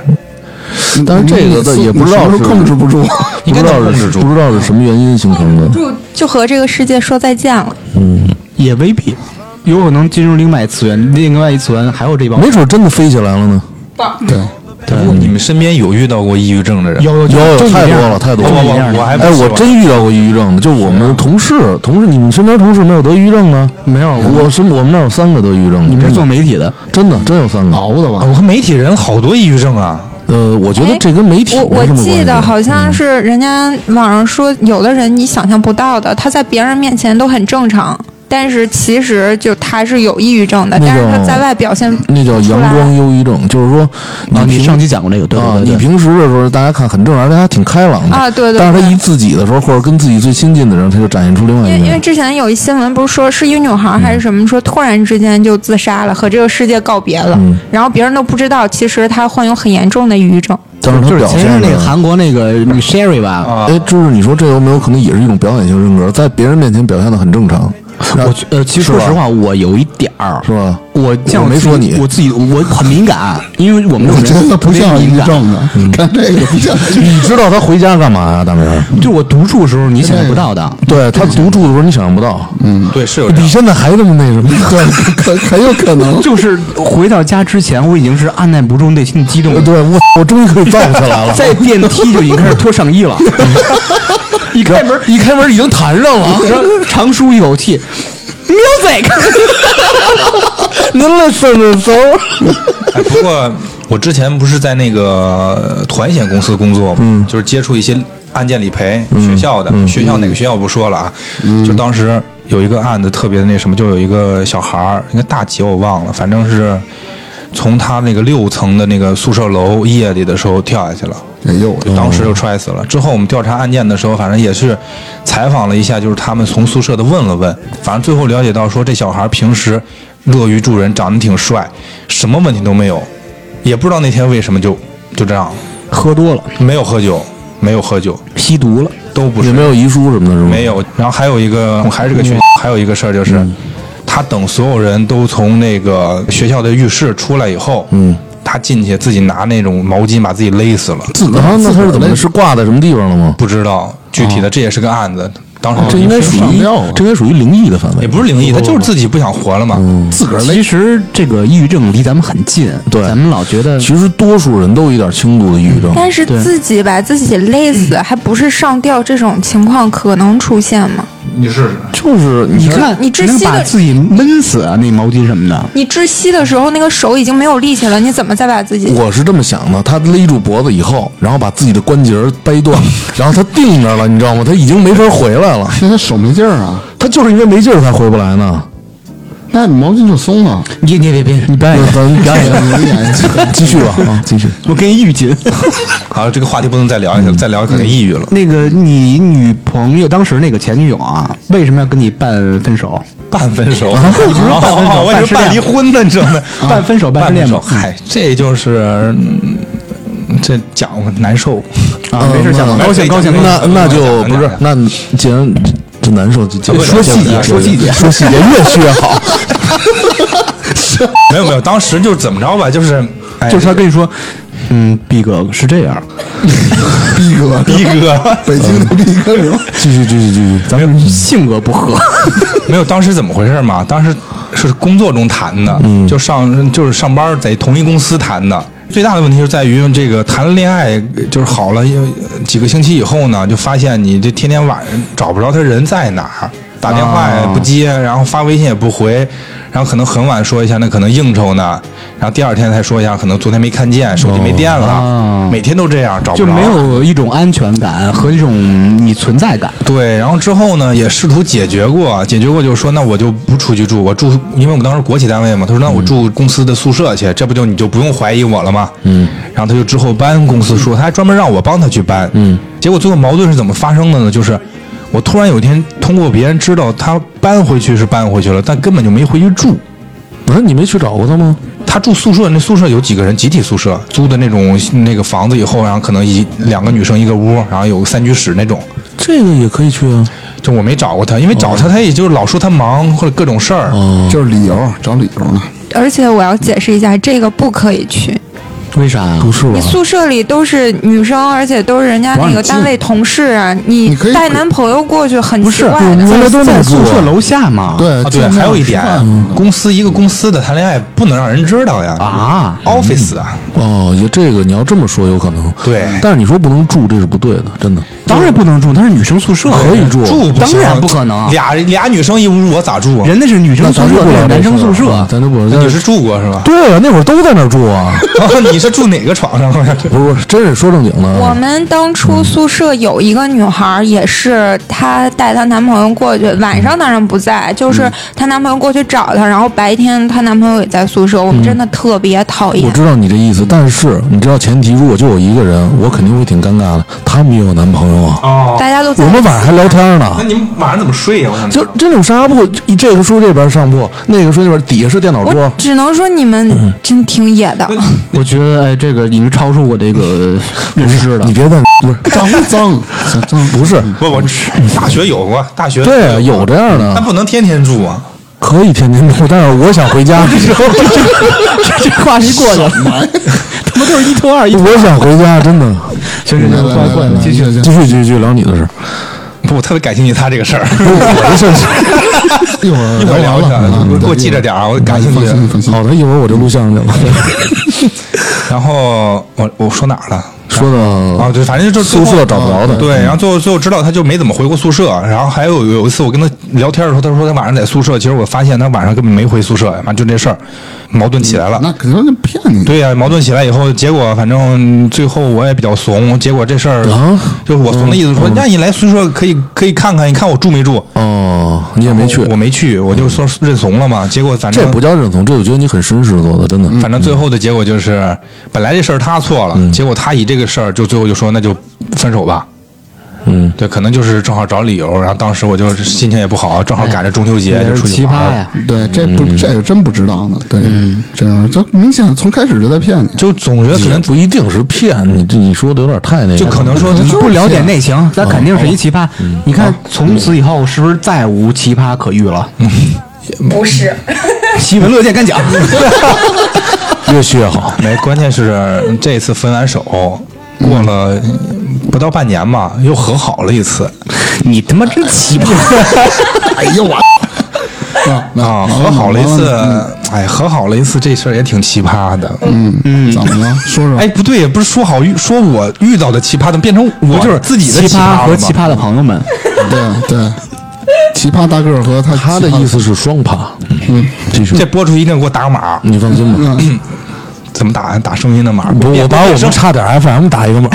[SPEAKER 7] 但是这个的也不知道
[SPEAKER 3] 是
[SPEAKER 7] 是
[SPEAKER 3] 控制不住。
[SPEAKER 7] 不知道是不知道是什么原因形成的。
[SPEAKER 1] 就就和这个世界说再见了。
[SPEAKER 6] 也未必，有可能进入另外一次元，另外一次元还有这帮
[SPEAKER 7] 没准真的飞起来了呢，
[SPEAKER 3] 对，
[SPEAKER 4] 对，你们身边有遇到过抑郁症的人？
[SPEAKER 6] 有
[SPEAKER 7] 有有太多了，太多
[SPEAKER 4] 我
[SPEAKER 7] 了。
[SPEAKER 4] 我我还不
[SPEAKER 7] 哎，
[SPEAKER 4] 是
[SPEAKER 7] 我真遇到过抑郁症的，就我
[SPEAKER 6] 啊
[SPEAKER 7] 们同事，同事，你们身边同事没有得抑郁症吗？没有，我身我们那儿有三个得抑郁症的，
[SPEAKER 6] 你们是
[SPEAKER 7] 真
[SPEAKER 6] 做
[SPEAKER 7] 的
[SPEAKER 6] 媒体的，哦
[SPEAKER 7] 真的真有三个。
[SPEAKER 3] 熬的
[SPEAKER 4] 啊
[SPEAKER 3] 吧？
[SPEAKER 4] 我看媒体人好多抑郁症啊，
[SPEAKER 7] 呃，我觉
[SPEAKER 1] 哎
[SPEAKER 7] 得这跟媒体
[SPEAKER 1] 我
[SPEAKER 7] 没
[SPEAKER 1] 我
[SPEAKER 7] 什么
[SPEAKER 1] 记
[SPEAKER 7] 关嗯
[SPEAKER 1] 得
[SPEAKER 7] 系啊
[SPEAKER 1] 好像是人家网上说，有的人你想象不到的，他在别人面前都很正常，但是其实就他是有抑郁症的，
[SPEAKER 7] 那
[SPEAKER 1] 但是
[SPEAKER 7] 叫
[SPEAKER 1] 他在外表现
[SPEAKER 7] 那叫
[SPEAKER 1] 出来
[SPEAKER 7] 阳光忧郁症，就是说
[SPEAKER 6] 啊，
[SPEAKER 7] 平
[SPEAKER 6] 你上期讲过这个，对
[SPEAKER 7] 啊，
[SPEAKER 6] 对
[SPEAKER 7] 你
[SPEAKER 6] 对对。
[SPEAKER 7] 平时的时候大家看很正常，大家挺开朗的
[SPEAKER 1] 啊对对
[SPEAKER 7] 但是他
[SPEAKER 1] 对
[SPEAKER 7] 一自己的时候，或者跟自己最亲近的人，他就展现出另外
[SPEAKER 1] 因为
[SPEAKER 7] 一
[SPEAKER 1] 因为
[SPEAKER 7] 面。
[SPEAKER 1] 之前有一新闻不是说是一女
[SPEAKER 7] 嗯
[SPEAKER 1] 孩还是什么说突然之间就自杀了，和这个世界告别了，
[SPEAKER 7] 嗯
[SPEAKER 1] 然后别人都不知道，其实她患有很严重的抑郁症。
[SPEAKER 7] 但是他
[SPEAKER 6] 就是
[SPEAKER 7] 表
[SPEAKER 6] 前
[SPEAKER 7] 现
[SPEAKER 6] 阵那个
[SPEAKER 7] 的啊
[SPEAKER 6] 韩国那个那个 Sherry 吧，
[SPEAKER 4] 啊
[SPEAKER 7] 哎，就是你说这有没有可能也是一种表演型人格，在别人面前表现的很正常，
[SPEAKER 6] 我觉呃，其实说实话，我有一点儿
[SPEAKER 7] 是，吧？
[SPEAKER 6] 我像
[SPEAKER 7] 我没
[SPEAKER 6] 自
[SPEAKER 7] 说
[SPEAKER 6] 己
[SPEAKER 7] 你
[SPEAKER 6] 我自己我很敏感，因为 我们这
[SPEAKER 3] 我
[SPEAKER 6] 种人
[SPEAKER 3] 觉得不像
[SPEAKER 6] 特
[SPEAKER 3] 抑
[SPEAKER 6] 别
[SPEAKER 3] 郁
[SPEAKER 6] 敏感。
[SPEAKER 3] 症的，看这个不像。
[SPEAKER 7] 你知道他回家干嘛呀，大明儿？
[SPEAKER 6] 就我独处的时候，你想象不到的。
[SPEAKER 7] 对他独处的时候，你想象不到，
[SPEAKER 4] 对，是有这
[SPEAKER 7] 比
[SPEAKER 4] 样。
[SPEAKER 7] 现在还那么那什么。
[SPEAKER 3] 对，很很有可 能。
[SPEAKER 6] 就是回到家之前，我已经是按耐不住内心的激动 了，
[SPEAKER 7] 对我，我终于可以造起来了。
[SPEAKER 6] 在电梯就已经开始脱上衣了， 一开门
[SPEAKER 7] 一开门已经弹上了，
[SPEAKER 6] 然后长舒一口气，music，
[SPEAKER 7] 您来伸伸手。
[SPEAKER 4] 哎，不过我之前不是在那个呃团险公司工作嘛，就是接触一些案件理赔，学校的，学校哪个学校我不说了啊，就当时有一个案子特别的那什么，就有一个小孩儿，应该大几我忘了，反正是从他那个六层的那个宿舍楼夜里的时候跳下去了。
[SPEAKER 3] 哎呦
[SPEAKER 7] 嗯
[SPEAKER 3] 我的
[SPEAKER 4] 就当时就摔死了。之后我们调查案件的时候，反正也是采访了一下，就是他们从宿舍的问了问，反正最后了解到说这小孩平时乐于助人，长得挺帅，什么问题都没有，也不知道那天为什么就就这样，
[SPEAKER 6] 喝多了，
[SPEAKER 4] 没有喝酒，没有喝酒，
[SPEAKER 6] 吸毒了，
[SPEAKER 4] 都 不
[SPEAKER 7] 也
[SPEAKER 4] 是
[SPEAKER 7] 没有嗯遗书什么的，是吗？
[SPEAKER 4] 没有。然后还有一个，还是个群，还有一个事儿就是，
[SPEAKER 7] 嗯
[SPEAKER 4] 他等所有人都从那个学校的浴室出来以后，嗯。他进去自己拿那种毛巾把自己勒死了，
[SPEAKER 3] 自个
[SPEAKER 7] 然后
[SPEAKER 3] 儿
[SPEAKER 7] 那他是怎么
[SPEAKER 3] 自
[SPEAKER 7] 是挂在什么地方了吗？
[SPEAKER 4] 不知道具体
[SPEAKER 6] 哦
[SPEAKER 4] 的，这也是个案子。当时
[SPEAKER 7] 这应该属
[SPEAKER 3] 上
[SPEAKER 7] 于
[SPEAKER 3] 吊啊
[SPEAKER 7] 这应该属于灵异的范围，
[SPEAKER 4] 也不是
[SPEAKER 6] 哦
[SPEAKER 4] 灵异，他就是自己不想活了嘛。
[SPEAKER 6] 嗯
[SPEAKER 3] 自个儿
[SPEAKER 6] 其实这个抑郁症离咱们很近，
[SPEAKER 7] 对
[SPEAKER 6] 咱们老觉得
[SPEAKER 7] 其实多数人都有一点轻度的抑郁症，
[SPEAKER 1] 但是自己把自己累
[SPEAKER 7] 嗯
[SPEAKER 1] 死，还不是上吊这种情况可能出现吗？
[SPEAKER 4] 你试试，
[SPEAKER 7] 就是
[SPEAKER 6] 你
[SPEAKER 7] 你看，
[SPEAKER 6] 看
[SPEAKER 1] 你窒息
[SPEAKER 6] 能
[SPEAKER 1] 的
[SPEAKER 6] 把自己闷死啊，那毛巾什么的，
[SPEAKER 1] 你窒息的时候，那个手已经没有力气了，你怎么再把自己？
[SPEAKER 7] 我是这么想的，他勒住脖子以后，然后把自己的关节儿掰 断，然后他定那儿了，你知道吗？他已经没法回来了，
[SPEAKER 3] 现在手没劲儿啊，
[SPEAKER 7] 他就是因为没劲儿才回不来呢。
[SPEAKER 3] 那毛巾就松啊了。
[SPEAKER 6] 你你别别，你表演
[SPEAKER 7] 那咱
[SPEAKER 6] 表 演，
[SPEAKER 3] 你演一个
[SPEAKER 7] 继续吧，啊，继续。
[SPEAKER 6] 我给你预警。
[SPEAKER 4] 好，这个话题不能再聊下去了，
[SPEAKER 6] 嗯
[SPEAKER 4] 再聊可能抑郁了。
[SPEAKER 6] 那个你女朋友当时那个前女友啊，为什么要跟你办分手？
[SPEAKER 4] 半分 手，
[SPEAKER 6] 你不是半分手
[SPEAKER 4] 哦哦我以为
[SPEAKER 6] 半失恋
[SPEAKER 4] 办离婚呢，你知道 吗？
[SPEAKER 6] 半分手半失
[SPEAKER 4] 半
[SPEAKER 6] 恋
[SPEAKER 4] 分手，
[SPEAKER 6] 嘛？嗯
[SPEAKER 4] 嗨，这就是嗯这讲难受。
[SPEAKER 6] 啊，没事，下
[SPEAKER 7] 那
[SPEAKER 6] 高兴高兴，
[SPEAKER 7] 那那就
[SPEAKER 4] 讲
[SPEAKER 7] 不是
[SPEAKER 4] 讲，
[SPEAKER 7] 那既然就难受，就就
[SPEAKER 4] 说细节
[SPEAKER 7] 说节，说细节越细越好。
[SPEAKER 4] 没有没有，当时就是怎么着吧，就是哎
[SPEAKER 6] 就是他跟你说，嗯，毕哥是这样，
[SPEAKER 3] 逼哥，
[SPEAKER 4] 逼哥
[SPEAKER 3] 北京的逼哥是吧？
[SPEAKER 7] 继续继续继续，
[SPEAKER 6] 咱们性嗯格不合，
[SPEAKER 4] 没有，当时怎么回事嘛？当时是工作中谈的，
[SPEAKER 6] 嗯
[SPEAKER 4] 就上就是上班在同一公司谈的。最大的问题就在于这个谈了恋爱，就是好了呃几个星期以后呢，就发现你这天天晚上找不着他人在哪儿，打电话也不接，
[SPEAKER 6] 啊
[SPEAKER 4] 然后发微信也不回，然后可能很晚说一下，那可能应酬呢，然后第二天才说一下，可能昨天没看见，手机没电了，
[SPEAKER 6] 哦
[SPEAKER 4] 每天都这样找不着，
[SPEAKER 6] 就没有一种安全感和一种你存在感。
[SPEAKER 4] 对，然后之后呢，也试图解决过，啊解决过就是说，那我就不出去住，我住，因为我们当时国企单位嘛，他说那我住公司的宿舍去，这不就你就不用怀疑我了吗？嗯，然后他就之后搬公司说，他还专门让我帮他去搬，嗯，结果最后矛盾是怎么发生的呢？就是我突然有一天通过别人知道他搬回去是搬回去了，但根本就没回去住。
[SPEAKER 7] 啊，你没去找过他吗？
[SPEAKER 4] 他住宿舍，那宿舍有几个人，集体宿舍租的那种那个房子以后，然后可能一两个女生一个屋，然后有个三居室那种。
[SPEAKER 7] 这个也可以去啊。
[SPEAKER 4] 就我没找过他，因为找他，他也就是老说他忙或者各种事儿。
[SPEAKER 3] 就是理由，找理由呢。
[SPEAKER 1] 而且我要解释一下，这个不可以去。
[SPEAKER 6] 为啥啊呀？
[SPEAKER 7] 不是吧
[SPEAKER 1] 你？宿舍里都是女生，而且都是人家那个单位同事啊，你
[SPEAKER 3] 你可以
[SPEAKER 1] 带男朋友过去很
[SPEAKER 6] 不
[SPEAKER 1] 奇
[SPEAKER 6] 是，
[SPEAKER 1] 怪的。
[SPEAKER 6] 原来都在宿舍楼下嘛。
[SPEAKER 3] 对
[SPEAKER 4] 啊，对，
[SPEAKER 3] 见面
[SPEAKER 4] 还有一点
[SPEAKER 3] 吃饭，
[SPEAKER 4] 公司一个公司的谈恋爱不能让人知道呀
[SPEAKER 6] 啊
[SPEAKER 4] ，office 啊，
[SPEAKER 7] 哦，也这个你要这么说有可能。
[SPEAKER 4] 对
[SPEAKER 7] 但是你说不能住，这是不对的，真的。
[SPEAKER 6] 当然不能住，那是女生宿舍，
[SPEAKER 7] 可以住
[SPEAKER 4] 住不
[SPEAKER 6] 当
[SPEAKER 4] 行
[SPEAKER 6] 然不可能，
[SPEAKER 4] 俩俩女生一屋，我咋住啊？
[SPEAKER 6] 人那是女生宿
[SPEAKER 7] 咱就
[SPEAKER 6] 舍，
[SPEAKER 7] 不
[SPEAKER 6] 那
[SPEAKER 7] 聊
[SPEAKER 6] 是
[SPEAKER 7] 这
[SPEAKER 6] 男生
[SPEAKER 7] 事儿
[SPEAKER 6] 宿
[SPEAKER 7] 了
[SPEAKER 6] 舍
[SPEAKER 7] 啊。咱就不聊。
[SPEAKER 4] 那
[SPEAKER 7] 但
[SPEAKER 4] 你 是住过是吧？
[SPEAKER 7] 对啊，那会儿都在那儿住啊。
[SPEAKER 4] 啊你是住哪个床上啊？
[SPEAKER 7] 不是，不是，真是说正经的
[SPEAKER 1] 我
[SPEAKER 7] 啊，
[SPEAKER 1] 们当初宿舍有一个女孩，也是她带她男朋友过去，晚上当然不在，就是她男朋友过去找她，然后白天她男朋友也在宿舍，我们真的特别讨
[SPEAKER 7] 我
[SPEAKER 1] 厌。
[SPEAKER 7] 知道你这意思，但是你知道前提，如果就有一个人，我肯定会挺尴尬的。他们也有男朋友啊，
[SPEAKER 4] 哦，
[SPEAKER 1] 大家都在
[SPEAKER 7] 我们晚上还聊天呢。
[SPEAKER 4] 你们晚上怎么睡啊呀？我想知
[SPEAKER 7] 就
[SPEAKER 4] 道
[SPEAKER 7] 这种上下铺，一这个说这边上铺，那个说那边，底下是电脑
[SPEAKER 1] 我
[SPEAKER 7] 桌。
[SPEAKER 1] 只能说你们真挺野的。
[SPEAKER 6] 我觉得哎，这个已经超出我这 个认知了
[SPEAKER 7] 你。别问，不是
[SPEAKER 3] 脏脏小脏，
[SPEAKER 7] 不是，
[SPEAKER 4] 不，我大学有过，大学
[SPEAKER 7] 对啊，有这样
[SPEAKER 4] 但
[SPEAKER 7] 的，
[SPEAKER 4] 不能天天住啊。
[SPEAKER 7] 可以天天住，但是我想回 家的时候，
[SPEAKER 6] 这话题过去了，他们都是一拖二一。
[SPEAKER 7] 我想回家，真的。
[SPEAKER 6] 行行
[SPEAKER 3] 来
[SPEAKER 6] 行，
[SPEAKER 3] 来
[SPEAKER 6] 换
[SPEAKER 3] 来
[SPEAKER 6] 换
[SPEAKER 3] 来，
[SPEAKER 6] 继续。
[SPEAKER 7] 继续
[SPEAKER 3] 来
[SPEAKER 7] 继续继续聊你的事儿，
[SPEAKER 4] 不，我特别感兴趣他这个事儿，
[SPEAKER 7] 不是我的事儿。
[SPEAKER 3] 一会儿
[SPEAKER 4] 一会儿聊一下，
[SPEAKER 3] 完了嗯
[SPEAKER 4] 给我记着点儿啊，我感兴
[SPEAKER 3] 放
[SPEAKER 4] 趣。
[SPEAKER 3] 心放心，
[SPEAKER 7] 好的，一会儿我就录像去了。
[SPEAKER 4] 然后我我说哪儿了？
[SPEAKER 7] 说的
[SPEAKER 4] 啊，对，反正就
[SPEAKER 7] 嗯宿
[SPEAKER 4] 最后嗯
[SPEAKER 7] 舍找不着的，嗯
[SPEAKER 4] 对，然后最后最后知道他就没怎么回过宿舍，然后还有有一次我跟他聊天的时候，他说他晚上在宿舍，其实我发现他晚上根本没回宿舍，反正就这事儿，矛盾起来
[SPEAKER 7] 嗯
[SPEAKER 4] 了。
[SPEAKER 3] 那肯定是骗你。
[SPEAKER 4] 对呀、矛盾起来以后，结果反正最后我也比较怂，结果这事儿、
[SPEAKER 7] 啊
[SPEAKER 4] 就是我怂的意思
[SPEAKER 7] 嗯
[SPEAKER 4] 说，那你来宿舍可以可以看看，你看我住没住？
[SPEAKER 7] 哦，你也没去
[SPEAKER 4] 我，我没去，我就说认怂了嘛。结果反正
[SPEAKER 7] 这不叫认同，这我觉得你很绅士做的，真的。
[SPEAKER 4] 反正最后的结果就是，本来这事儿他错了，结果他以这个事儿就最后就说那就分手吧。
[SPEAKER 7] 嗯，
[SPEAKER 4] 对，可能就是正好找理由，然后当时我就是心情也不好，正好赶着中秋节就出去
[SPEAKER 6] 奇葩
[SPEAKER 4] 玩儿了。
[SPEAKER 6] 呀！
[SPEAKER 3] 对，这不这个真不值当的。对，这样这明显从开始就在骗你。
[SPEAKER 4] 就总觉得可
[SPEAKER 7] 也
[SPEAKER 4] 能
[SPEAKER 7] 不一定是骗你，这你说的有点太那个，
[SPEAKER 4] 就可能说
[SPEAKER 6] 你
[SPEAKER 4] 他
[SPEAKER 6] 不了解内情，那肯定是一奇葩。你看，从此以后是不是再无奇葩可遇了？
[SPEAKER 1] 不 是，
[SPEAKER 6] 喜闻乐见，干讲。
[SPEAKER 7] 越去越好。
[SPEAKER 4] 没，关键是这次分完手，过了不到半年吧，又和好了一次
[SPEAKER 6] 你他妈真奇葩！
[SPEAKER 3] 哎呦我，啊，
[SPEAKER 4] 啊，和好了一次，哎，和好了一次，这事儿也挺奇葩的。嗯，
[SPEAKER 3] 嗯，怎么了？说说。
[SPEAKER 4] 哎，不对，不是说好遇说我遇到的奇葩，怎么变成我就是自己的
[SPEAKER 6] 奇
[SPEAKER 4] 葩
[SPEAKER 6] 葩和
[SPEAKER 4] 了吗
[SPEAKER 6] 奇葩的朋友们，
[SPEAKER 3] 对对，奇葩大个儿和他
[SPEAKER 7] 他的
[SPEAKER 3] 奇葩
[SPEAKER 7] 意思是双趴，嗯，继续
[SPEAKER 4] 这，播出一定给我打个码，
[SPEAKER 7] 你放心吧。
[SPEAKER 4] 怎么打？打声音的码？
[SPEAKER 7] 不，
[SPEAKER 4] 别
[SPEAKER 7] 我把我们差点 FM 打一个码，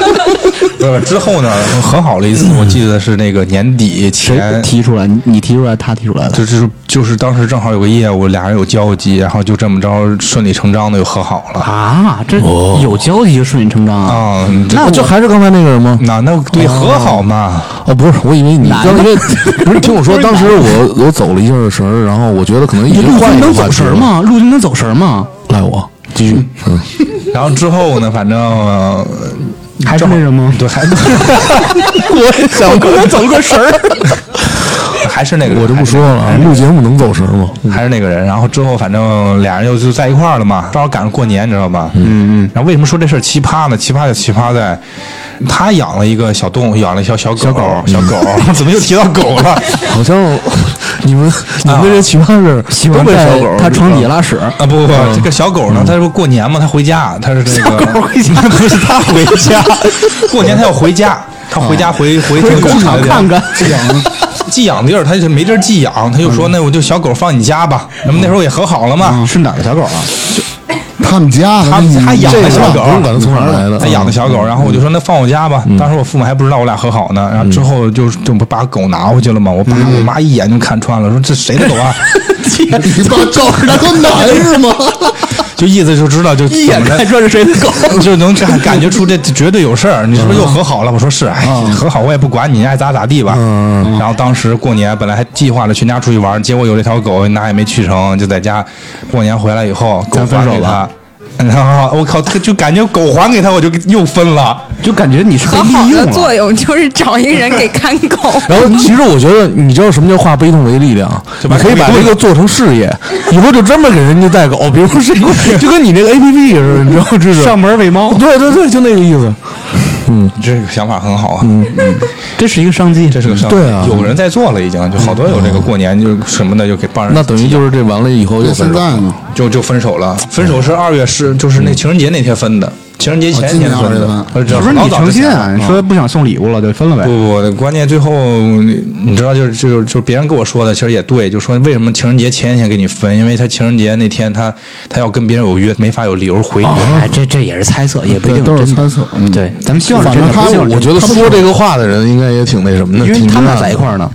[SPEAKER 4] 不是之后呢，和好了一次，
[SPEAKER 7] 嗯
[SPEAKER 4] 我记得是那个年底
[SPEAKER 6] 谁
[SPEAKER 4] 前，
[SPEAKER 6] 提出来？你你提出来，他提出来的。
[SPEAKER 4] 哎就是就是当时正好有个业务，俩人有交集，然后就这么着顺理成章的又和好了。
[SPEAKER 6] 啊，这有交集就顺理成章啊！
[SPEAKER 4] 啊，这
[SPEAKER 7] 那就哦还是刚才那个人吗？
[SPEAKER 4] 那那对和好嘛，
[SPEAKER 7] 哦，不是，我以为你
[SPEAKER 6] 男
[SPEAKER 7] 刚
[SPEAKER 6] 的
[SPEAKER 7] 因为不是听我说，当时我我走了一下神儿，然后我觉得可能已
[SPEAKER 6] 你
[SPEAKER 7] 经
[SPEAKER 6] 陆
[SPEAKER 7] 换
[SPEAKER 6] 军
[SPEAKER 7] 一个
[SPEAKER 6] 能
[SPEAKER 7] 话
[SPEAKER 6] 走
[SPEAKER 7] 题
[SPEAKER 6] 神儿
[SPEAKER 7] 了。
[SPEAKER 6] 吗？陆军能走神儿吗？
[SPEAKER 7] 赖我继续，嗯，
[SPEAKER 4] 然后之后呢，反正呃
[SPEAKER 6] 还是那什么？
[SPEAKER 4] 对还
[SPEAKER 7] 我想刚才走个神儿，
[SPEAKER 4] 还是那个人，
[SPEAKER 7] 我就不说了啊。录节目能走神儿吗？
[SPEAKER 4] 还是那个人。然后之后反正俩人又就在一块儿了嘛，正好赶上过年，你知道吧？嗯嗯。然后为什么说这事儿奇葩呢？奇葩就奇葩在，他养了一个小动物，养了一条小狗，小狗，小狗，怎么又提到狗了？
[SPEAKER 7] 好像 你们你们这奇葩是
[SPEAKER 6] 喜
[SPEAKER 7] 东
[SPEAKER 6] 欢
[SPEAKER 7] 北小
[SPEAKER 6] 在
[SPEAKER 7] 狗，
[SPEAKER 6] 他床底下拉屎，
[SPEAKER 4] 啊不不不，这个小狗呢，它是过年嘛，它回家，它是这个狗回家，不是 它回家，过年它要回家，它回家回回这个
[SPEAKER 6] 工厂看看。
[SPEAKER 4] 寄养地儿，它就没地儿寄养，它就说那我就小狗放你家吧，那么那时候也和好了嘛，
[SPEAKER 6] 是哪儿的小狗啊？
[SPEAKER 3] 他们家，
[SPEAKER 4] 他们他养
[SPEAKER 7] 这
[SPEAKER 4] 的
[SPEAKER 7] 个
[SPEAKER 4] 小
[SPEAKER 7] 不
[SPEAKER 4] 狗，
[SPEAKER 7] 用管它从哪儿来的，嗯
[SPEAKER 4] 他养的小狗，然后我就说那放我家吧。当时我父母还不知道我俩和好呢，然后之后就就把狗拿回去了嘛。我爸我妈一眼就看穿了，说这谁的狗啊？
[SPEAKER 3] 你把狗那都男是吗？
[SPEAKER 4] 就意思就知道就一眼看穿是谁的狗， 就能感感觉出这绝对有事儿。你是不是又和好了？我说是，哎，和好我也不管你，爱咋咋地吧。然后当时过年本来还计划着全家出去玩，结果有这条狗，哪也没去成，就在家过年回来以后，狗
[SPEAKER 6] 咱分
[SPEAKER 4] 还
[SPEAKER 6] 手
[SPEAKER 4] 给他
[SPEAKER 6] 了。
[SPEAKER 4] 然后 我靠，就感觉狗还给他，我就又分了。
[SPEAKER 6] 就感觉你是被
[SPEAKER 1] 和好
[SPEAKER 6] 利
[SPEAKER 1] 的
[SPEAKER 6] 用
[SPEAKER 1] 作
[SPEAKER 6] 了。
[SPEAKER 1] 用就是找一个人给看狗。
[SPEAKER 7] 然后，其实我觉得，你知道什么叫化悲痛为力量？啊你可以把这个做成事业，以后就专门给人家带狗，比如说谁，就跟你这个 A P P 似的，你知道这是？
[SPEAKER 6] 上门喂猫，
[SPEAKER 7] 对对对，就那个意思。
[SPEAKER 4] 这个想法很好啊，
[SPEAKER 6] 这是一个商机。
[SPEAKER 4] 这是个商
[SPEAKER 7] 对啊
[SPEAKER 4] 有人在做了已经，就好多有这个过年就什么的就给帮人，
[SPEAKER 7] 那等于就是这完了以后
[SPEAKER 3] 那
[SPEAKER 7] 又
[SPEAKER 3] 现
[SPEAKER 7] 分手嗯
[SPEAKER 3] 在呢？
[SPEAKER 4] 就就分手了。分手是二月十，就是那情人节那天分的，情人节前一天
[SPEAKER 3] 哦今
[SPEAKER 4] 分
[SPEAKER 3] 年
[SPEAKER 4] 的
[SPEAKER 3] 2，
[SPEAKER 4] 呃这
[SPEAKER 6] 是不是
[SPEAKER 4] 老
[SPEAKER 6] 你
[SPEAKER 4] 早
[SPEAKER 6] 诚
[SPEAKER 4] 之
[SPEAKER 6] 信
[SPEAKER 4] 前
[SPEAKER 6] 啊？你说不想送礼物了，就分了呗。
[SPEAKER 4] 不不，关键最后你你知道，就是就是就是别人跟我说的，其实也对，就说为什么情人节前一天给你分，因为他情人节那天他他要跟别人有约，没法有理由回你。
[SPEAKER 7] 哦
[SPEAKER 6] 哎，这这也是猜测，也不一定
[SPEAKER 3] 都是
[SPEAKER 6] 真的
[SPEAKER 3] 猜测嗯
[SPEAKER 6] 对，咱们希望是
[SPEAKER 3] 反
[SPEAKER 6] 真
[SPEAKER 3] 正
[SPEAKER 6] 的，
[SPEAKER 3] 他
[SPEAKER 6] 不希望是
[SPEAKER 7] 我
[SPEAKER 6] 真的
[SPEAKER 7] 觉得说这个话的人应该也挺那什么的，
[SPEAKER 6] 因为他们俩在一块
[SPEAKER 7] 儿。
[SPEAKER 6] 儿呢，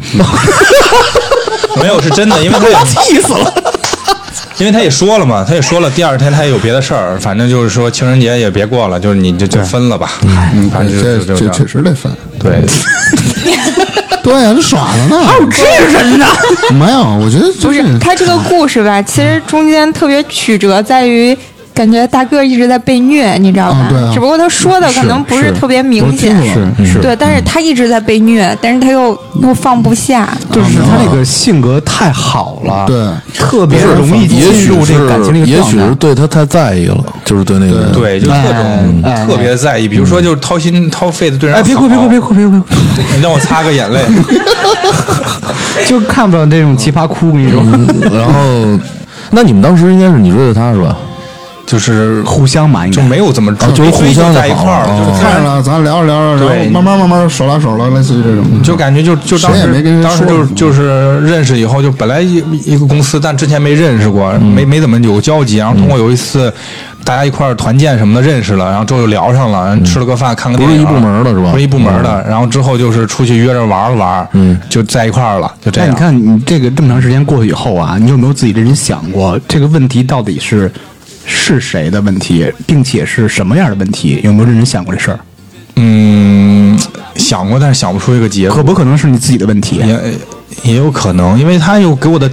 [SPEAKER 4] 没有是真的，因 为他也气死了。因为他也说了嘛，他也说了，第二天他也有别的事儿，反正就是说情人节也别过了，就是你就就分了吧，嗯，反正就
[SPEAKER 3] 这
[SPEAKER 4] 就就
[SPEAKER 3] 这
[SPEAKER 4] 样
[SPEAKER 3] 确实得分。
[SPEAKER 4] 对，
[SPEAKER 3] 对呀，这耍着呢。还有这人呢？没有，我觉得就
[SPEAKER 1] 不
[SPEAKER 3] 是
[SPEAKER 1] 是，他这个故事吧，其实中间特别曲折，在于感觉大个一直在被虐，你知道吧？
[SPEAKER 3] 啊对啊
[SPEAKER 1] 只不过他说的可能不是特别明显，
[SPEAKER 3] 是
[SPEAKER 1] 对，但是他一直在被虐，但是他又又放不下。
[SPEAKER 6] 就是他那个性格太好了，
[SPEAKER 3] 对，
[SPEAKER 6] 特
[SPEAKER 7] 不
[SPEAKER 6] 别
[SPEAKER 7] 是，
[SPEAKER 6] 容易
[SPEAKER 7] 也
[SPEAKER 6] 进
[SPEAKER 7] 许
[SPEAKER 6] 入这个感情
[SPEAKER 7] 是，
[SPEAKER 6] 那个
[SPEAKER 7] 也
[SPEAKER 6] 状
[SPEAKER 7] 许是
[SPEAKER 6] 态。
[SPEAKER 7] 对他太在意了，就是对那个人。
[SPEAKER 4] 对，就各种
[SPEAKER 6] 哎哎
[SPEAKER 4] 特别在意，比如说就是掏心掏肺的对人。
[SPEAKER 6] 哎，别哭，别哭，别！哭，别哭！别 哭
[SPEAKER 4] 你让我擦个眼泪。
[SPEAKER 6] 就看不了
[SPEAKER 7] 嗯
[SPEAKER 6] 这种奇葩哭，我跟你说。
[SPEAKER 7] 嗯然后，那你们当时应该是你追的他是吧？
[SPEAKER 4] 就是
[SPEAKER 6] 互相嘛，应
[SPEAKER 4] 就
[SPEAKER 6] 该
[SPEAKER 4] 没有怎么住，
[SPEAKER 7] 啊就是互相的
[SPEAKER 4] 在一块儿，
[SPEAKER 7] 好
[SPEAKER 4] 就是
[SPEAKER 3] 看
[SPEAKER 4] 看着
[SPEAKER 3] 着咱聊着聊着，然
[SPEAKER 4] 对
[SPEAKER 3] 后慢慢慢慢手拉手了，类似于这种。
[SPEAKER 4] 就感觉就就当
[SPEAKER 3] 谁也
[SPEAKER 4] 时
[SPEAKER 3] 没跟人
[SPEAKER 4] 当时
[SPEAKER 3] 说
[SPEAKER 4] 就是就是认识以后，就本来一一个公司，但之前没认识过，没没怎么有交集。然后通过有一次大家一块儿团建什么的认识了，然后之后就聊上了，吃了个饭，看个
[SPEAKER 7] 不
[SPEAKER 4] 电
[SPEAKER 7] 是
[SPEAKER 4] 影。
[SPEAKER 7] 一部门的是吧
[SPEAKER 4] 不是一部门的。然后之后就是出去约着玩了玩，嗯，就在一块儿了，就这
[SPEAKER 6] 那
[SPEAKER 4] 样。
[SPEAKER 6] 你看你这个这么长时间过去以后啊，你有没有自己认真想过这个问题到底是是谁的问题，并且是什么样的问题？有没有认真想过这事儿？
[SPEAKER 4] 嗯，想过，但是想不出一个结果
[SPEAKER 6] 可。不可能是你自己的问题？
[SPEAKER 4] 也也有可能，因为他又给我的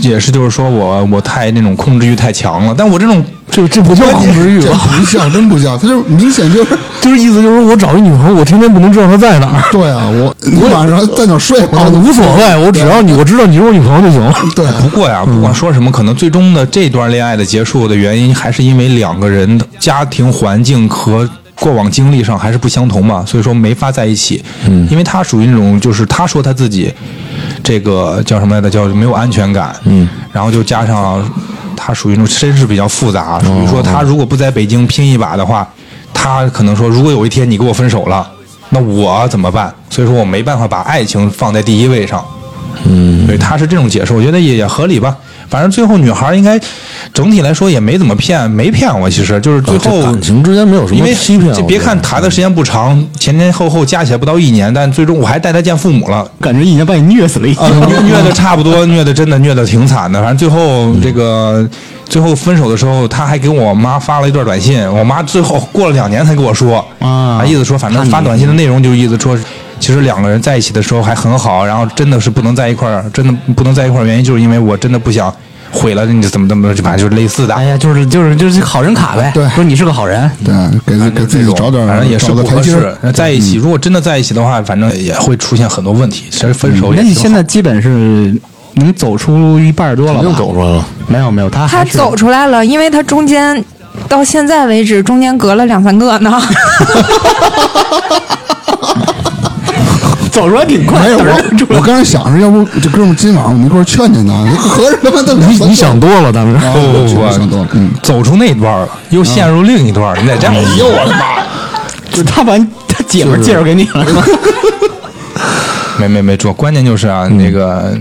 [SPEAKER 4] 解释就是说我我太那种控制欲太强了，但我这种
[SPEAKER 7] 这这不叫控制欲
[SPEAKER 3] 这
[SPEAKER 7] 吧？
[SPEAKER 3] 不像，真不像，他就明显就是，
[SPEAKER 7] 就是意思就是说我找一女朋友，我天天不能知道她在哪儿
[SPEAKER 3] 对啊，我你晚上在哪儿睡，我
[SPEAKER 7] 啊，
[SPEAKER 3] 都
[SPEAKER 7] 无所谓，我只要你我知道你是我女朋友就行了。
[SPEAKER 3] 对，
[SPEAKER 4] 不过呀，不管说什么，可能最终的这段恋爱的结束的原因，还是因为两个人的家庭环境和过往经历上还是不相同嘛，所以说没法在一起。嗯，因为他属于那种，就是他说他自己这个叫什么来着，叫没有安全感。嗯，然后就加上他属于那种身世比较复杂，属于说他如果不在北京拼一把的话，他可能说，如果有一天你跟我分手了，那我怎么办？所以说我没办法把爱情放在第一位上。
[SPEAKER 7] 嗯
[SPEAKER 4] 对，他是这种解释，我觉得也也合理吧。反正最后女孩应该整体来说也没怎么骗，没骗我，其实就是最
[SPEAKER 7] 这
[SPEAKER 4] 后、
[SPEAKER 7] 感情之间没有什
[SPEAKER 4] 因
[SPEAKER 7] 么
[SPEAKER 4] 为
[SPEAKER 7] 欺骗啊。
[SPEAKER 4] 这别
[SPEAKER 7] 我觉得
[SPEAKER 4] 看谈的时间不长，前前后后加起来不到一年，但最终我还带她见父母了。
[SPEAKER 6] 感觉一年把你虐死了已 经。
[SPEAKER 4] 啊，虐虐的差不多，虐的真的虐的挺惨的。反正最
[SPEAKER 6] 嗯
[SPEAKER 4] 后这个最后分手的时候，他还给我妈发了一段短信，我妈最后过了两年才跟我说
[SPEAKER 6] 啊
[SPEAKER 4] 意思说反正发短信的内容就是意思说。其实两个人在一起的时候还很好，然后真的是不能在一块儿，真的不能在一块儿，原因就是因为我真的不想毁了你，怎么怎么，反正就是类似的。
[SPEAKER 6] 哎呀，就是就是就是好人卡呗，
[SPEAKER 3] 对
[SPEAKER 6] 说你是个好人，
[SPEAKER 3] 对，给自给自己找点儿
[SPEAKER 4] 反正也是
[SPEAKER 3] 找
[SPEAKER 4] 不
[SPEAKER 3] 个台
[SPEAKER 4] 合
[SPEAKER 3] 阶
[SPEAKER 4] 适
[SPEAKER 3] 儿。。
[SPEAKER 4] 在一
[SPEAKER 6] 嗯
[SPEAKER 4] 起，如果真的在一起的话，反正也会出现很多问题。其实分手也
[SPEAKER 6] 嗯那你
[SPEAKER 4] 挺好
[SPEAKER 6] 现在基本是能走出一半儿多了吧？
[SPEAKER 7] 肯定走出来了。
[SPEAKER 6] 没有没有，他
[SPEAKER 1] 他
[SPEAKER 6] 还是
[SPEAKER 1] 走出来了，因为他中间到现在为止，中间隔了两三个呢。
[SPEAKER 6] 走出来挺快，
[SPEAKER 3] 没 有
[SPEAKER 6] 嘚儿就
[SPEAKER 3] 我，我刚才想着，要不这哥们儿今晚我们一块儿劝劝他， 合着他妈的
[SPEAKER 7] 你你想多了，大明儿。
[SPEAKER 3] 啊，
[SPEAKER 4] 不不不，
[SPEAKER 3] 想多了，嗯，
[SPEAKER 4] 哦走出那段了，又陷入另一段了，你得这样，哦哎呦我的妈！
[SPEAKER 6] 就他把他姐们儿介绍给你了是吧？
[SPEAKER 4] 没没没错，关键就是啊，那个，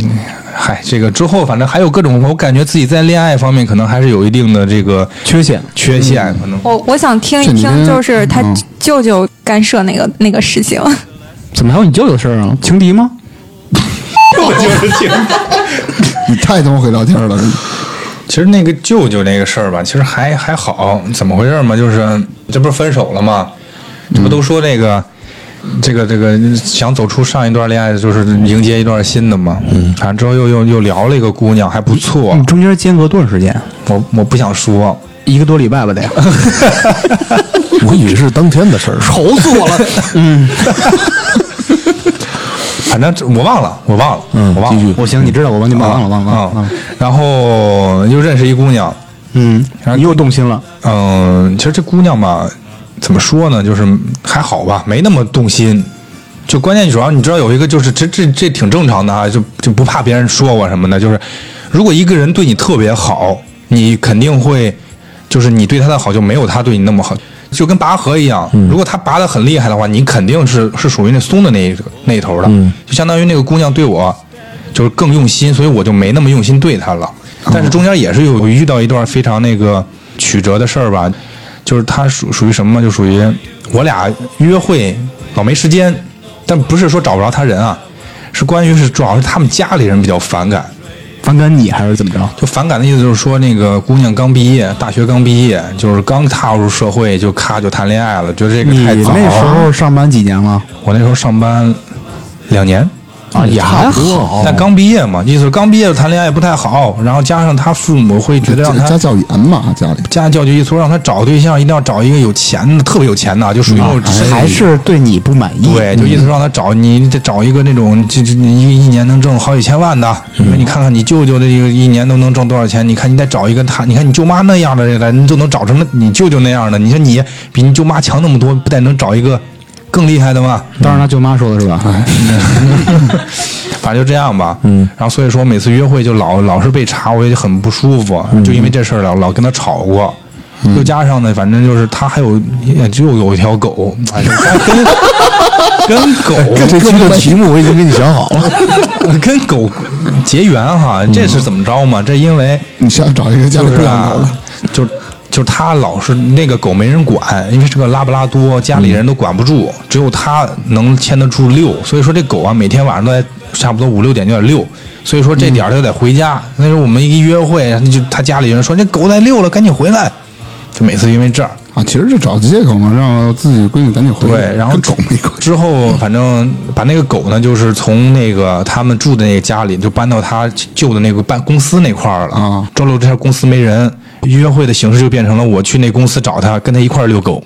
[SPEAKER 4] 嗨，这个之后反正还有各种，我感觉自己在恋爱方面可能还是有一定的这个
[SPEAKER 6] 缺陷
[SPEAKER 4] 缺陷，可能
[SPEAKER 1] 我我想听
[SPEAKER 3] 这
[SPEAKER 1] 一
[SPEAKER 3] 你
[SPEAKER 1] 听，
[SPEAKER 3] 跟
[SPEAKER 1] 就是他
[SPEAKER 3] 嗯
[SPEAKER 1] 舅舅干涉那个那个事情。
[SPEAKER 6] 怎么还有你舅舅的事儿啊？情敌吗？
[SPEAKER 3] 你太他妈会聊天了，真的
[SPEAKER 4] 其实那个舅舅那个事儿吧，其实还还好，怎么回事嘛？就是这不是分手了吗？这不都说那个、这个这个想走出上一段恋爱，就是迎接一段新的嘛。嗯，反正之后又又又聊了一个姑娘，还不错。
[SPEAKER 6] 你中间间隔多长时间？啊
[SPEAKER 4] 我我不想说，
[SPEAKER 6] 一个多礼拜吧得。
[SPEAKER 7] 我以为是当天的事儿， 愁死我了。
[SPEAKER 4] 反正这我忘了，我忘了，
[SPEAKER 7] 嗯
[SPEAKER 4] 我忘
[SPEAKER 7] 继
[SPEAKER 4] 了
[SPEAKER 7] 续，
[SPEAKER 6] 我行，你知道我忘记忘了忘了忘了
[SPEAKER 4] 啊
[SPEAKER 6] 忘了。。
[SPEAKER 4] 然后又认识一姑娘，
[SPEAKER 6] 嗯，你又动心了，
[SPEAKER 4] 嗯，其实这姑娘吧，怎么说呢，就是还好吧，没那么动心。就关键主要你知道有一个就是这这这挺正常的啊，就就不怕别人说我什么的。就是如果一个人对你特别好，你肯定会就是你对他的好就没有他对你那么好，就跟拔河一样。
[SPEAKER 6] 嗯
[SPEAKER 4] 如果他拔得很厉害的话，你肯定是是属于那松的那一那一头的，
[SPEAKER 6] 嗯
[SPEAKER 4] 就相当于那个姑娘对我就是更用心，所以我就没那么用心对她了。
[SPEAKER 6] 嗯
[SPEAKER 4] 但是中间也是有遇到一段非常那个曲折的事儿吧，就是她属属于什么嘛，就属于我俩约会老没时间，但不是说找不着她人啊，是关于是主要是他们家里人比较反感。
[SPEAKER 6] 反感你还是怎么着？
[SPEAKER 4] 就反感的意思就是说，那个姑娘刚毕业，大学刚毕业，就是刚踏入社会就咔就谈恋爱了，觉得这个
[SPEAKER 6] 你
[SPEAKER 4] 太早
[SPEAKER 6] 那时
[SPEAKER 4] 了。
[SPEAKER 6] 候上班几年了？
[SPEAKER 4] 我那时候上班两年，
[SPEAKER 6] 啊，也还好。
[SPEAKER 4] 但刚毕业嘛，意思是刚毕业就谈恋爱不太好，然后加上他父母会觉得让
[SPEAKER 3] 家
[SPEAKER 4] 他
[SPEAKER 3] 家教严嘛，家里
[SPEAKER 4] 家教就一说让他找对象一定要找一个有钱的，特别有钱的，就属于那种身体
[SPEAKER 6] 嗯还是嗯对你不满意？
[SPEAKER 4] 啊对，就意思让他找你，你得找一个那种就就你一一年能挣好几千万的。
[SPEAKER 6] 嗯
[SPEAKER 4] 你看看你舅舅的一个一年都能挣多少钱？你看你再找一个他，你看你舅妈那样的人来，你就能找成你舅舅那样的。你说你比你舅妈强那么多，不得能找一个更厉害的吗？
[SPEAKER 6] 当然他舅妈说的是吧？
[SPEAKER 4] 反正就这样吧。嗯，然后所以说每次约会就老老是被查，我也很不舒服，就因为这事儿老老跟他吵过。又加上呢，反正就是他还有也就有一条狗，哎跟跟狗
[SPEAKER 7] 这期的题目我已经给你想好了，
[SPEAKER 4] 跟狗结缘哈，这是怎么着嘛？这因为
[SPEAKER 3] 你想找一个家里
[SPEAKER 4] 就
[SPEAKER 3] 不
[SPEAKER 4] 是
[SPEAKER 3] 养狗
[SPEAKER 4] 啊
[SPEAKER 3] 的，，
[SPEAKER 4] 就就他老是那个狗没人管，因为是个拉布拉多，家
[SPEAKER 3] 嗯
[SPEAKER 4] 里人都管不住，只有他能牵得住遛。所以说这狗啊，每天晚上都在差不多五六点就得遛。所以说
[SPEAKER 3] 嗯
[SPEAKER 4] 这点儿它就得回家。那时候我们一约会，就他家里人说这狗在遛了，赶紧回来。就每次因为这儿，
[SPEAKER 3] 啊，其实就找借口嘛，让自己闺女赶紧回去。
[SPEAKER 4] 对，然后
[SPEAKER 3] 跟狗嗯没关系。
[SPEAKER 4] 之后，反正把那个狗呢，就是从那个他们住的那个家里，就搬到他旧的那个办公司那块儿了。
[SPEAKER 3] 啊，
[SPEAKER 4] 周六这天公司没人，约会的形式就变成了我去那公司找他，跟他一块儿遛狗，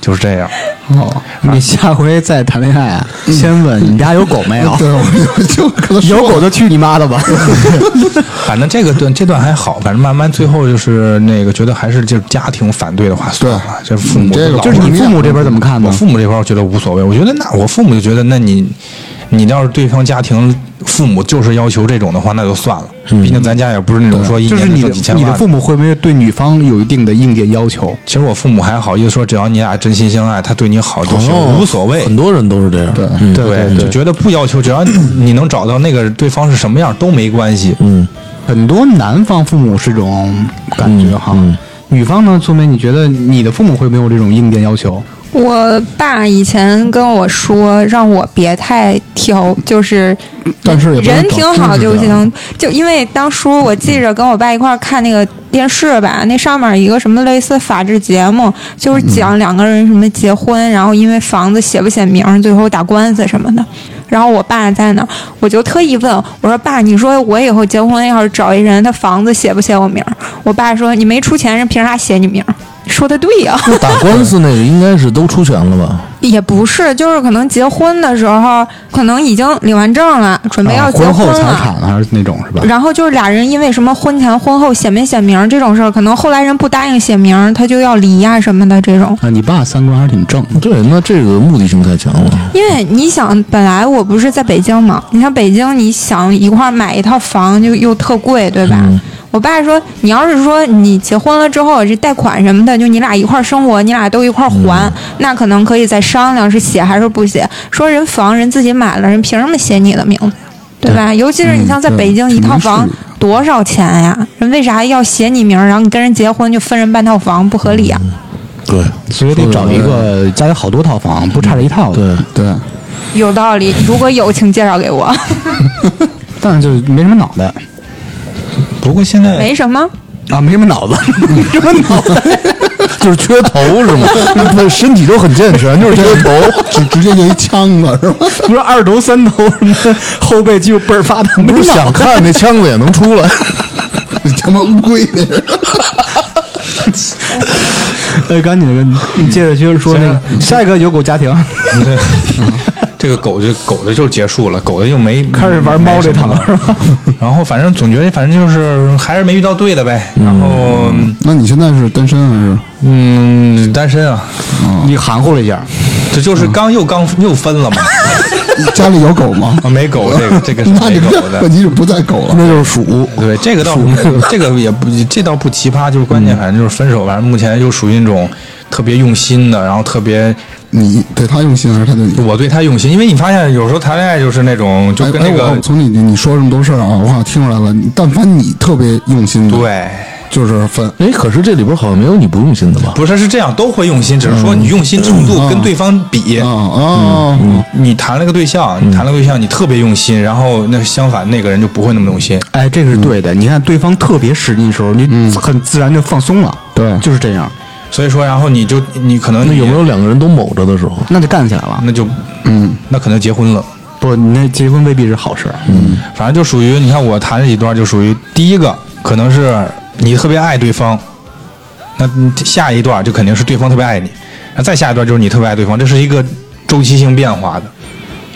[SPEAKER 4] 就是这样。
[SPEAKER 3] 哦，
[SPEAKER 6] 你下回再谈恋爱啊，先问你们家有狗没有？
[SPEAKER 3] 对，我就就跟他说
[SPEAKER 6] 有狗就去你妈的吧！
[SPEAKER 4] 反正这个段这段还好，反正慢慢最后就是那个觉得还是就是家庭反对的话算了，这父母
[SPEAKER 3] 你这个
[SPEAKER 4] 老
[SPEAKER 6] 就是你父母这边怎么看
[SPEAKER 4] 我
[SPEAKER 6] 呢？
[SPEAKER 4] 父母这块儿我觉得无所谓，我觉得那我父母就觉得，那你你要是对方家庭父母就是要求这种的话，那就算了，毕竟咱家也不是那种说一
[SPEAKER 6] 嗯啊就是
[SPEAKER 4] 年
[SPEAKER 6] 你
[SPEAKER 4] 挣
[SPEAKER 6] 的
[SPEAKER 4] 几千
[SPEAKER 6] 你
[SPEAKER 4] 万
[SPEAKER 6] 的父母会不会对女方有一定的硬件要求？
[SPEAKER 4] 其实我父母还好意思说，只要你俩真心相爱，他对你好就行，
[SPEAKER 6] 哦
[SPEAKER 4] 无所谓。
[SPEAKER 7] 很多人都是这样。对，嗯，
[SPEAKER 4] 对就觉得不要求，只要你 你能找到那个对方是什么样都没关系。
[SPEAKER 6] 嗯很多男方父母是这种感觉哈，女方呢？苏梅，你觉得你的父母会没有这种硬件要求？
[SPEAKER 1] 我爸以前跟我说，让我别太挑，就是
[SPEAKER 3] 但是也不能
[SPEAKER 1] 人
[SPEAKER 3] 找
[SPEAKER 1] 挺好
[SPEAKER 3] 真
[SPEAKER 1] 就
[SPEAKER 3] 实的
[SPEAKER 1] 行。就因为当初我记着跟我爸一块儿看那个电视吧，那上面一个什么类似法制节目，就是讲两个人什么结婚，然后因为房子写不写名，最后打官司什么的。然后我爸在那儿，我就特意问我说：“爸，你说我以后结婚要是找一人，他房子写不写我名儿？”我爸说：“你没出钱，人凭啥写你名儿？”说的对呀、
[SPEAKER 7] 那打官司那个应该是都出钱了 吧？
[SPEAKER 1] 也不是，就是可能结婚的时候，可能已经领完证了，准备要
[SPEAKER 6] 啊
[SPEAKER 1] 结
[SPEAKER 6] 婚
[SPEAKER 1] 婚
[SPEAKER 6] 后
[SPEAKER 1] 了。
[SPEAKER 6] 财产还是那种是吧？
[SPEAKER 1] 然后就是俩人因为什么婚前婚后写没写名儿这种事儿，可能后来人不答应写名儿，他就要离呀、什么的这种。
[SPEAKER 6] 啊，你爸三观还是挺正的。
[SPEAKER 7] 对，那这个目的性太强了。
[SPEAKER 1] 因为你想，本来我不是在北京嘛，你像北京，你想一块儿买一套房就又特贵，对吧？我爸说，你要是说你结婚了之后这贷款什么的，就你俩一块儿生活，你俩都一块儿还，那可能可以再商量是写还是不写。说人房人自己买了，人凭什么写你的名字呀？对吧？尤其是你像在北京一套房多少钱呀？人为啥要写你名儿，然后你跟人结婚就分人半套房，不合理啊？
[SPEAKER 7] 对，
[SPEAKER 6] 所以得找一个家有好多套房，不差这一套的。对，
[SPEAKER 3] 对，
[SPEAKER 1] 有道理，如果有，请介绍给我。
[SPEAKER 6] 但是就是没什么脑袋
[SPEAKER 4] 不过现在
[SPEAKER 1] 没什么。
[SPEAKER 6] 啊，没什么 脑子，没什么脑 子。
[SPEAKER 7] 就是缺头是 吗？那身体都很健全，就是缺头。
[SPEAKER 3] 直直接就一枪子是吧？
[SPEAKER 6] 不是二头三头 什么的，后背肌肉倍儿发达，没
[SPEAKER 7] 不是
[SPEAKER 6] 脑
[SPEAKER 7] 想看那枪子也能出 来，
[SPEAKER 3] 你他妈乌龟那是。
[SPEAKER 6] 呃，赶紧跟你接着接着说那个下一个有狗家庭
[SPEAKER 4] 这个狗就狗的就结束了，狗的就没
[SPEAKER 6] 开始玩猫这套
[SPEAKER 4] 没什么了然后反正总觉得反正就是还是没遇到对的呗。
[SPEAKER 6] 嗯
[SPEAKER 4] 然后
[SPEAKER 3] 那你现在是单身还是？
[SPEAKER 4] 嗯，单身啊，
[SPEAKER 6] 你含糊了一下，
[SPEAKER 4] 这就是刚又 刚又分了嘛。
[SPEAKER 3] 家里有狗吗？
[SPEAKER 4] 啊，没狗，这个这 个是
[SPEAKER 3] 那
[SPEAKER 4] 没
[SPEAKER 3] 你
[SPEAKER 4] 狗
[SPEAKER 3] 这
[SPEAKER 4] 的
[SPEAKER 3] 问。题是不在狗了。
[SPEAKER 7] 那就是鼠。
[SPEAKER 4] 对，这个倒不，这个也不，这倒不奇葩，就是关键，反正就是分手，反正目前就属于那种特别用心的，然后特别
[SPEAKER 3] 你对他用心还是他对你？
[SPEAKER 4] 我对他用心，因为你发现有时候谈恋爱就是那种就
[SPEAKER 3] 哎
[SPEAKER 4] 跟
[SPEAKER 3] 哎
[SPEAKER 4] 那个、
[SPEAKER 3] 我从你你说这么多事儿啊，我好像听出来了。你但凡你特别用心的，，
[SPEAKER 4] 对，
[SPEAKER 3] 就是分。
[SPEAKER 7] 哎，可是这里边好像没有你不用心的吧？
[SPEAKER 4] 不是是这样，都会用心，只是说你用心程度跟对方比。
[SPEAKER 3] 啊啊，
[SPEAKER 4] 你谈了个对象，你谈了个对象，你特别用心，然后那相反那个人就不会那么用心。
[SPEAKER 6] 哎，这个是对的。你看对方特别使劲的时候，你很自然就放松了，
[SPEAKER 3] 对
[SPEAKER 6] 就是这样，
[SPEAKER 4] 所以说，然后你就你可能
[SPEAKER 7] 那
[SPEAKER 4] 你
[SPEAKER 7] 有没有两个人都某着的时候？
[SPEAKER 6] 那就干起来了。
[SPEAKER 4] 那就嗯，那可能结婚了。
[SPEAKER 6] 不，你那结婚未必是好事。嗯，
[SPEAKER 4] 反正就属于你看我谈这一段，就属于第一个可能是你特别爱对方，那你下一段就肯定是对方特别爱你，那再下一段就是你特别爱对方，这是一个周期性变化的。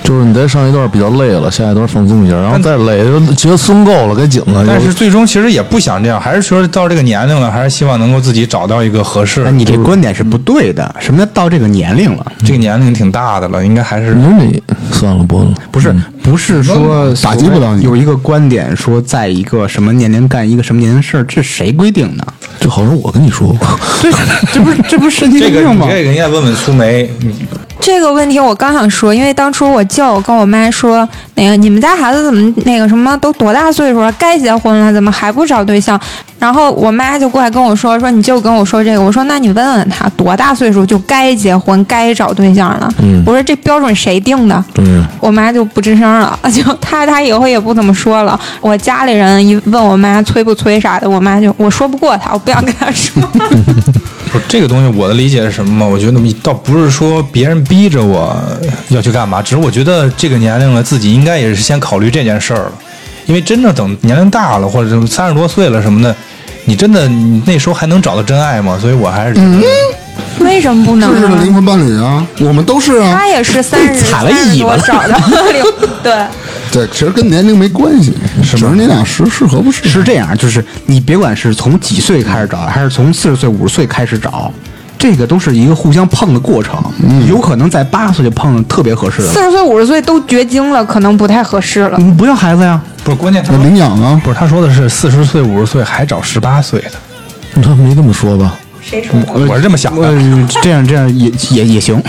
[SPEAKER 7] 就是你在上一段比较累了，下一段放松一下，然后
[SPEAKER 4] 但
[SPEAKER 7] 再累，觉得松够了该紧了。
[SPEAKER 4] 但是
[SPEAKER 7] 有
[SPEAKER 4] 最终其实也不想这样，还是说到这个年龄了，还是希望能够自己找到一个合适
[SPEAKER 6] 那
[SPEAKER 4] 的。
[SPEAKER 6] 哎你这观点是不对的。什么叫到这个年龄了？
[SPEAKER 4] 这个年龄挺大的了，应该还是
[SPEAKER 7] 你说你算了，不了，
[SPEAKER 6] 不是，不是说
[SPEAKER 3] 打击不了你
[SPEAKER 6] 有一个观点说，在一个什么年龄干一个什么年龄事儿，这谁规定的？
[SPEAKER 7] 就好像我跟你说过，
[SPEAKER 6] 这这不是这不是 神经
[SPEAKER 4] 这个
[SPEAKER 6] 病
[SPEAKER 4] 你
[SPEAKER 6] 吗？
[SPEAKER 4] 这个应该问问苏梅，你
[SPEAKER 1] 这个问题我刚想说，因为当初我舅跟我妈说，那个你们家孩子怎么那个什么都多大岁数了，该结婚了，怎么还不找对象？然后我妈就过来跟我说，说你舅跟我说这个，我说那你问问他多大岁数就该结婚该找对象了。我说这标准谁定的？
[SPEAKER 7] 嗯，
[SPEAKER 1] 我妈就不吱声了，就她她以后也不怎么说了。我家里人一问我妈催不催啥的，我妈就我说不过她，我不想跟她说。
[SPEAKER 4] 不是这个东西，我的理解是什么吗？我觉得倒不是说别人逼着我要去干嘛，只是我觉得这个年龄了，自己应该也是先考虑这件事儿了。因为真正等年龄大了，或者三十多岁了什么的，你真的你那时候还能找到真爱吗？所以我还是觉得
[SPEAKER 1] 为什么不能啊
[SPEAKER 3] 这
[SPEAKER 1] 呢？
[SPEAKER 3] 是灵魂伴侣啊，我们都是啊
[SPEAKER 1] 他。也是三十
[SPEAKER 6] 嗯 踩了一尾巴
[SPEAKER 1] 多找的， 对，
[SPEAKER 3] 对，其实跟年龄没关系，只是你俩适适合不适合。
[SPEAKER 6] 是这样，就是你别管是从几岁开始找，还是从四十岁、五十岁开始找，这个都是一个互相碰的过程。有可能在八岁就碰上特别合适的
[SPEAKER 1] 四
[SPEAKER 6] 了。
[SPEAKER 1] 十岁、五十岁都绝经了，可能不太合适了。
[SPEAKER 6] 你嗯不要孩子呀？
[SPEAKER 4] 不是关键他
[SPEAKER 3] 那
[SPEAKER 4] 说。
[SPEAKER 3] 领养啊，
[SPEAKER 4] 不是他说的是四十岁、五十岁还找十八岁的，
[SPEAKER 7] 他没这么说吧？
[SPEAKER 4] 我是这么想的。
[SPEAKER 6] 呃，这样这样也也 也行，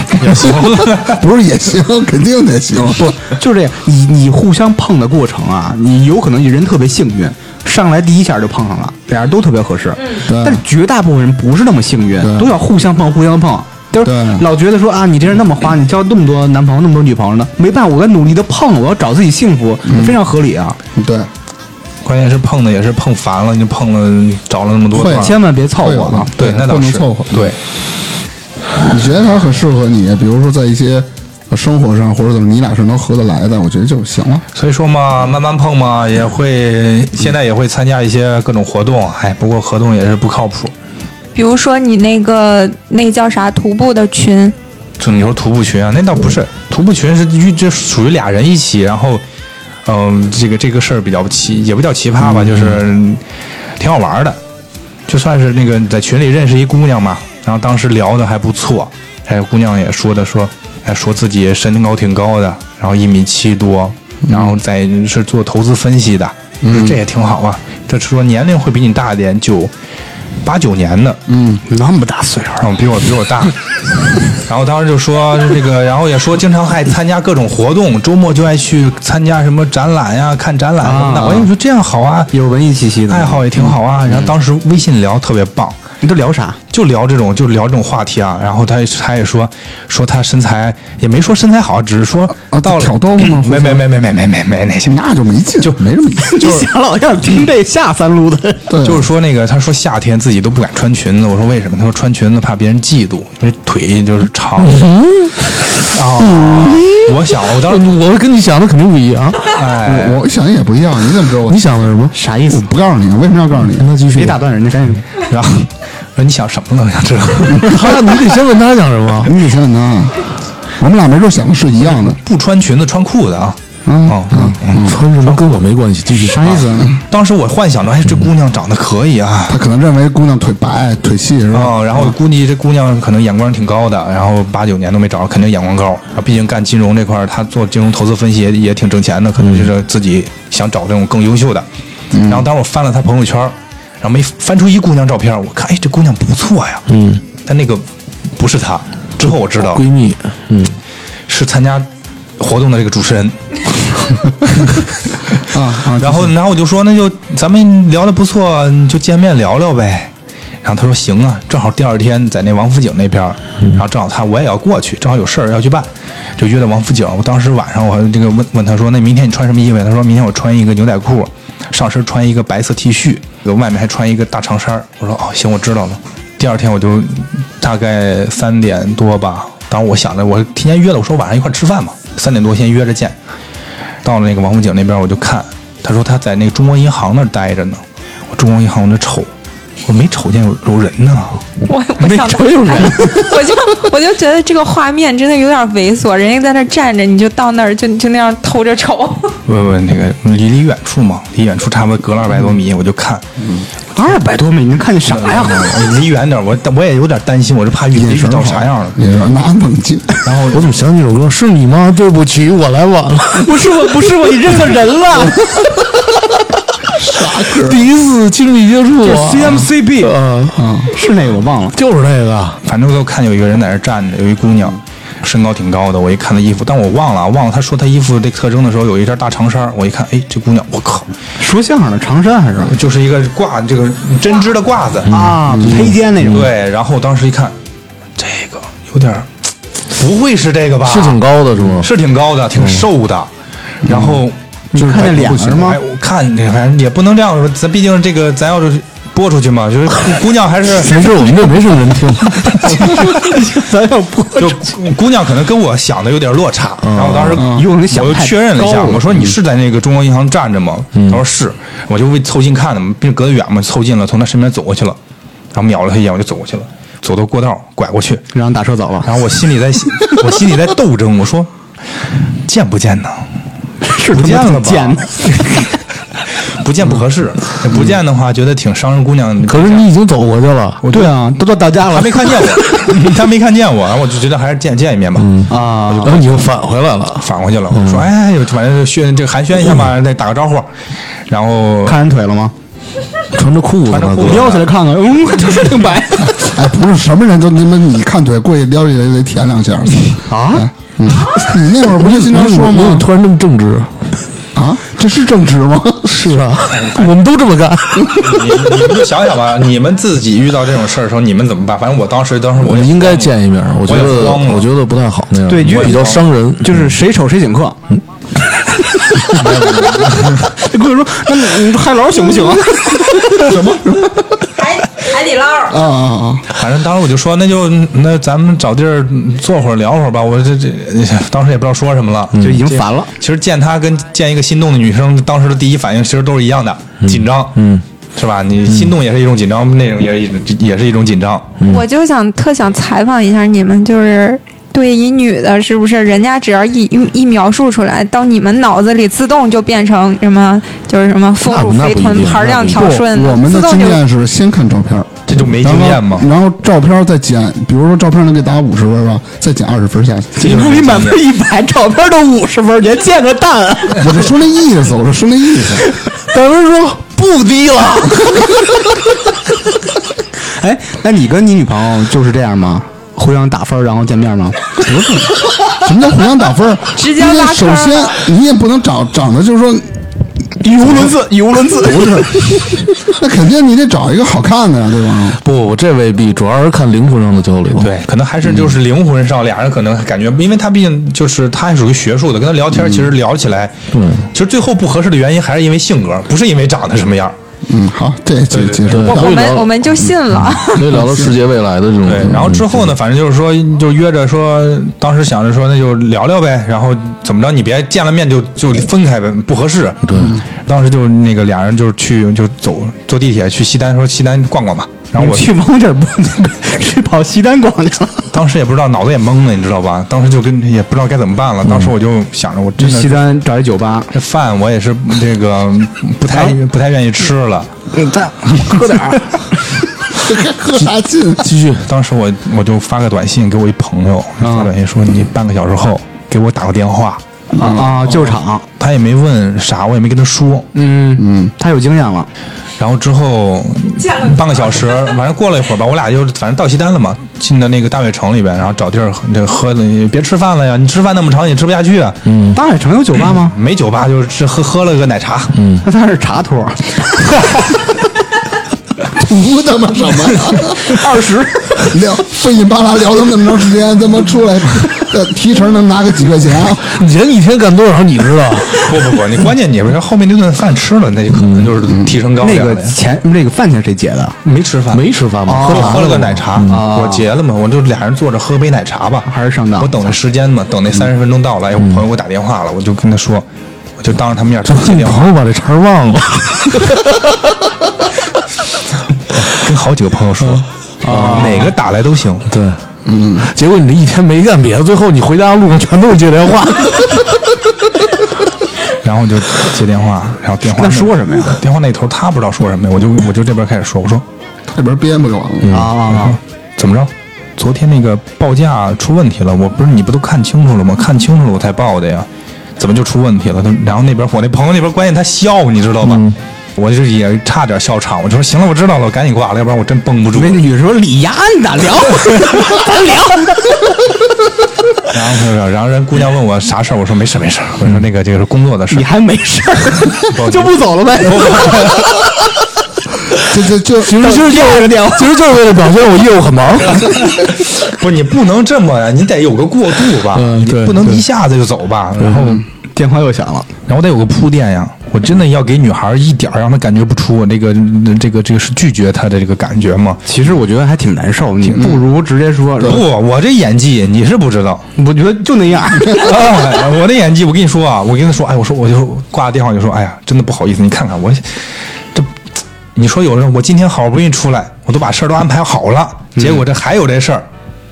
[SPEAKER 3] 不是也行，肯定得行。
[SPEAKER 6] 不就是这样？你你互相碰的过程啊，你有可能人特别幸运，上来第一下就碰上了，俩人都特别合适。但是绝大部分人不是那么幸运，都要互相碰，互相碰。就是
[SPEAKER 3] 对
[SPEAKER 6] 老觉得说啊，你这人那么花，你交那么多男朋友，那么多女朋友呢？没办法，我要努力的碰，我要找自己幸福，非常合理啊！
[SPEAKER 3] 对，
[SPEAKER 4] 关键是碰的也是碰烦了，你碰了找了那么多
[SPEAKER 3] 会
[SPEAKER 4] 段儿，
[SPEAKER 6] 千万别凑合
[SPEAKER 3] 会有
[SPEAKER 6] 啊
[SPEAKER 3] 的！
[SPEAKER 4] 对，那倒
[SPEAKER 3] 不能
[SPEAKER 4] 是
[SPEAKER 3] 凑合
[SPEAKER 4] 对，
[SPEAKER 3] 你觉得他很适合你，比如说在一些呃生活上或者怎么，你俩是能合得来的，我觉得就行了。
[SPEAKER 4] 所以说嘛，慢慢碰嘛，也会现在也会参加一些各种活动，哎，不过活动也是不靠谱。
[SPEAKER 1] 比如说你那个那叫啥徒步的群，
[SPEAKER 4] 就你说徒步群啊，那倒不是，徒步群是一这属于俩人一起，然后，嗯、这个这个事儿比较奇，也不叫奇葩吧，就是挺好玩儿的，就算是那个在群里认识一姑娘嘛，然后当时聊的还不错，哎，姑娘也说的说，哎，说自己身高挺高的，然后一米七多，然后在是做投资分析的，我说这也挺好啊，这说年龄会比你大一点，九八九年的，
[SPEAKER 6] 嗯那么大岁数，
[SPEAKER 4] 然后嗯比我比我大， 然后当时就说这个，然后也说经常还参加各种活动，周末就爱去参加什么展览呀、看展览什么的。
[SPEAKER 6] 啊
[SPEAKER 4] 我跟你说这样好啊，
[SPEAKER 6] 有文艺气息的
[SPEAKER 4] 爱好也挺好
[SPEAKER 3] 嗯
[SPEAKER 4] 啊。然后当时微信聊特别棒，
[SPEAKER 6] 你都聊啥？
[SPEAKER 4] 就聊这种就聊这种话题啊。然后他他也说说他身材也没说身材好，只是说
[SPEAKER 3] 啊
[SPEAKER 4] 到了
[SPEAKER 3] 挑逗吗
[SPEAKER 4] 没没没没没没没没那些。
[SPEAKER 3] 那就没劲，就没什么意思。
[SPEAKER 6] 你想老样听这下三路的，
[SPEAKER 3] 对，
[SPEAKER 4] 就是说那个，他说夏天自己都不敢穿裙子，我说为什么？他说穿裙子怕别人嫉妒，因为腿就是长。啊，我想了，我当时
[SPEAKER 7] 我跟你想的肯定不一样。
[SPEAKER 4] 哎，
[SPEAKER 3] 我想也不一样，你怎么知道我？
[SPEAKER 7] 你想的是什么？
[SPEAKER 6] 啥意思
[SPEAKER 3] 我？不告诉你，为什么要告诉你？那继
[SPEAKER 6] 别打断人家，赶紧。
[SPEAKER 4] 然后我说你想什么呢？我想知道。
[SPEAKER 7] 他，你得先问他想什 么。
[SPEAKER 3] 啊你得想想他，我们俩没准想的是一样的。
[SPEAKER 4] 不穿裙子穿裤子啊。
[SPEAKER 3] 嗯
[SPEAKER 4] 哦，嗯嗯
[SPEAKER 7] 穿什么跟我没关系，继续啥
[SPEAKER 3] 啥意思？啊？
[SPEAKER 4] 当时我幻想着，哎，这姑娘长得可以啊。
[SPEAKER 3] 他可能认为姑娘腿白腿细是吧？
[SPEAKER 4] 哦，然后估计这姑娘可能眼光挺高的，然后八九年都没找着，肯定眼光高。啊，毕竟干金融这块儿，她做金融投资分析也也挺挣钱的，可能就是自己想找这种更优秀的。然后当时我翻了她朋友圈儿，然后没翻出一姑娘照片儿，我看，哎，这姑娘不错呀。嗯，但那个不是她。之后我知道
[SPEAKER 7] 闺蜜，嗯，
[SPEAKER 4] 是参加活动的这个主持人。
[SPEAKER 3] 啊啊！
[SPEAKER 4] 然后，然后我就说，那就咱们聊的不错，你就见面聊聊呗。然后他说行啊，正好第二天在那王府井那边儿，然后正好他我也要过去，正好有事儿要去办，就约到王府井。我当时晚上我这个问问他说，那明天你穿什么衣服呀？他说明天我穿一个牛仔裤，上身穿一个白色 T 恤，外面还穿一个大长衫儿。我说哦，行，我知道了。第二天我就大概三点多吧，当时我想着我提前约了，我说晚上一块儿吃饭嘛，三点多先约着见。到了那个王府井那边，我就看，他说他在那个中国银行那儿待着呢。我中国银行我就瞅，我没瞅见有有人呢。
[SPEAKER 1] 我我想到，
[SPEAKER 7] 有人。
[SPEAKER 1] 我就我就觉得这个画面真的有点猥琐，人家在那站着，你就到那儿就就那样偷着瞅，
[SPEAKER 4] 不不，那个离离远处嘛，离远处差不多隔了二百多米，我就看。
[SPEAKER 6] 嗯二百多米，你看见啥呀？
[SPEAKER 4] 我离远点，我我也有点担心，我是怕遇
[SPEAKER 3] 眼
[SPEAKER 4] 遇
[SPEAKER 3] 神
[SPEAKER 4] 到
[SPEAKER 3] 好
[SPEAKER 4] 啥样了。
[SPEAKER 3] 也是拿冷静。
[SPEAKER 4] 然后
[SPEAKER 7] 我怎么想起一首歌？是你吗？对不 起，我来晚了。
[SPEAKER 6] 不是我，不是我，你认个人了。
[SPEAKER 7] 第一次亲密接触啊
[SPEAKER 6] CMCB 是那个我忘了，
[SPEAKER 7] 就是那个，
[SPEAKER 4] 反正我就看有一个人在那站着，有一姑娘，身高挺高的，我一看她衣服，但我忘了啊，忘了她说她衣服这特征的时候，有一件大长衫儿，我一看，哎，这姑娘，我靠，
[SPEAKER 6] 说相声的长衫还是
[SPEAKER 4] 就是一个挂这个针织的褂子，
[SPEAKER 6] 啊披肩那种，
[SPEAKER 4] 对，然后我当时一看，这个有点儿，不会是这个吧？
[SPEAKER 7] 是挺高的，是吗？
[SPEAKER 4] 是挺高的，
[SPEAKER 6] 嗯
[SPEAKER 4] 挺瘦的，然后
[SPEAKER 6] 你看见脸了是吗
[SPEAKER 4] 哎，我看这反正也不能这样说，咱毕竟这个咱要是播出去嘛，就是姑 娘还 是
[SPEAKER 7] 没事，我们这没什么人听。
[SPEAKER 6] 咱要播
[SPEAKER 4] 就姑娘可能跟我想的有点落差，然后当时
[SPEAKER 6] 嗯有可能想
[SPEAKER 4] 我又
[SPEAKER 6] 太
[SPEAKER 4] 确认了一
[SPEAKER 6] 高
[SPEAKER 4] 下，
[SPEAKER 6] 了嗯
[SPEAKER 4] 我说你是在那个中国银行站着吗？他说是，我就为凑近看的嘛，毕竟隔得远嘛，凑近了，从他身边走过去了，然后瞄了他一眼，我就走过去了，走到过道拐过去，
[SPEAKER 6] 然后打车走了，
[SPEAKER 4] 然后我心里在 我心里在斗争，我说见不见呢？
[SPEAKER 6] 是
[SPEAKER 4] 不
[SPEAKER 6] 他
[SPEAKER 4] 见
[SPEAKER 6] 妈
[SPEAKER 4] 了
[SPEAKER 6] 挺
[SPEAKER 4] 吧
[SPEAKER 6] 贱的，
[SPEAKER 4] 不见不合适，不见的话觉得挺伤人姑娘。
[SPEAKER 7] 可是你已经走过去了，
[SPEAKER 6] 对啊，都到到家
[SPEAKER 4] 他
[SPEAKER 6] 了
[SPEAKER 4] 没看见 我，他没看见我，然后我就觉得还是见见一面吧。
[SPEAKER 6] 啊，
[SPEAKER 7] 然后你又返回来了。
[SPEAKER 4] 嗯返回去了，我嗯说哎，呦，反正炫这个寒暄一下嘛，再打个招呼，然后
[SPEAKER 6] 看人腿了吗？
[SPEAKER 7] 穿着裤子呢，
[SPEAKER 4] 穿着裤
[SPEAKER 7] 哥
[SPEAKER 4] 子
[SPEAKER 6] 撩起来看看，嗯，就是挺白
[SPEAKER 3] 哎，不是什么人都他妈你看腿过去撩起来得舔两下。
[SPEAKER 6] 啊，
[SPEAKER 3] 嗯，你那会儿不就经常说
[SPEAKER 7] 我怎么
[SPEAKER 3] 吗？
[SPEAKER 7] 突然这么正 直？
[SPEAKER 3] 啊，这是正直吗？
[SPEAKER 7] 是啊，我们都这么干。
[SPEAKER 4] 你你们就想想吧，你们自己遇到这种事儿的时候，你们怎么办？反正我当时，当时我
[SPEAKER 7] 我
[SPEAKER 4] 也
[SPEAKER 7] 应该见一面，我觉
[SPEAKER 4] 我也
[SPEAKER 7] 得
[SPEAKER 4] 慌了
[SPEAKER 7] 我觉得不太好那样，
[SPEAKER 6] 对因为
[SPEAKER 7] 比较伤人。嗯
[SPEAKER 6] 就是谁丑谁请客。这姑娘说：“那 你海老行不行啊？
[SPEAKER 1] 海海底捞儿
[SPEAKER 3] 啊啊啊！
[SPEAKER 4] 反正当时我就说，那就那咱们找地儿嗯坐会儿聊会儿吧。我这这当时也不知道说什么了，
[SPEAKER 6] 就已经
[SPEAKER 4] 这
[SPEAKER 6] 烦了。
[SPEAKER 4] 其实见他跟见一个心动的女生，当时的第一反应其实都是一样的，紧张，嗯，是吧？你心动也是一种紧张，那种也是一种也是一种紧张。
[SPEAKER 7] 嗯
[SPEAKER 1] 我就想特想采访一下你们，就是对一女的，是不是人家只要一一一描述出来，到你们脑子里自动就变成什么，就是什么丰乳
[SPEAKER 7] 那不
[SPEAKER 1] 肥
[SPEAKER 7] 那不一
[SPEAKER 1] 臀、
[SPEAKER 7] 定
[SPEAKER 1] 排量调顺，
[SPEAKER 3] 我们
[SPEAKER 1] 自
[SPEAKER 3] 的
[SPEAKER 1] 动
[SPEAKER 3] 经
[SPEAKER 1] 就
[SPEAKER 3] 验是先看照片儿，
[SPEAKER 4] 这就没经验嘛
[SPEAKER 3] 然后然后照片儿再减，比如说照片儿能给打五十分吧，再减二十分下去。
[SPEAKER 6] 你不比满分一百，照片都五十分，你还见个蛋 啊？
[SPEAKER 3] 我就说那意思，我就说那意思。
[SPEAKER 6] 大文说不低 了。哎，那你跟你女朋友就是这样吗？互相打分，然后见面吗？
[SPEAKER 3] 不是，什么叫互相打分儿？
[SPEAKER 1] 直接
[SPEAKER 3] 因为
[SPEAKER 1] 拉
[SPEAKER 3] 首
[SPEAKER 1] 坑儿
[SPEAKER 3] 先
[SPEAKER 1] 了
[SPEAKER 3] 你也不能长长得就是说
[SPEAKER 6] 语无伦次，语无伦次。
[SPEAKER 3] 不是，那肯定你得找一个好看的呀，对吧？
[SPEAKER 7] 不，这未必，主要是看灵魂上的交流。，
[SPEAKER 4] 对，可能还是就是灵魂上，俩人可能感觉，因为他毕竟就是他还属于学术的，跟他聊天其实聊起来，嗯，其实最后不合适的原因还是因为性格，不是因为长得什么样。
[SPEAKER 3] 嗯，好，这这结束。
[SPEAKER 7] 对
[SPEAKER 1] 我
[SPEAKER 7] 可以
[SPEAKER 1] 们
[SPEAKER 7] 聊
[SPEAKER 1] 我们就信了。
[SPEAKER 7] 可以聊聊世界未来的
[SPEAKER 6] 嗯
[SPEAKER 7] 这种。
[SPEAKER 4] 对，然后之后呢，反正就是说，就约着说，当时想着说，那就聊聊呗，然后怎么着，你别见了面就就分开呗，不合适。对，当时就那个俩人就是去就走坐地铁去西单，说西单逛逛吧。然后我
[SPEAKER 6] 嗯去王家不去跑西单逛去了。
[SPEAKER 4] 当时也不知道，脑子也懵了，你知道吧？当时就跟也不知道该怎么办了。当时我就想着，我
[SPEAKER 6] 嗯去
[SPEAKER 4] 真
[SPEAKER 6] 西
[SPEAKER 4] 的
[SPEAKER 6] 单找一酒吧，
[SPEAKER 4] 这饭我也是这个不太
[SPEAKER 6] 啊
[SPEAKER 4] 不太愿意吃了。
[SPEAKER 6] 再喝点儿。
[SPEAKER 3] 喝啥劲？
[SPEAKER 7] 继续，
[SPEAKER 4] 当时我我就发个短信给我一朋友，发短信说你半个小时后给我打个电话。
[SPEAKER 6] 啊啊！救场，
[SPEAKER 4] 他也没问啥，我也没跟他说。
[SPEAKER 6] 嗯嗯，他有经验了，
[SPEAKER 4] 然后之后半个 小时，反正过了一会儿吧，我俩就反正到西单了嘛，进到那个大悦城里边，然后找地儿喝这喝的，别吃饭了呀，你吃饭那么长也吃不下去啊。嗯，
[SPEAKER 6] 大海城有酒吧吗？
[SPEAKER 4] 没酒吧就是吃喝喝了个奶茶。嗯，
[SPEAKER 6] 那他是茶托，
[SPEAKER 3] 图他妈什么呀？
[SPEAKER 6] 二十。
[SPEAKER 3] 聊费劲巴拉聊他妈那么长时间，他妈出来，呃，提成能拿个几块钱？啊
[SPEAKER 7] 你人一天干多少？你知 道？
[SPEAKER 4] 不不不，你关键你不是后面那顿饭吃了，那就可能就是提升高
[SPEAKER 6] 那
[SPEAKER 4] 点了
[SPEAKER 6] 个
[SPEAKER 4] 呀。
[SPEAKER 6] 钱，那个饭钱谁结的？
[SPEAKER 4] 没吃饭，
[SPEAKER 7] 没吃饭
[SPEAKER 6] 哦啊
[SPEAKER 7] 吗？
[SPEAKER 4] 喝
[SPEAKER 7] 喝茶
[SPEAKER 4] 喝了个奶茶，我结了嘛，我就俩人坐着喝杯奶茶吧，
[SPEAKER 6] 嗯还是上当
[SPEAKER 4] 我等着时间嘛，等那三十分钟到了，哎，我朋友给我打电话了，我就跟他说，我就当着他面
[SPEAKER 6] 嗯
[SPEAKER 4] 接
[SPEAKER 7] 你
[SPEAKER 4] 电话，
[SPEAKER 7] 朋友把这茬儿忘了，
[SPEAKER 4] 跟好几个朋友说，
[SPEAKER 6] 嗯
[SPEAKER 4] 呃
[SPEAKER 6] 啊
[SPEAKER 4] 哪个打来都行。
[SPEAKER 7] 对，嗯，结果你这一天没干别的，最后你回家的路上全都是接电 话。
[SPEAKER 4] 然后我就接电话，然后电话
[SPEAKER 6] 那说什么呀？
[SPEAKER 4] 电话那头他不知道说什么呀，我就我就这边开始说，我说
[SPEAKER 3] 这边编不就完了
[SPEAKER 7] 嗯
[SPEAKER 3] 吗？
[SPEAKER 6] 啊，
[SPEAKER 4] 怎么着？昨天那个报价出问题了，我不是你不都看清楚了吗？看清楚了我
[SPEAKER 6] 嗯
[SPEAKER 4] 才报的呀，怎么就出问题了？他然后那边我那朋友那边关键他笑，你知道吧？我就是也差点笑场，我就说行了，我知道了，我赶紧挂了，要不然我真绷不住。
[SPEAKER 6] 美女说：“李安 的聊，咱聊。
[SPEAKER 4] 然后他说然后人姑娘问我啥事儿，我说没事儿没事儿，我说那个这个是工作的事儿
[SPEAKER 6] 嗯你。还没事儿，就不走了呗？
[SPEAKER 3] 这这就
[SPEAKER 7] 其实就是
[SPEAKER 6] 个电话，
[SPEAKER 7] 其实就是为了表现我业务很 忙。
[SPEAKER 4] 不是你不能这么呀，你得有个过渡吧，
[SPEAKER 7] 嗯
[SPEAKER 4] 你
[SPEAKER 7] 对嗯
[SPEAKER 4] 不能一下子就走吧。然
[SPEAKER 6] 嗯
[SPEAKER 4] 后，
[SPEAKER 6] 电话又响了。
[SPEAKER 4] 然后得有个铺垫呀。我真的要给女孩一点儿让她感觉不出我这个这个这个是拒绝她的这个感觉吗？
[SPEAKER 6] 其实我觉得还挺难受，你不如直接说，
[SPEAKER 4] 不，我这演技你是不知道。
[SPEAKER 6] 我觉得就那 样。
[SPEAKER 4] 啊我的演技，我跟你说啊，我跟他说，哎，我说我就挂了电话，我就说，哎呀，真的不好意思，你看看我这，你说有人，我今天好不容易出来，我都把事儿都安排好了，
[SPEAKER 6] 嗯
[SPEAKER 4] 结果这还有这事儿，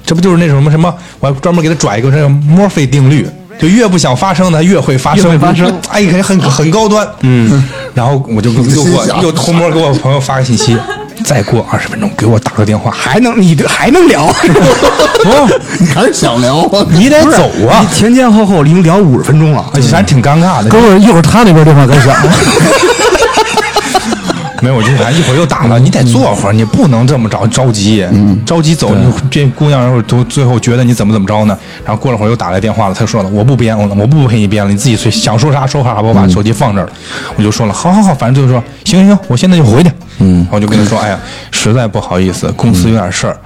[SPEAKER 4] 这不就是那什么什么？我还专门给他拽一个这个墨菲定律。就越不想发生的，越会发生。
[SPEAKER 6] 越会发生，
[SPEAKER 4] 哎，很很很高端。嗯，然后我 就又给我又偷摸给我朋友发个信息，再过二十分钟给我打个电话。
[SPEAKER 6] 还能你还能 聊？
[SPEAKER 3] 你还是想聊啊？
[SPEAKER 4] 你得走啊
[SPEAKER 6] 你！前前后后已经聊五十分钟了，
[SPEAKER 4] 而且还挺尴尬的。
[SPEAKER 7] 哥们儿，一会儿他那边电话该响了。
[SPEAKER 4] 没有，我就反正一会儿又打了，你得坐会儿，你不能这么着着急，着急走，你这姑娘然后都最后觉得你怎么怎么着呢？然后过了会儿又打来电话了，她说了，我不编了，我不陪你编了，你自己随想说啥说啥吧，我把手机放这儿了。我就说了，好好好，反正就是说，行行行，我现在就回去。嗯，我就跟她说，哎呀，实在不好意思，公司有点事儿。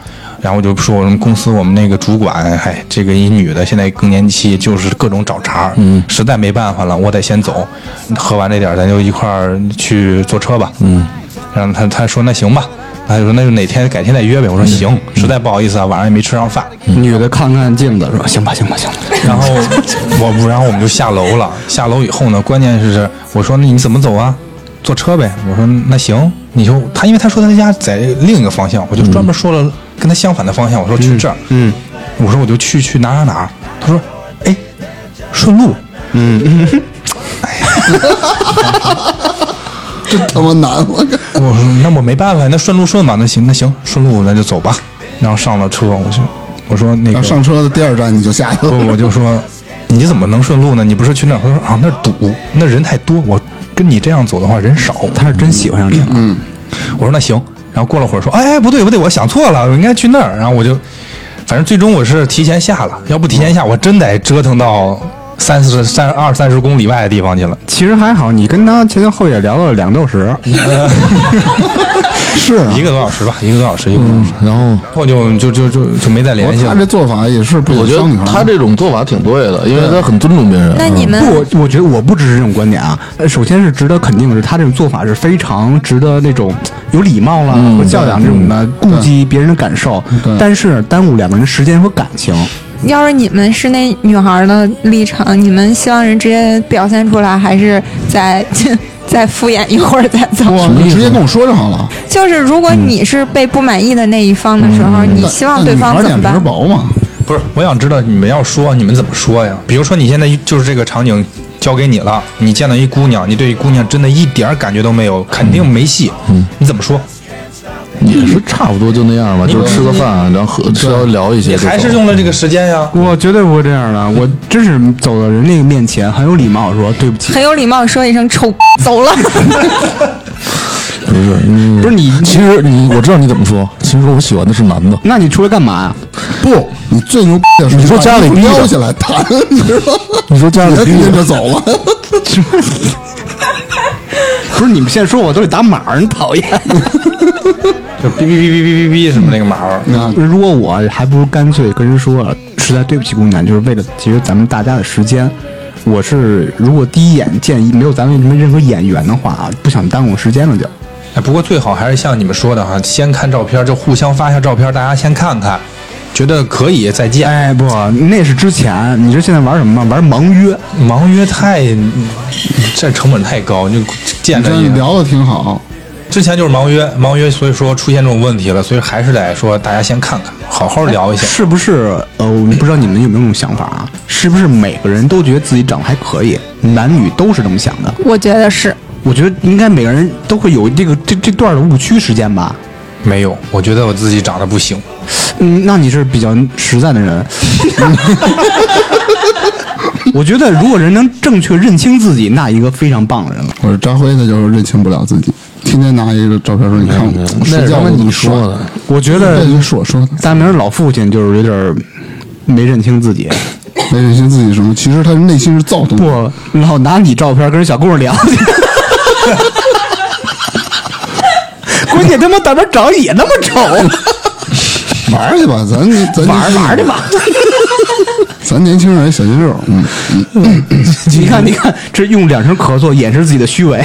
[SPEAKER 4] 然后我就说我们公司我们那个主管，哎，这个一女的现在更年期，就是各种找茬，嗯，实在没办法了，我得先走，喝完这点儿咱就一块儿去坐车吧，嗯，然后他他说那行吧，他就说那就哪天改天再约呗，我说行，实在不好意思啊，晚上也没吃上饭，
[SPEAKER 6] 女的看看镜子说：“行吧，行吧，行吧。
[SPEAKER 4] 然后我不，然后我们就下楼了。下楼以后呢，关键是我说那你怎么走啊？坐车呗。我说那行，你就他，因为他说他家在另一个方向，我就专门说了跟他相反的方向。我说去这儿，嗯，我说我就去去哪哪哪儿。他说，哎，顺路。
[SPEAKER 3] 这他妈难，我靠！
[SPEAKER 4] 我说那我没办法，那顺路顺吧，那行那行，顺路咱就走吧。然后上了车，我就我说那
[SPEAKER 3] 然
[SPEAKER 4] 个
[SPEAKER 3] 后上车的第二站你就下去
[SPEAKER 4] 不，
[SPEAKER 3] 了。
[SPEAKER 4] 我就说你怎么能顺路呢？你不是去那儿？他说啊，那儿堵，那人太多，我跟你这样走的话人少。”
[SPEAKER 6] 他是真喜欢上你了，嗯，
[SPEAKER 4] 我说那行，然后过了会儿说，哎，哎不对不对，我想错了，我应该去那儿。然后我就，反正最终我是提前下了，要不提
[SPEAKER 6] 嗯
[SPEAKER 4] 前下，我真得折腾到三四三二三十公里外的地方去了。
[SPEAKER 6] 其实还好，你跟他前前后后也聊了两个多小时，
[SPEAKER 3] 是啊
[SPEAKER 4] 一，个多小时吧，一个多小时，一个多小
[SPEAKER 6] 嗯
[SPEAKER 4] 时，
[SPEAKER 7] 然后
[SPEAKER 4] 然后就就就就就没再
[SPEAKER 3] 我
[SPEAKER 4] 联系
[SPEAKER 3] 他
[SPEAKER 4] 了
[SPEAKER 3] 这。做法也是不
[SPEAKER 7] 我
[SPEAKER 3] 仅
[SPEAKER 7] 觉
[SPEAKER 3] 伤女孩
[SPEAKER 7] 得
[SPEAKER 3] 儿，
[SPEAKER 7] 他这种做法挺对的，因为他很尊重别人。
[SPEAKER 1] 那你们
[SPEAKER 6] 不，我我觉得我不支持这种观点啊。呃首先是值得肯定的是，他这种做法是非常值得那种有礼貌啦、和教养这种的，顾及别人的感受，但是耽误两个人时间和感情。
[SPEAKER 1] 要是你们是那女孩的立场，你们希望人直接表现出来，还是再 再敷衍一会儿再走？
[SPEAKER 3] 你
[SPEAKER 7] 啊
[SPEAKER 3] 直接跟我说就好了。
[SPEAKER 1] 就是如果你是被不满意的那一方的时候，
[SPEAKER 7] 嗯
[SPEAKER 1] 你希望对方
[SPEAKER 3] 那女孩
[SPEAKER 1] 怎么
[SPEAKER 3] 脸皮
[SPEAKER 1] 办
[SPEAKER 3] 儿？薄嘛？
[SPEAKER 4] 不是，我想知道你们要说你们怎么说呀？比如说你现在就是这个场景交给你了，你见到一姑娘，你对姑娘真的一点儿感觉都没有，肯定没戏。嗯，你怎么说？
[SPEAKER 7] 嗯也是差不多就那样吧，
[SPEAKER 4] 你
[SPEAKER 7] 就是吃个饭，然后喝，稍微聊一些
[SPEAKER 4] 你
[SPEAKER 7] 就走。
[SPEAKER 4] 还是用了这个时间呀？
[SPEAKER 6] 我绝对不会这样的，我真是走到人那个面前，很有礼貌说对不起。
[SPEAKER 1] 很有礼貌说一声“臭 走了
[SPEAKER 7] 不是，不是你，其实你我知道你怎么说。其实我喜欢的是男的，
[SPEAKER 6] 那你出来干嘛呀？
[SPEAKER 3] 不，你最牛逼的是
[SPEAKER 7] 你说家里逼的
[SPEAKER 3] 撩起来谈，你知道吗？
[SPEAKER 7] 你说家里
[SPEAKER 3] 你还
[SPEAKER 7] 逼
[SPEAKER 3] 跟着
[SPEAKER 7] 的，
[SPEAKER 3] 走了，
[SPEAKER 6] 不是你们现在说我都得打码儿，你讨厌。
[SPEAKER 4] 就哔哔哔哔哔哔哔什么那个码儿。
[SPEAKER 3] 啊
[SPEAKER 6] 如果我还不如干脆跟人说了，实在对不起姑娘，就是为了节约咱们大家的时间。我是如果第一眼见没有咱们任何眼缘的话啊，不想耽误时间了就。
[SPEAKER 4] 哎，不过最好还是像你们说的哈，先看照片，就互相发一下照片，大家先看看，觉得可以再见。
[SPEAKER 6] 哎不，那是之前，你是现在玩什么吗？玩盲约，
[SPEAKER 4] 盲约太，这成本太高，就见
[SPEAKER 3] 你
[SPEAKER 4] 着
[SPEAKER 6] 哎
[SPEAKER 3] 这
[SPEAKER 4] 你
[SPEAKER 3] 聊的挺 好。
[SPEAKER 4] 之前就是盲约，盲约，所以说出现这种问题了，所以还是得说大家先看看，好好聊一下。
[SPEAKER 6] 是不是？呃，我不知道你们有没有这种想法啊？是不是每个人都觉得自己长得还可以，男女都是这么想的？”，
[SPEAKER 1] 我觉得是。
[SPEAKER 6] 我觉得应该每个人都会有这个这这段的误区时间吧。
[SPEAKER 4] 没有，我觉得我自己长得不行。
[SPEAKER 6] 嗯，那你是比较实在的人。 我觉得如果人能正确认清自己，那一个非常棒的人了。
[SPEAKER 3] 我说扎辉，他就是认清不了自己。天天拿一个照片说：“你看，我
[SPEAKER 7] 那
[SPEAKER 3] 睡
[SPEAKER 7] 是
[SPEAKER 3] 觉
[SPEAKER 7] 他妈
[SPEAKER 3] 我怎
[SPEAKER 7] 你
[SPEAKER 3] 么帅
[SPEAKER 7] 说的，
[SPEAKER 6] 我觉
[SPEAKER 3] 这
[SPEAKER 6] 得
[SPEAKER 3] 就是我说的，
[SPEAKER 6] 大明老父亲就是有点儿没认清自己，
[SPEAKER 3] 没忍心自己什么，其实他内心是躁动的。
[SPEAKER 6] 不老拿你照片跟小姑娘聊去。关键他妈大明长也那么丑，
[SPEAKER 3] 玩儿去吧，咱咱
[SPEAKER 6] 玩儿玩儿去吧。
[SPEAKER 3] 咱年轻人小鲜肉，嗯，
[SPEAKER 6] 你看你看，这用两声咳嗽掩饰自己的虚 伪。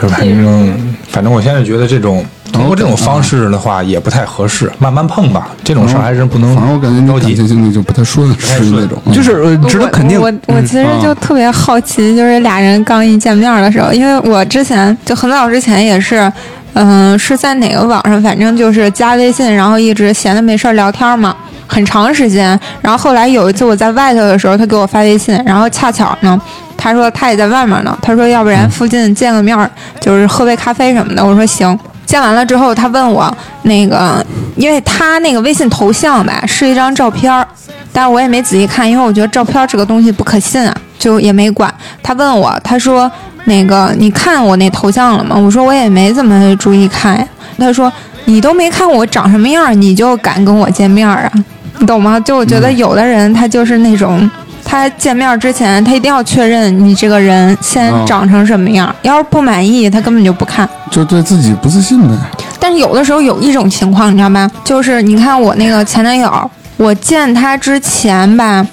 [SPEAKER 4] 是吧？反正反正我现在觉得这种通过这种方式的话也不太合适，慢慢碰吧。这种事儿还真不能
[SPEAKER 3] 哦反正我感觉
[SPEAKER 4] 着
[SPEAKER 3] 你感
[SPEAKER 4] 急
[SPEAKER 3] 情。经历就不太顺，是那种，嗯
[SPEAKER 6] 就是呃值得肯定。
[SPEAKER 1] 我我我其实就特别好奇，就是俩人刚一见面的时候，因为我之前就很早之前也是，嗯、是在哪个网上，反正就是加微信，然后一直闲的没事儿聊天嘛，很长时间。然后后来有一次我在外头的时候，他给我发微信，然后恰巧呢。他说他也在外面呢，他说要不然附近见个面儿，就是喝杯咖啡什么的。我说行。见完了之后，他问我那个，因为他那个微信头像吧是一张照片儿，但是我也没仔细看，因为我觉得照片儿这个东西不可信啊，就也没管。他问我，他说那个你看我那头像了吗？我说我也没怎么注意看呀。他说你都没看我长什么样儿，你就敢跟我见面儿啊？你懂吗？就我觉得有的人他就是那种，他见面之前他一定要确认你这个人先长成什么样，要是不满意他根本就不看。
[SPEAKER 3] 嗯就对自己不自信呗。
[SPEAKER 1] 但是有的时候有一种情况，你知道吗？就是你看我那个前男友，我见他之前吧，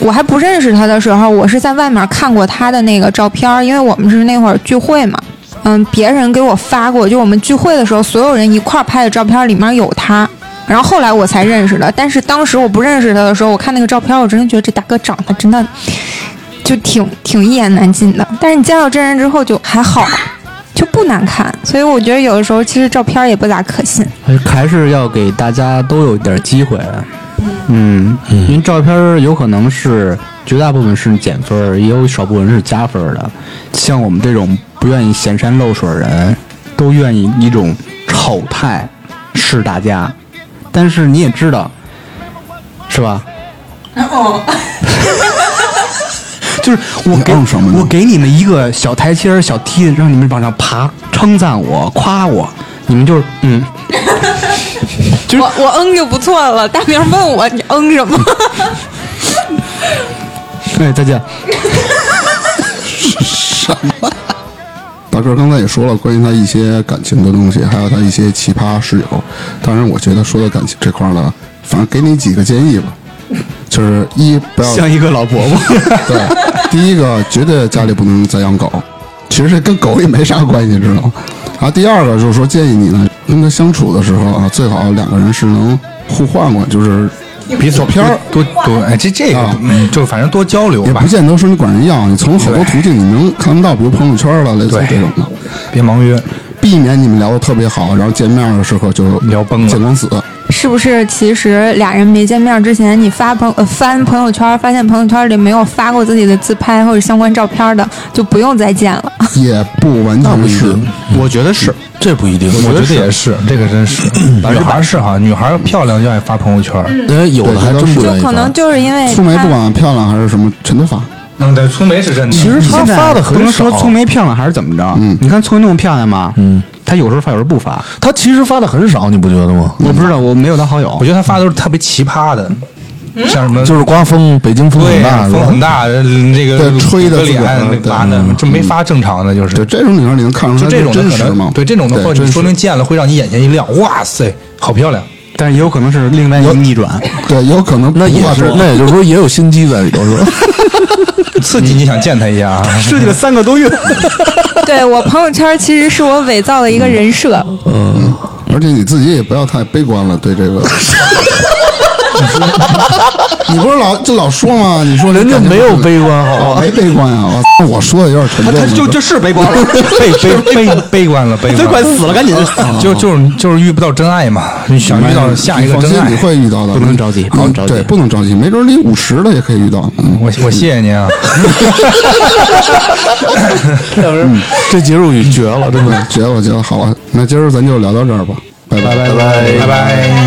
[SPEAKER 1] 我还不认识他的时候，我是在外面看过他的那个照片儿，因为我们是那会儿聚会嘛。嗯，别人给我发过，就我们聚会的时候，所有人一块儿拍的照片里面有他。然后后来我才认识的，但是当时我不认识他的时候，我看那个照片，我真的觉得这大哥长得真的就挺挺一言难尽的。但是你见到真人之后就还好，就不难看。所以我觉得有的时候其实照片也不咋可信。
[SPEAKER 6] 还是要给大家都有点机会。啊嗯，因为照片儿有可能是绝大部分是减分儿，也有少部分是加分儿的。像我们这种不愿意显山露水儿人，都愿意一种丑态示大家。但是你也知道，是吧？哦， 就是我给
[SPEAKER 3] 你嗯什么呢
[SPEAKER 6] 我给你们一个小台阶儿、小梯子，让你们往上爬，称赞我、夸我，你们就是嗯。
[SPEAKER 1] 我我嗯就不错了。大明问我你嗯什么？
[SPEAKER 6] 对，再见。
[SPEAKER 3] 大哥刚才也说了关于他一些感情的东西，还有他一些奇葩室友。当然，我觉得说到感情这块儿呢，反正给你几个建议吧，就是一不要
[SPEAKER 6] 像一个老伯伯。
[SPEAKER 3] 对，第一个绝对家里不能再养狗，其实这跟狗也没啥关系，知道吗？啊，第二个就是说建议你呢，跟他相处的时候啊，最好两个人是能互换过，就是
[SPEAKER 4] 彼此
[SPEAKER 3] 照片儿
[SPEAKER 4] 多多，哎，这这个
[SPEAKER 3] 啊
[SPEAKER 4] 嗯，就反正多交流
[SPEAKER 3] 也
[SPEAKER 4] 吧
[SPEAKER 3] 不，见得说你管人要，你从好多途径你能看得到，比如朋友圈了，类似
[SPEAKER 4] 对
[SPEAKER 3] 这种的，
[SPEAKER 4] 别盲约。
[SPEAKER 3] 避免你们聊得特别好，然后见面的时候就
[SPEAKER 4] 聊崩了
[SPEAKER 3] 见光死。
[SPEAKER 1] 是不是其实俩人没见面之前，你发朋、呃、翻朋友圈，发现朋友圈里没有发过自己的自拍或者相关照片的，就不用再见了。
[SPEAKER 3] 也不完全是，
[SPEAKER 6] 我觉得是，
[SPEAKER 7] 这不一定。
[SPEAKER 4] 我觉得也是，这个真是，女孩是哈，女孩漂亮就爱发朋友圈。
[SPEAKER 7] 哎，有的还真不
[SPEAKER 1] 就
[SPEAKER 7] 愿意
[SPEAKER 1] 可能
[SPEAKER 7] 发。
[SPEAKER 1] 就是因为
[SPEAKER 3] 粗眉
[SPEAKER 1] 他
[SPEAKER 3] 不管漂亮还是什么陈头发，
[SPEAKER 4] 嗯，对，粗眉是真的。嗯其实
[SPEAKER 6] 现在
[SPEAKER 7] 发得很
[SPEAKER 6] 不能
[SPEAKER 7] 少
[SPEAKER 6] 说聪梅漂亮还是怎么着？你看聪梅那么漂亮吗？嗯，她有时候发，有时候不发。
[SPEAKER 7] 他其实发的很少，你不觉得吗？
[SPEAKER 6] 我不知道，我没有她好友
[SPEAKER 4] 我。觉得他发的都是特别奇葩的，像什么
[SPEAKER 7] 就是刮风，北京风
[SPEAKER 4] 对
[SPEAKER 7] 很
[SPEAKER 4] 呀
[SPEAKER 7] 大，，是
[SPEAKER 4] 风
[SPEAKER 7] 吧
[SPEAKER 4] 很大，呃这个
[SPEAKER 3] 对吹的
[SPEAKER 4] 捂个脸
[SPEAKER 3] 自个儿
[SPEAKER 4] 那
[SPEAKER 3] 对
[SPEAKER 4] 干的，这没法正常的，就是
[SPEAKER 3] 对这种女孩你能看出
[SPEAKER 4] 就
[SPEAKER 3] 来
[SPEAKER 4] 这种的
[SPEAKER 3] 真
[SPEAKER 4] 可
[SPEAKER 3] 实吗
[SPEAKER 4] 能，？对这种的话，
[SPEAKER 3] 真
[SPEAKER 4] 你
[SPEAKER 3] 实
[SPEAKER 4] 说明见了会让你眼前一亮，哇塞，好漂亮，
[SPEAKER 6] 但是也有可能是另外一个逆转。
[SPEAKER 3] 对，有可能
[SPEAKER 7] 那
[SPEAKER 3] 不
[SPEAKER 7] 也
[SPEAKER 3] 怕
[SPEAKER 7] 是
[SPEAKER 3] 说，
[SPEAKER 7] 那也就是说也有心机在里头，是吧？
[SPEAKER 4] 刺激你想见他一 下啊。
[SPEAKER 6] 设计了三个多 月，
[SPEAKER 1] 对我朋友圈其实是我伪造的一个人设，
[SPEAKER 3] 而且你自己也不要太悲观了，对这个。 你不是老就老说吗？你说
[SPEAKER 7] 人家没有悲观，啊好
[SPEAKER 3] 哦，
[SPEAKER 7] 吧？
[SPEAKER 3] 没悲观啊！我操我说的有点沉重了。
[SPEAKER 4] 是悲观 了， 悲悲 悲悲观了，悲观了，
[SPEAKER 6] 死了，赶紧。
[SPEAKER 4] 就就是就是遇不到真爱嘛，你想遇到下一个
[SPEAKER 3] 你
[SPEAKER 4] 真
[SPEAKER 3] 放
[SPEAKER 4] 爱
[SPEAKER 3] 心，你。会遇到的，嗯
[SPEAKER 6] 不能着急不能着急
[SPEAKER 3] 对，不能着急，没准你五十了也可以遇到。嗯，
[SPEAKER 4] 我我谢谢您 啊，
[SPEAKER 7] 这结束语绝了，真的。
[SPEAKER 3] 对，觉得我觉得好啊。那今儿咱就聊到这儿吧，拜拜拜拜
[SPEAKER 4] 拜拜。